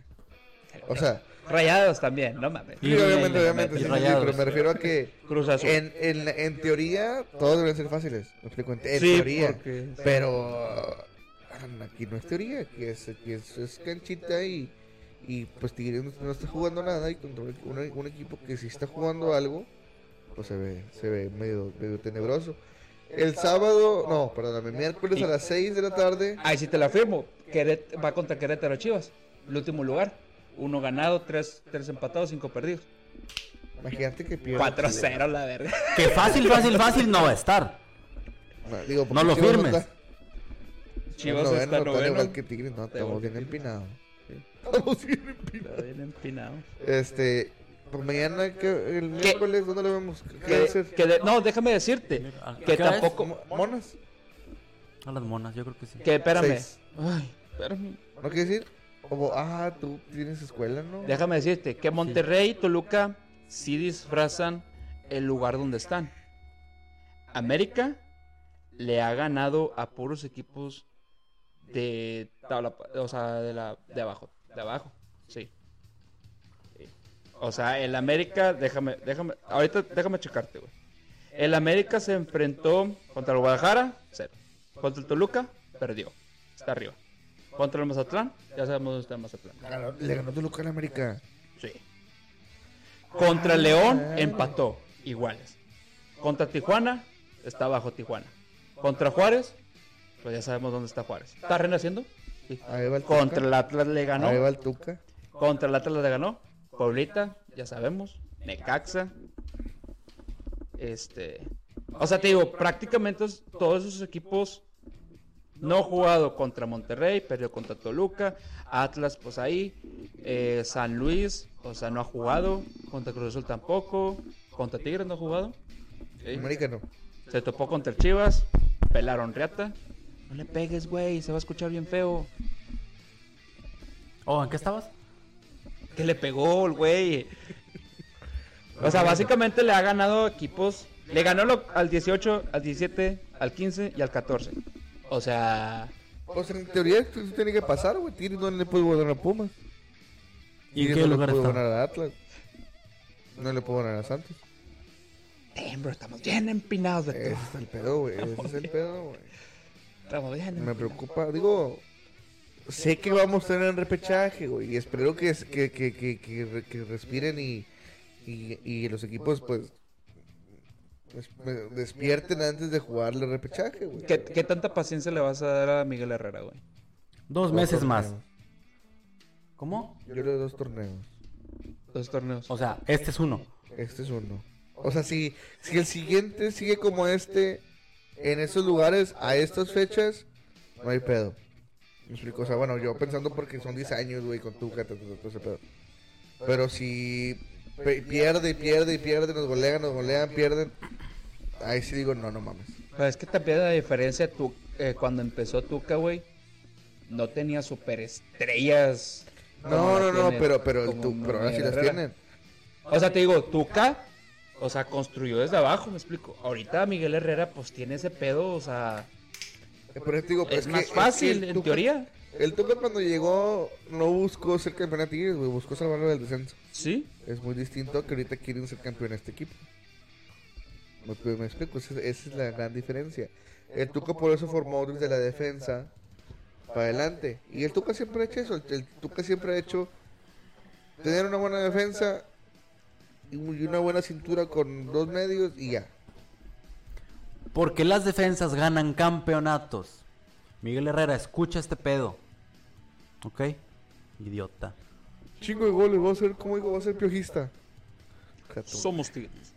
O sea, Rayados también, no mames. Y- sí, obviamente, obviamente, y sí, sí, sí, Rayados. pero me refiero a que Cruz Azul. en, en, en teoría todos deberían ser fáciles. Me explico, en, en Sí, teoría. porque- Pero ah, aquí no es teoría, aquí es, aquí es, es canchita y, y pues Tigres no, no está jugando nada y contra un, un- un equipo que sí está jugando algo, pues se ve, se ve medio, medio tenebroso. El sábado, no, perdóname, miércoles a las 6 de la tarde. Ahí sí te la firmo. Queret- va contra Querétaro Chivas. El último lugar. Uno ganado, tres, tres empatados, cinco perdidos. Imagínate que pierda. 4-0 la verga. Que fácil, fácil, fácil no va a estar. No, digo, No lo porque Chivas firmes. está- Chivas noveno, está no, tan noveno. igual que Tigres, no, Está estamos igual que bien Tigres. empinados. Estamos bien Está empinados. bien empinado. Este, pues mañana, ¿qué- el miércoles, ¿dónde lo vemos? ¿Qué, va a Que- hacer? que de- no, déjame decirte ¿A qué que hora es? tampoco. Mo- ¿Monas? A las monas, yo creo que sí. Que espérame. Seis. Ay, espérame. ¿No quiere decir? Como, ah, tú tienes escuela, ¿no? Déjame decirte que Monterrey y Toluca sí disfrazan el lugar donde están. América le ha ganado a puros equipos de tabla, o sea, de, la, de abajo, de abajo, sí. O sea, el América, déjame, déjame, ahorita déjame checarte, güey. El América se enfrentó contra el Guadalajara, cero. Contra el Toluca, perdió, está arriba. Contra el Mazatlán, ya sabemos dónde está el Mazatlán. Ganó- Le ganó Toluca a la América. Sí. Contra León empató, iguales. Contra Tijuana, está bajo Tijuana. Contra Juárez, pues ya sabemos dónde está Juárez. ¿Está renaciendo? Sí. Ahí va el Tuca. Contra el Atlas le ganó. Ahí va el Tuca. Contra el Atlas le ganó. Pueblita, ya sabemos. Necaxa. Este. O sea, te digo, prácticamente es- todos esos equipos no han jugado contra Monterrey, perdió contra Toluca, Atlas, pues ahí, eh, San Luis, o sea, no ha jugado, contra Cruz Azul tampoco, contra Tigres no ha jugado, Sí. América no. se topó contra el Chivas, pelaron Riata. No le pegues, güey, se va a escuchar bien feo. Oh, ¿en qué estabas? que le pegó el güey. O sea, básicamente le ha ganado equipos. Le ganó lo- al 18, al 17, al 15 y al 14. O sea, O sea, Pues, en teoría esto tiene que pasar, güey. Tigres no le puede ganar a Pumas. ¿Y en Tigres qué no lugar le puede estaba? ganar a Atlas. No le puedo ganar a Santos. damn, bro, estamos bien empinados de Ese todo. es el pedo, güey. Ese es el pedo, güey. Estamos bien Me empinados. preocupa, digo, sé que vamos a tener un repechaje, güey, y espero que, es- que, que, que, que re- que respiren y, y, y los equipos, pues, des- despierten antes de jugar el repechaje, güey. ¿Qué, qué tanta paciencia le vas a dar a Miguel Herrera, güey? Dos Dos meses más. torneos. ¿Cómo? Yo le doy dos torneos. Dos torneos. O sea, este es uno. Este es uno. O sea, si, si el siguiente sigue como este, en esos lugares, a estas fechas, no hay pedo. Me explico, o sea, bueno, yo pensando porque son 10 años, güey, con tu todo ese pedo. Pero si pe- pierde y pierde y pierde, nos golean, nos golean, pierden, ahí sí digo, no, no mames. Pero es que también la diferencia, tú, eh, cuando empezó Tuca, güey, no tenía superestrellas. como No, la no, no, tiene- pero, pero, el como tu, pero ahora sí Miguel las Herrera. tienen. O sea, te digo, Tuca, o sea, construyó desde abajo, me explico. Ahorita Miguel Herrera, pues tiene ese pedo, o sea, Eh, Por eso te digo, es que- más que fácil, el en Tuca- teoría. El Tuca cuando llegó no buscó ser campeón a Tigres, güey, buscó salvarlo del descenso. Sí, Es muy distinto a que ahorita quieren ser campeón este equipo. Me, me- me explico, esa, esa es la gran diferencia. El Tuca por eso formó desde la defensa para adelante. Y el Tuca siempre ha hecho eso. El, el Tuca siempre ha hecho tener una buena defensa y un- y una buena cintura con dos medios y ya. Porque las defensas ganan campeonatos. Miguel Herrera, escucha este pedo. ¿Ok? Idiota. Chingo de goles, voy a ser, ¿cómo digo? Voy a ser piojista. O sea, tú- somos tigres.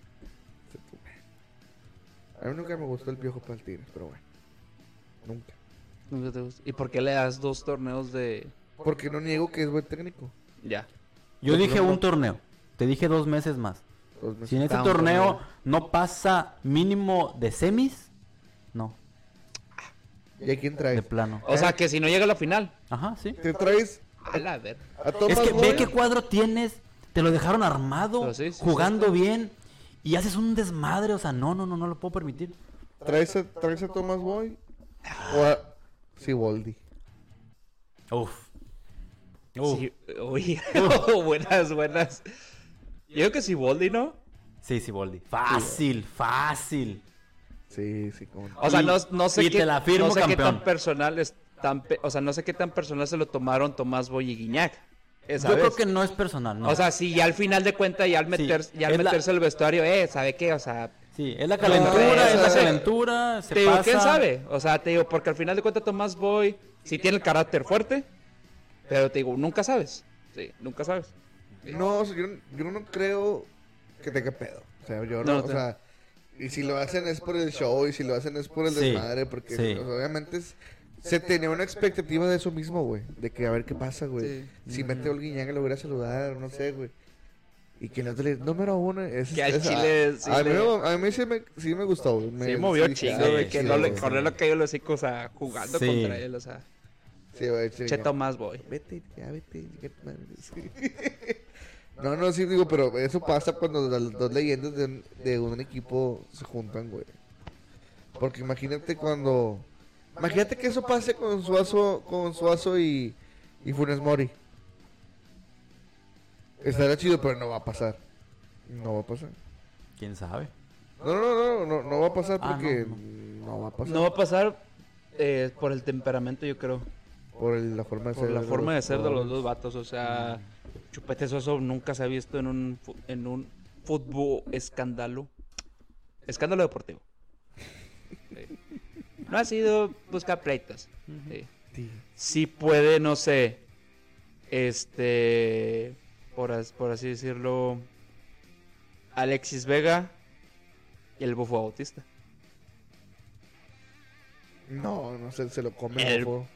A mí nunca me gustó el piojo para el Tigres, pero bueno. Nunca. Nunca te gusta. ¿Y por qué le das dos torneos de...? Porque no niego que es buen técnico. Ya. Pues Yo dije un torneo. Te dije dos meses más. Dos meses. Si en este Estamos torneo bien. no pasa mínimo de semis, no, ¿Y a quién de traes? plano. O sea, que si no llega a la final. Ajá, sí. Te traes A la ver. a Thomas Es que Boy, ve qué cuadro tienes, te lo dejaron armado, Pero Pues sí, sí, jugando bien y haces un desmadre, o sea, no, no, no, no lo puedo permitir. traes a, traes a Thomas Boy o a Siboldi. Uf. Uh, Sí, uy, Oh, buenas, buenas. Yo creo que sí, Boldi, ¿no? Sí, sí, Boldi. Fácil, fácil. Sí, sí, como no. O sea, Y- no, no sé, y qué, te la firmo, no sé qué campeón. tan personal es tan pe- o sea, no sé qué tan personal se lo tomaron Tomás Boy y Guiñac. Esa Yo vez. creo que no es personal, ¿no? O sea, sí, ya al final de cuentas, ya al, meter- Sí, ya al es la- meterse al vestuario, eh, ¿sabe qué? O sea, sí, es la No, calentura, o es la sea, calentura. Se te digo, pasa. ¿quién sabe? O sea, te digo, porque al final de cuentas Tomás Boy sí tiene el carácter fuerte, pero te digo, nunca sabes. Sí, nunca sabes. No, o sea, yo, yo no creo que tenga pedo. O sea, yo no, No, o te- sea, y si lo hacen es por el show, y si lo hacen es por el Sí, desmadre, porque sí. o sea, obviamente es- se tenía una expectativa de eso mismo, güey. De que a ver qué pasa, güey. Si mete a Olguiñán, lo voy a ir a saludar, no sé, güey. Y que el otro le número uno es... Que al es- chile a- sí a, mí, le- me- a mí sí me, sí me gustó, güey. Me- Se movió sí, chingo, ah, güey, sí, que chido, no le güey. corrió lo que yo los hijos, o sea, jugando Sí. contra él, o sea, Sí, güey, chile, che ya. Tomás Boy. Vete, ya vete. ya, madre, sí. No, no, sí, digo, pero eso pasa cuando las dos leyendas de, un- de un equipo se juntan, güey. Porque imagínate cuando. Imagínate que eso pase con Suazo, con Suazo y, y Funes Mori. Estará chido, pero no va a pasar. No va a pasar. ¿Quién sabe? No, no, no, no, no, no va a pasar Ah, no, porque no, va a pasar. No va a pasar eh, por el temperamento, yo creo. Por el- la forma de Por ser. la forma de los Mm. ser de los jugadores. dos vatos, o sea, Chupete Soso nunca se ha visto en un, fu- en un fútbol escándalo. Escándalo deportivo. Sí. No ha sido buscar pleitos. Sí. Sí puede, no sé, este, por, as- por así decirlo, Alexis Vega y el Bofo Bautista. No, no sé, se lo come. El- loco.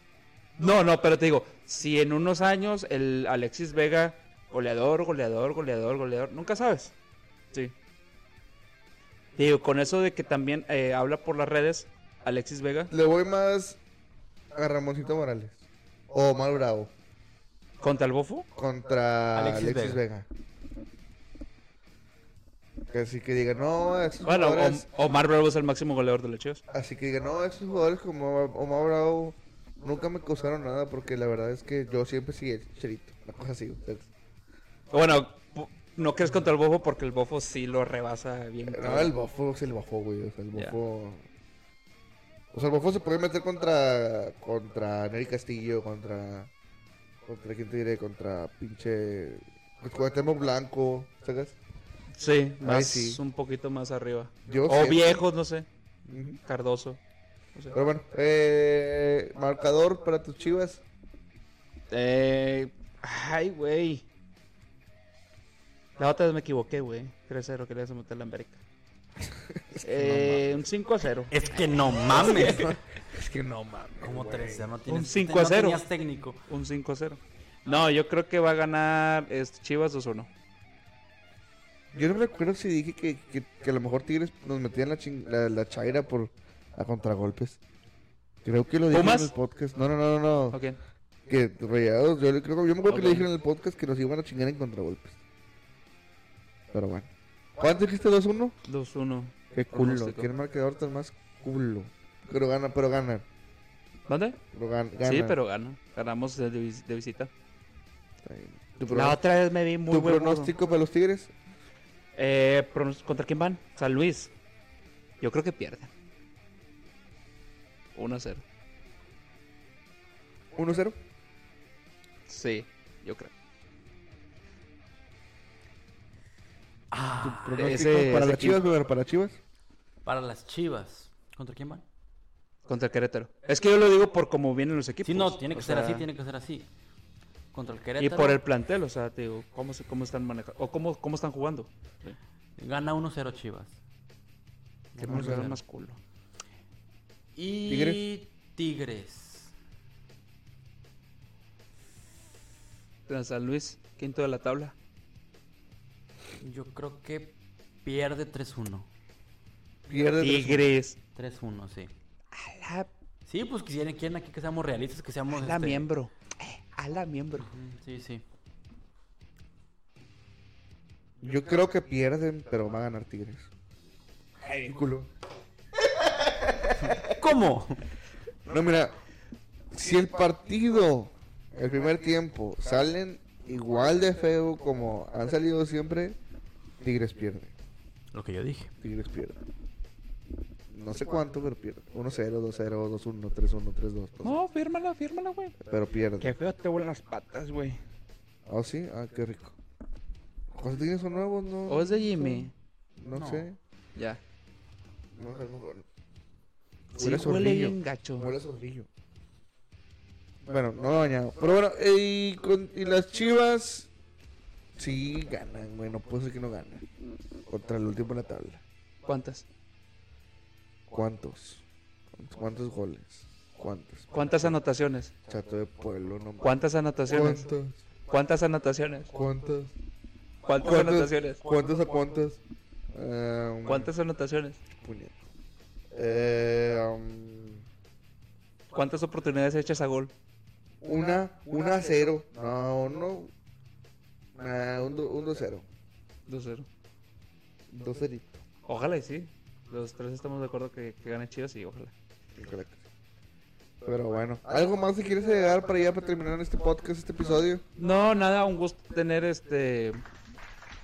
No, no, pero te digo, si en unos años el Alexis Vega, goleador, goleador, goleador, goleador, nunca sabes. Sí. Te digo, con eso de que también eh, habla por las redes, Alexis Vega, Le voy más a Ramoncito Morales. O Omar Bravo. contra el Bofo, Contra Alexis, Alexis Vega. Así que diga, no, estos bueno, jugadores. Om- Omar Bravo es el máximo goleador de los chivos. Así que diga, no, estos jugadores como Omar Bravo nunca me causaron nada porque la verdad es que yo siempre seguí el cherito. Una cosa así. o sea, Bueno, pu- no crees contra el Bofo porque el Bofo sí lo rebasa bien. No, el bofo se le bajó, güey. O sea, el Ya. bofo. O sea, el bofo se puede meter contra. Contra Nery Castillo, contra. Contra quién te diré, contra pinche. pues, Contra Temo Blanco, ¿sabes? Sí, más, sí. un poquito más arriba. Yo o sé. viejos, no sé, Ujú. Cardoso. no sé. Pero bueno, eh, marcador para tus chivas. Eh, ay, güey. La otra vez me equivoqué, güey. 3-0, querías meter la América. Eh, un 5-0. Es que no mames. Es que no mames. Como 3 no tienes, Un 5 a no 0. tenías técnico. Un 5-0. No, yo creo que va a ganar este, Chivas 2-1. Yo no recuerdo si dije que, que, que a lo mejor Tigres nos metían la, ching- la, la chaira por. A contragolpes. Creo que lo dije ¿Pumas? en el podcast. No, no, no, no. no. Ok. que rayados, yo le creo yo me acuerdo que le Ok. dije en el podcast que nos iban a chingar en contragolpes. Pero bueno. ¿Cuánto dijiste 2-1? 2-1. Qué culo, Pronóstico. qué marcador tan más culo. Pero gana, pero gana. ¿Dónde? Pero gan- gana. Sí, pero gano. Ganamos de, vis- de visita. Está bien. ¿Tu, pro- La otra vez me vi muy tu buen pronóstico para los Tigres? burro. Eh, pronos- ¿Contra quién van? San Luis. Yo creo que pierden. 1-0. 1-0. Sí, yo creo. Tu Ah, pronóstico ese- para ese las Chivas, Beber, para Chivas. para las chivas. ¿Contra quién van? Contra Querétaro. Es que yo lo digo por cómo vienen los equipos. Sí, no, tiene que pues? o ser sea, así, tiene que ser así. Contra el Y Querétaro. por el plantel, o sea, te digo, cómo, se- cómo están manejando, o cómo, cómo están jugando. Gana 1-0 chivas. Que Vamos nos a dan ver. más culo. Y Tigres. Tigres. Tras San Luis, quinto de la tabla. Yo creo que pierde 3-1. Pierde tres- Tigres. 3-1, sí. A la, Sí, pues quisieran, quieren aquí que seamos realistas, que seamos. a la este, miembro. Eh, A la miembro. mm, Sí, sí. Yo creo que pierden, pero va a ganar Tigres. Ay, culo. ¿Cómo? No, mira, si el partido el primer tiempo salen igual de feo como han salido siempre, Tigres pierde. Lo que yo dije. Tigres pierde. No sé cuánto, pero pierde. 1-0, 2-0, 2-1, 3-1, 3-2. No, fírmala, fírmala, güey. Pero pierde. Qué feo te vuelan las patas, güey. ¿Ah, sí? Ah, qué rico. ¿Cuántos Tigres son nuevos? No, ¿O es de Jimmy? no, No. sé. Ya. No, sé, no, no. Sí, Huele a huele zorrillo. bien gacho. Huele a zorrillo. Bueno, no lo he bañado. Pero bueno, eh, y, con- y las chivas. Sí, ganan, güey. No puede ser que no ganen. Contra el último en la tabla. ¿Cuántas? ¿Cuántos? ¿Cuántos, cuántos goles? ¿Cuántos? ¿Cuántas anotaciones? Chato de pueblo, no mames. ¿Cuántas anotaciones? ¿Cuántas? ¿Cuántas anotaciones? ¿Cuántas? ¿Cuántas ¿Cuántas? anotaciones? ¿Cuántas a cuántas? Eh, ¿Cuántas anotaciones? puñet. Eh, um, ¿Cuántas oportunidades hechas a gol? una, una a cero. No, uno. nah, un 2 cero. 2-0. Dos cerito. Ojalá y sí. Los tres estamos de acuerdo que, que gane Chivas y ojalá. Ojalá que sí. Pero bueno, ¿algo más que quieres agregar para ya para terminar este podcast, este episodio? No, nada, un gusto tener este.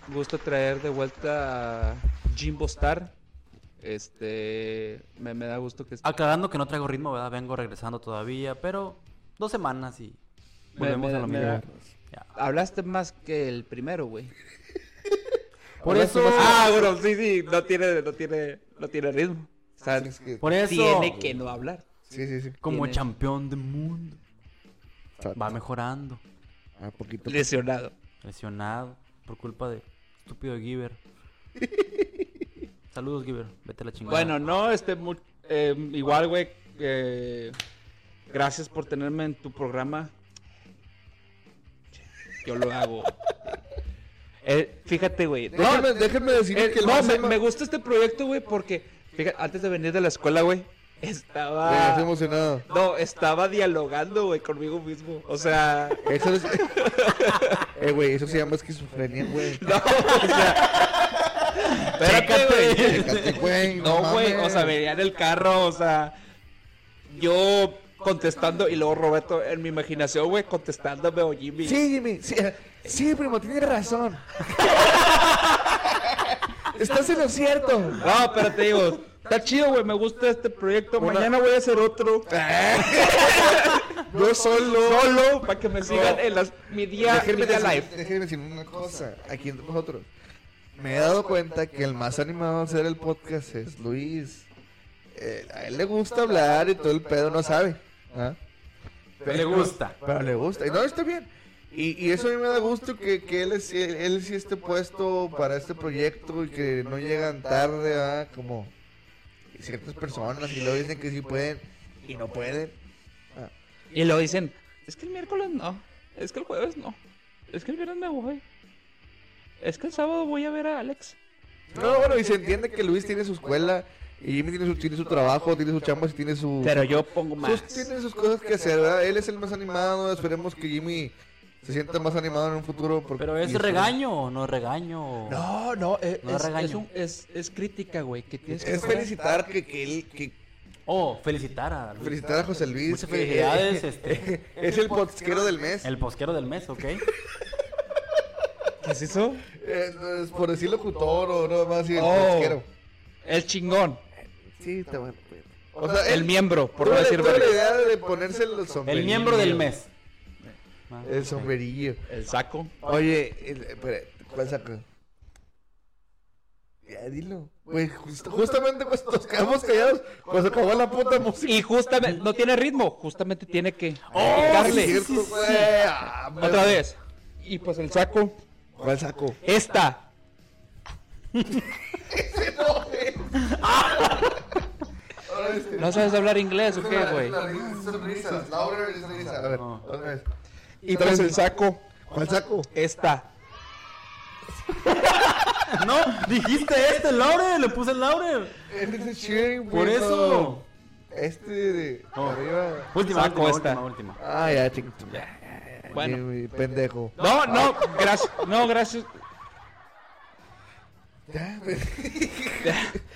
Gusto traer de vuelta a Jimbo Star. Este. Me, me da gusto que esté. Aclarando que no traigo ritmo, ¿verdad? Vengo regresando todavía, pero dos semanas y Me- volvemos me- a lo me mismo. da- Ya. Hablaste más que el primero, güey. Por Ahora eso, sí vas a- Ah, bueno, sí, sí. No tiene, no tiene, no tiene ritmo. O sea, Tienes que- por eso, tiene que no hablar. Sí, sí, sí. como tiene- campeón del mundo, va Exacto. mejorando. Ah, poquito. Lesionado. Lesionado por culpa de estúpido Giver. Saludos, Giver. Vete a la chingada. Bueno, no, este, mu- eh, igual, güey, eh, gracias por tenerme en tu programa. Yo lo hago. Eh, fíjate, güey. No, Déjenme, déjenme decirles eh, que el no, más me, ama- me gusta este proyecto, güey, porque fíjate, antes de venir de la escuela, güey, Güey, estoy estaba. emocionado. No, estaba dialogando, güey, conmigo mismo. O sea, Eso es... eh, güey, eso se llama esquizofrenia, güey. espérate, güey. Fíjate, güey. No, güey, o mames. sea, venía en el carro, o sea, yo contestando y luego Roberto en mi imaginación, güey, contestándome o Jimmy. Sí, Jimmy, sí, eh, sí, primo, tienes razón. Estás en lo cierto. No, pero te digo, está chido, güey, me gusta este proyecto. Mañana voy a hacer otro. Yo solo. Solo para que me sigan en las mi día, mi Déjenme día decir, live. déjenme decir una cosa, aquí entre nosotros. Me he dado cuenta que el más animado a hacer el podcast es Luis. Eh, a él le gusta hablar y todo el pedo no sabe. ¿ah? le gusta. Pero le gusta. Y no, está bien. Y, y eso a mí me da gusto que, que él, es- él, él sí esté puesto para este proyecto y que no llegan tarde, ¿verdad? como ciertas personas y luego dicen que sí pueden y no pueden. Y lo dicen, es que el miércoles no, es que el jueves no, es que el viernes me voy. Es que el sábado voy a ver a Alex. No, bueno, y se entiende que Luis tiene su escuela y Jimmy tiene su, tiene su trabajo, tiene su chamba y tiene su... Pero yo pongo más. sus- tiene sus cosas que hacer, ¿verdad? Él es el más animado, esperemos que Jimmy se sienta más animado en un futuro. porque- Pero es y espero- regaño o no es regaño. No, no, eh, No es, regaño. es un- es- es crítica, güey, que tienes que Es felicitar que, que él... Que, Oh, felicitar a Luis. felicitar a José Luis. Muchas que- felicidades, este. Es el posquero del mes. El posquero del mes, ¿ok? ¿Qué es eso? Eh, no, es por decir locutor o no más así, el Oh. posquero. El chingón, Sí, está bueno. O sea, el él miembro, por tuvo no la- decir tuvo la verga. idea de ponerse el sombrerillo. El miembro del mes. El sombrerillo. El saco. Oye, el- espera, ¿cuál saco? Ya, dilo. Güey, justo- justamente cuando nos quedamos callados, cuando se acabó la puta música. Y justamente, no tiene ritmo, justamente tiene que Oh, Sí, picarle. es cierto, güey. Ah, Otra vez. Y pues el saco, ¿Cuál saco? esta. este, No sabes hablar inglés o qué, güey. Sonrisas, Laura, sonrisas. A ver, otra vez. Y pues el saco, ¿Cuál saco? esta. No, dijiste este, Laurel, le puse el Laurel. Este es el cheering, Por güey, eso. Ah, Este de arriba. Última, Saco última, esta. última, última. Ah, ya, chiquito. Bueno. pendejo. No, no, gracias. No, gracias.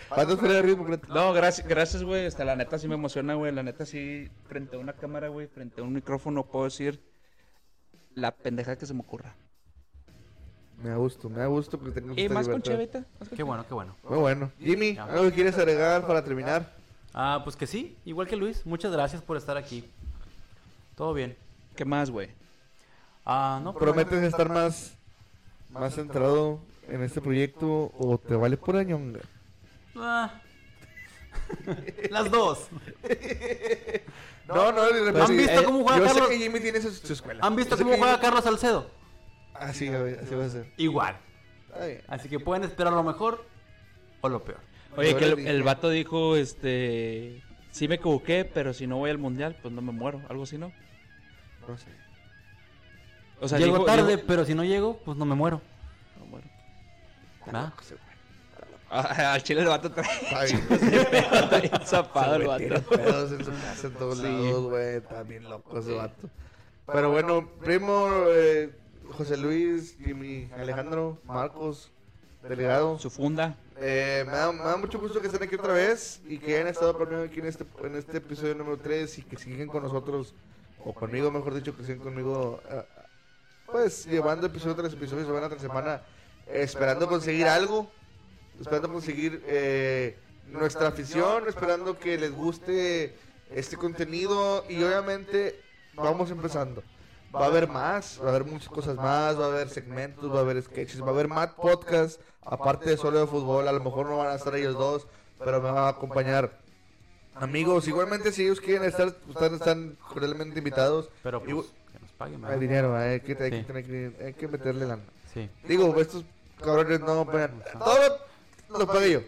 Patas fuera de ritmo, Creta. No, gracias, gracias, güey. Este, Hasta la neta sí me emociona, güey. La neta sí, frente a una cámara, güey, frente a un micrófono, puedo decir la pendeja que se me ocurra. Me da gusto, me da gusto que tengas Y esta más con libertad. Chevita. Qué bueno, qué bueno. Muy bueno. Jimmy, Ya. ¿algo que quieres agregar para terminar? Ah, pues que sí, igual que Luis, muchas gracias por estar aquí. Todo bien. ¿Qué más, güey? Ah, no, pero ¿Prometes estar más, más centrado en este proyecto o te vale por añonga? Ah. Las dos. No, no, de repente- ¿Han visto eh, cómo juega yo Carlos? sé que Jimmy tiene su, su escuela. ¿Han visto Yo sé cómo que juega Jimmy- Carlos Salcedo? Así, güey, así va a ser. Igual. Está bien. Así que pueden esperar lo mejor o lo peor. Oye, Yo que le el, dije- el vato dijo, este, sí me equivoqué, pero si no voy al mundial, pues no me muero, algo así, ¿no? No sé. O sea, llego dijo- tarde, dijo- pero si no llego, pues no me muero. No muero. ¿verdad? Ah, Al chile el vato trae Está bien. bien zapado el Güey, tiene vato. pedos en su casa en todos lados, güey. Está bien loco ese vato. Pero bueno, primo, eh, José Luis, Jimmy, Alejandro, Marcos, Delegado. Su funda. Eh, me, da, me da mucho gusto que estén aquí otra vez y que hayan estado conmigo aquí en este, en este episodio número 3 y que sigan con nosotros, o conmigo, mejor dicho, que sigan conmigo, eh, pues llevando episodio tras episodio, semana tras semana, eh, esperando conseguir algo, esperando conseguir eh, nuestra afición, esperando que les guste este contenido y obviamente vamos empezando. Va a haber más, va a haber muchas cosas más, va a haber segmentos, va a haber sketches, va a haber más podcasts, aparte de solo de fútbol, a lo mejor no van a estar ellos dos, pero me van a acompañar amigos. Igualmente, si ellos quieren estar, están, están cordialmente invitados. Pero Igu- pues, que nos paguen. Hay ¿verdad? dinero, hay que, hay que Sí. tener que- hay que meterle lana. Sí. Digo, estos cabrones no operan. Todo lo pagué yo.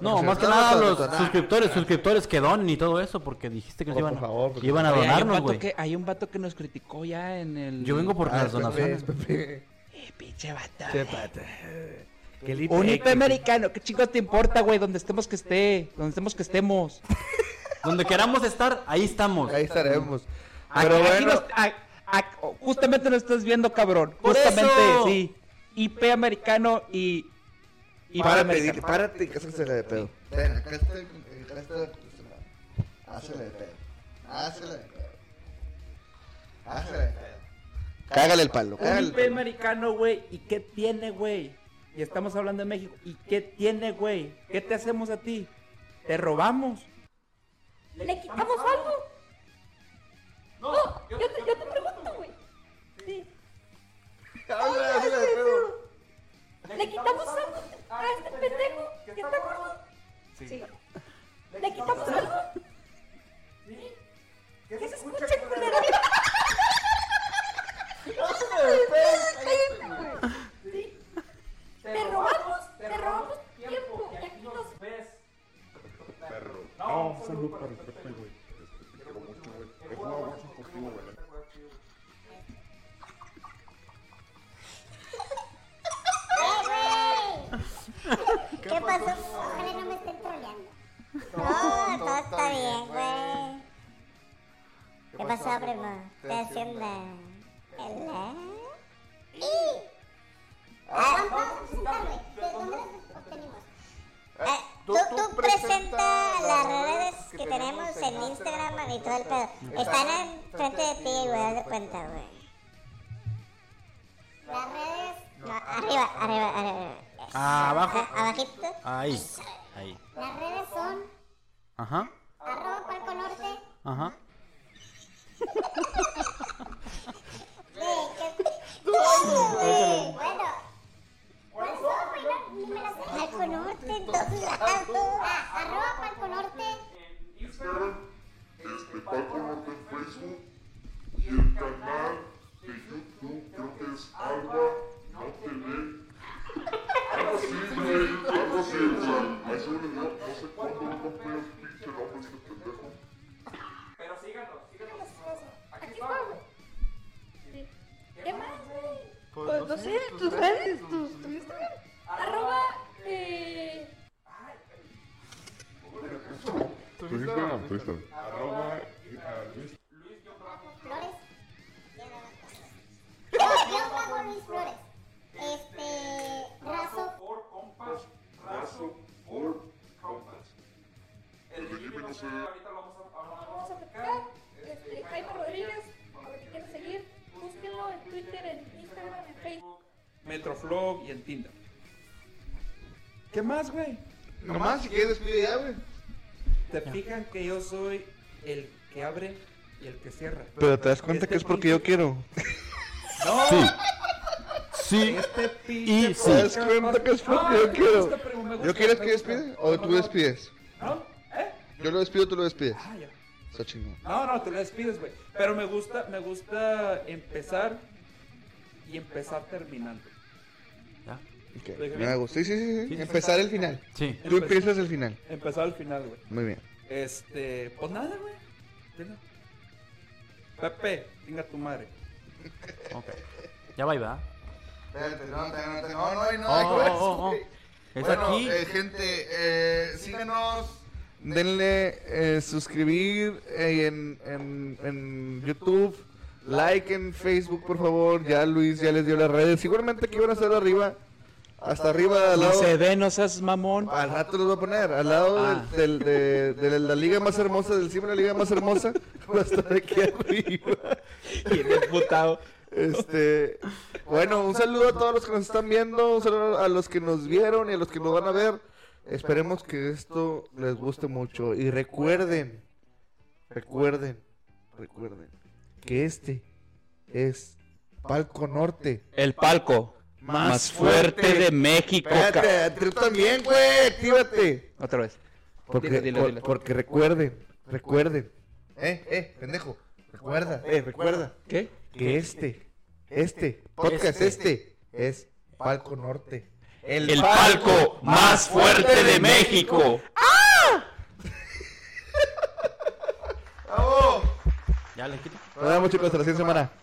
No, más que nada los Ah, suscriptores, suscriptores que donen y todo eso, porque dijiste que nos Oh, iban, por favor, por iban a Oye, hay, un donarnos, vato güey. que, hay un vato que nos criticó ya en el... Yo vengo por Ah, las donaciones. Pepe, Pepe. Eh, pinche vato. Que el Un IP IP americano, ¿qué chingos te importa, güey? Donde estemos que esté, donde estemos que estemos. Donde queramos estar, ahí estamos. Ahí estaremos. Aquí- Pero aquí bueno, nos- a- a- oh, justamente nos estás viendo, cabrón. ¡Por justamente, eso! sí. IP americano y. y párate, americano. dije, párate, que se la de pedo. Ven, acá está, acá está. Hazle de pedo. Hazle de pedo. Hazle de pedo. Cágale el palo, Un cágale el IP palo. americano, güey. ¿Y qué tiene, güey? Y estamos hablando de México. ¿Y qué tiene, güey? ¿Qué te hacemos a ti? ¿Te robamos? ¿Le quitamos algo? No, yo, te, yo te pregunto, güey. Sí. Hazle, hazle de pedo. ¿Le quitamos algo a este pendejo que está gordo? Sí. ¿Le quitamos algo? Sí. ¿Qué se escucha, culero? Cállate, güey. Sí. Te robamos, te robamos tiempo. Y aquí nos ¿Qué pasó? Ojalá no me estén troleando. No, todo está bien, güey. ¿Qué pasó, primo? ¿Te hacienda? ¿Hola? ¡Y! Ah, vamos a presentar, güey. ¿De dónde las obtenimos? Ah, tú, tú presenta las redes que tenemos en Instagram y todo el pedo. Están en frente de ti, güey, haz de cuenta, güey. Las redes... No, arriba, arriba, arriba. Ah, abajo. A- abajito. Ahí. Ahí. Las redes son Ajá. arroba palco norte. Ajá. Güey, ¿qué- Eso, güey. Bueno. ¿Cuáles son, güey? No, ni me las sé. Palco norte en todos lados. Ah, arroba palco norte. Instagram, este Paco Norte en Facebook y el canal de YouTube creo que es Agua No TV. Algo así, güey, algo así, o sea, ahí se me olvidó, no sé cuándo no compré el pinche nombre este pendejo. Aquí está, güey. ¿Qué más, güey? Pues no sé, tus redes, tus tu Instagram. Arroba, eh... Tu Instagram, tu Instagram. Flores. Yo, yo pago Luis Flores. Este. Razo. El de Jimmy no sé, Vamos a platicar. Este, Jaime Rodríguez, por el que quieres seguir, búsquenlo en Twitter Metroflog y en Tinder. ¿Qué más, güey? Nomás, si quieres, despide ya, güey. ¿Te fijan que yo soy el que abre y el que cierra? Pero te das cuenta que es porque yo quiero. ¡No! Sí. Sí. Este pinche Y sí. Te das cuenta que es porque yo quiero. ¿Yo quieres quieres que despide? ¿O tú despides? ¿No? ¿Eh? Yo lo despido, tú lo despides. Ah, ya. Está chingón. No, no, tú lo despides, güey. Pero me gusta, me gusta empezar y empezar terminando. ¿Ya? Ok, Me hago. Sí, sí, sí, sí. Empezar el final. Sí. Tú empiezas el final. Empezar al final, güey. Muy bien. Este, pues nada, güey. Venga. Pepe, venga tu madre. Ok. Ya va y va. Espérate, no, espérate, no, no hay Oh, nada oh, con eso, oh, oh. güey. Es bueno, aquí. eh, gente, eh, síganos. Denle eh, suscribir eh, en, en, en YouTube. Like en Facebook, por favor. Ya Luis ya les dio las redes. Seguramente aquí van a estar arriba. Hasta arriba, al lado. ve, no seas mamón. Al rato los voy a poner. Al lado del, del- de, de la liga más hermosa, del cima de la liga más hermosa. Va a estar aquí arriba. Este, bueno, un saludo a todos los que nos están viendo, un saludo a los que nos vieron y a los que nos van a ver. Esperemos que esto les guste mucho y recuerden, recuerden, recuerden que este es Palco Norte. El palco más, fuerte, de México. ca- Espérate, tú también, güey, actívate. Otra vez. Porque, Dilo, dilo, por- dilo. porque recuerden, recuerden. Eh, eh, pendejo. Recuerda, eh, recuerda ¿Qué? que este, este, podcast este, es Palco Norte. El palco más fuerte de México. ¡Ah! ¡Bravo! Ya le quito. Nos vemos chicos, hasta la siguiente semana.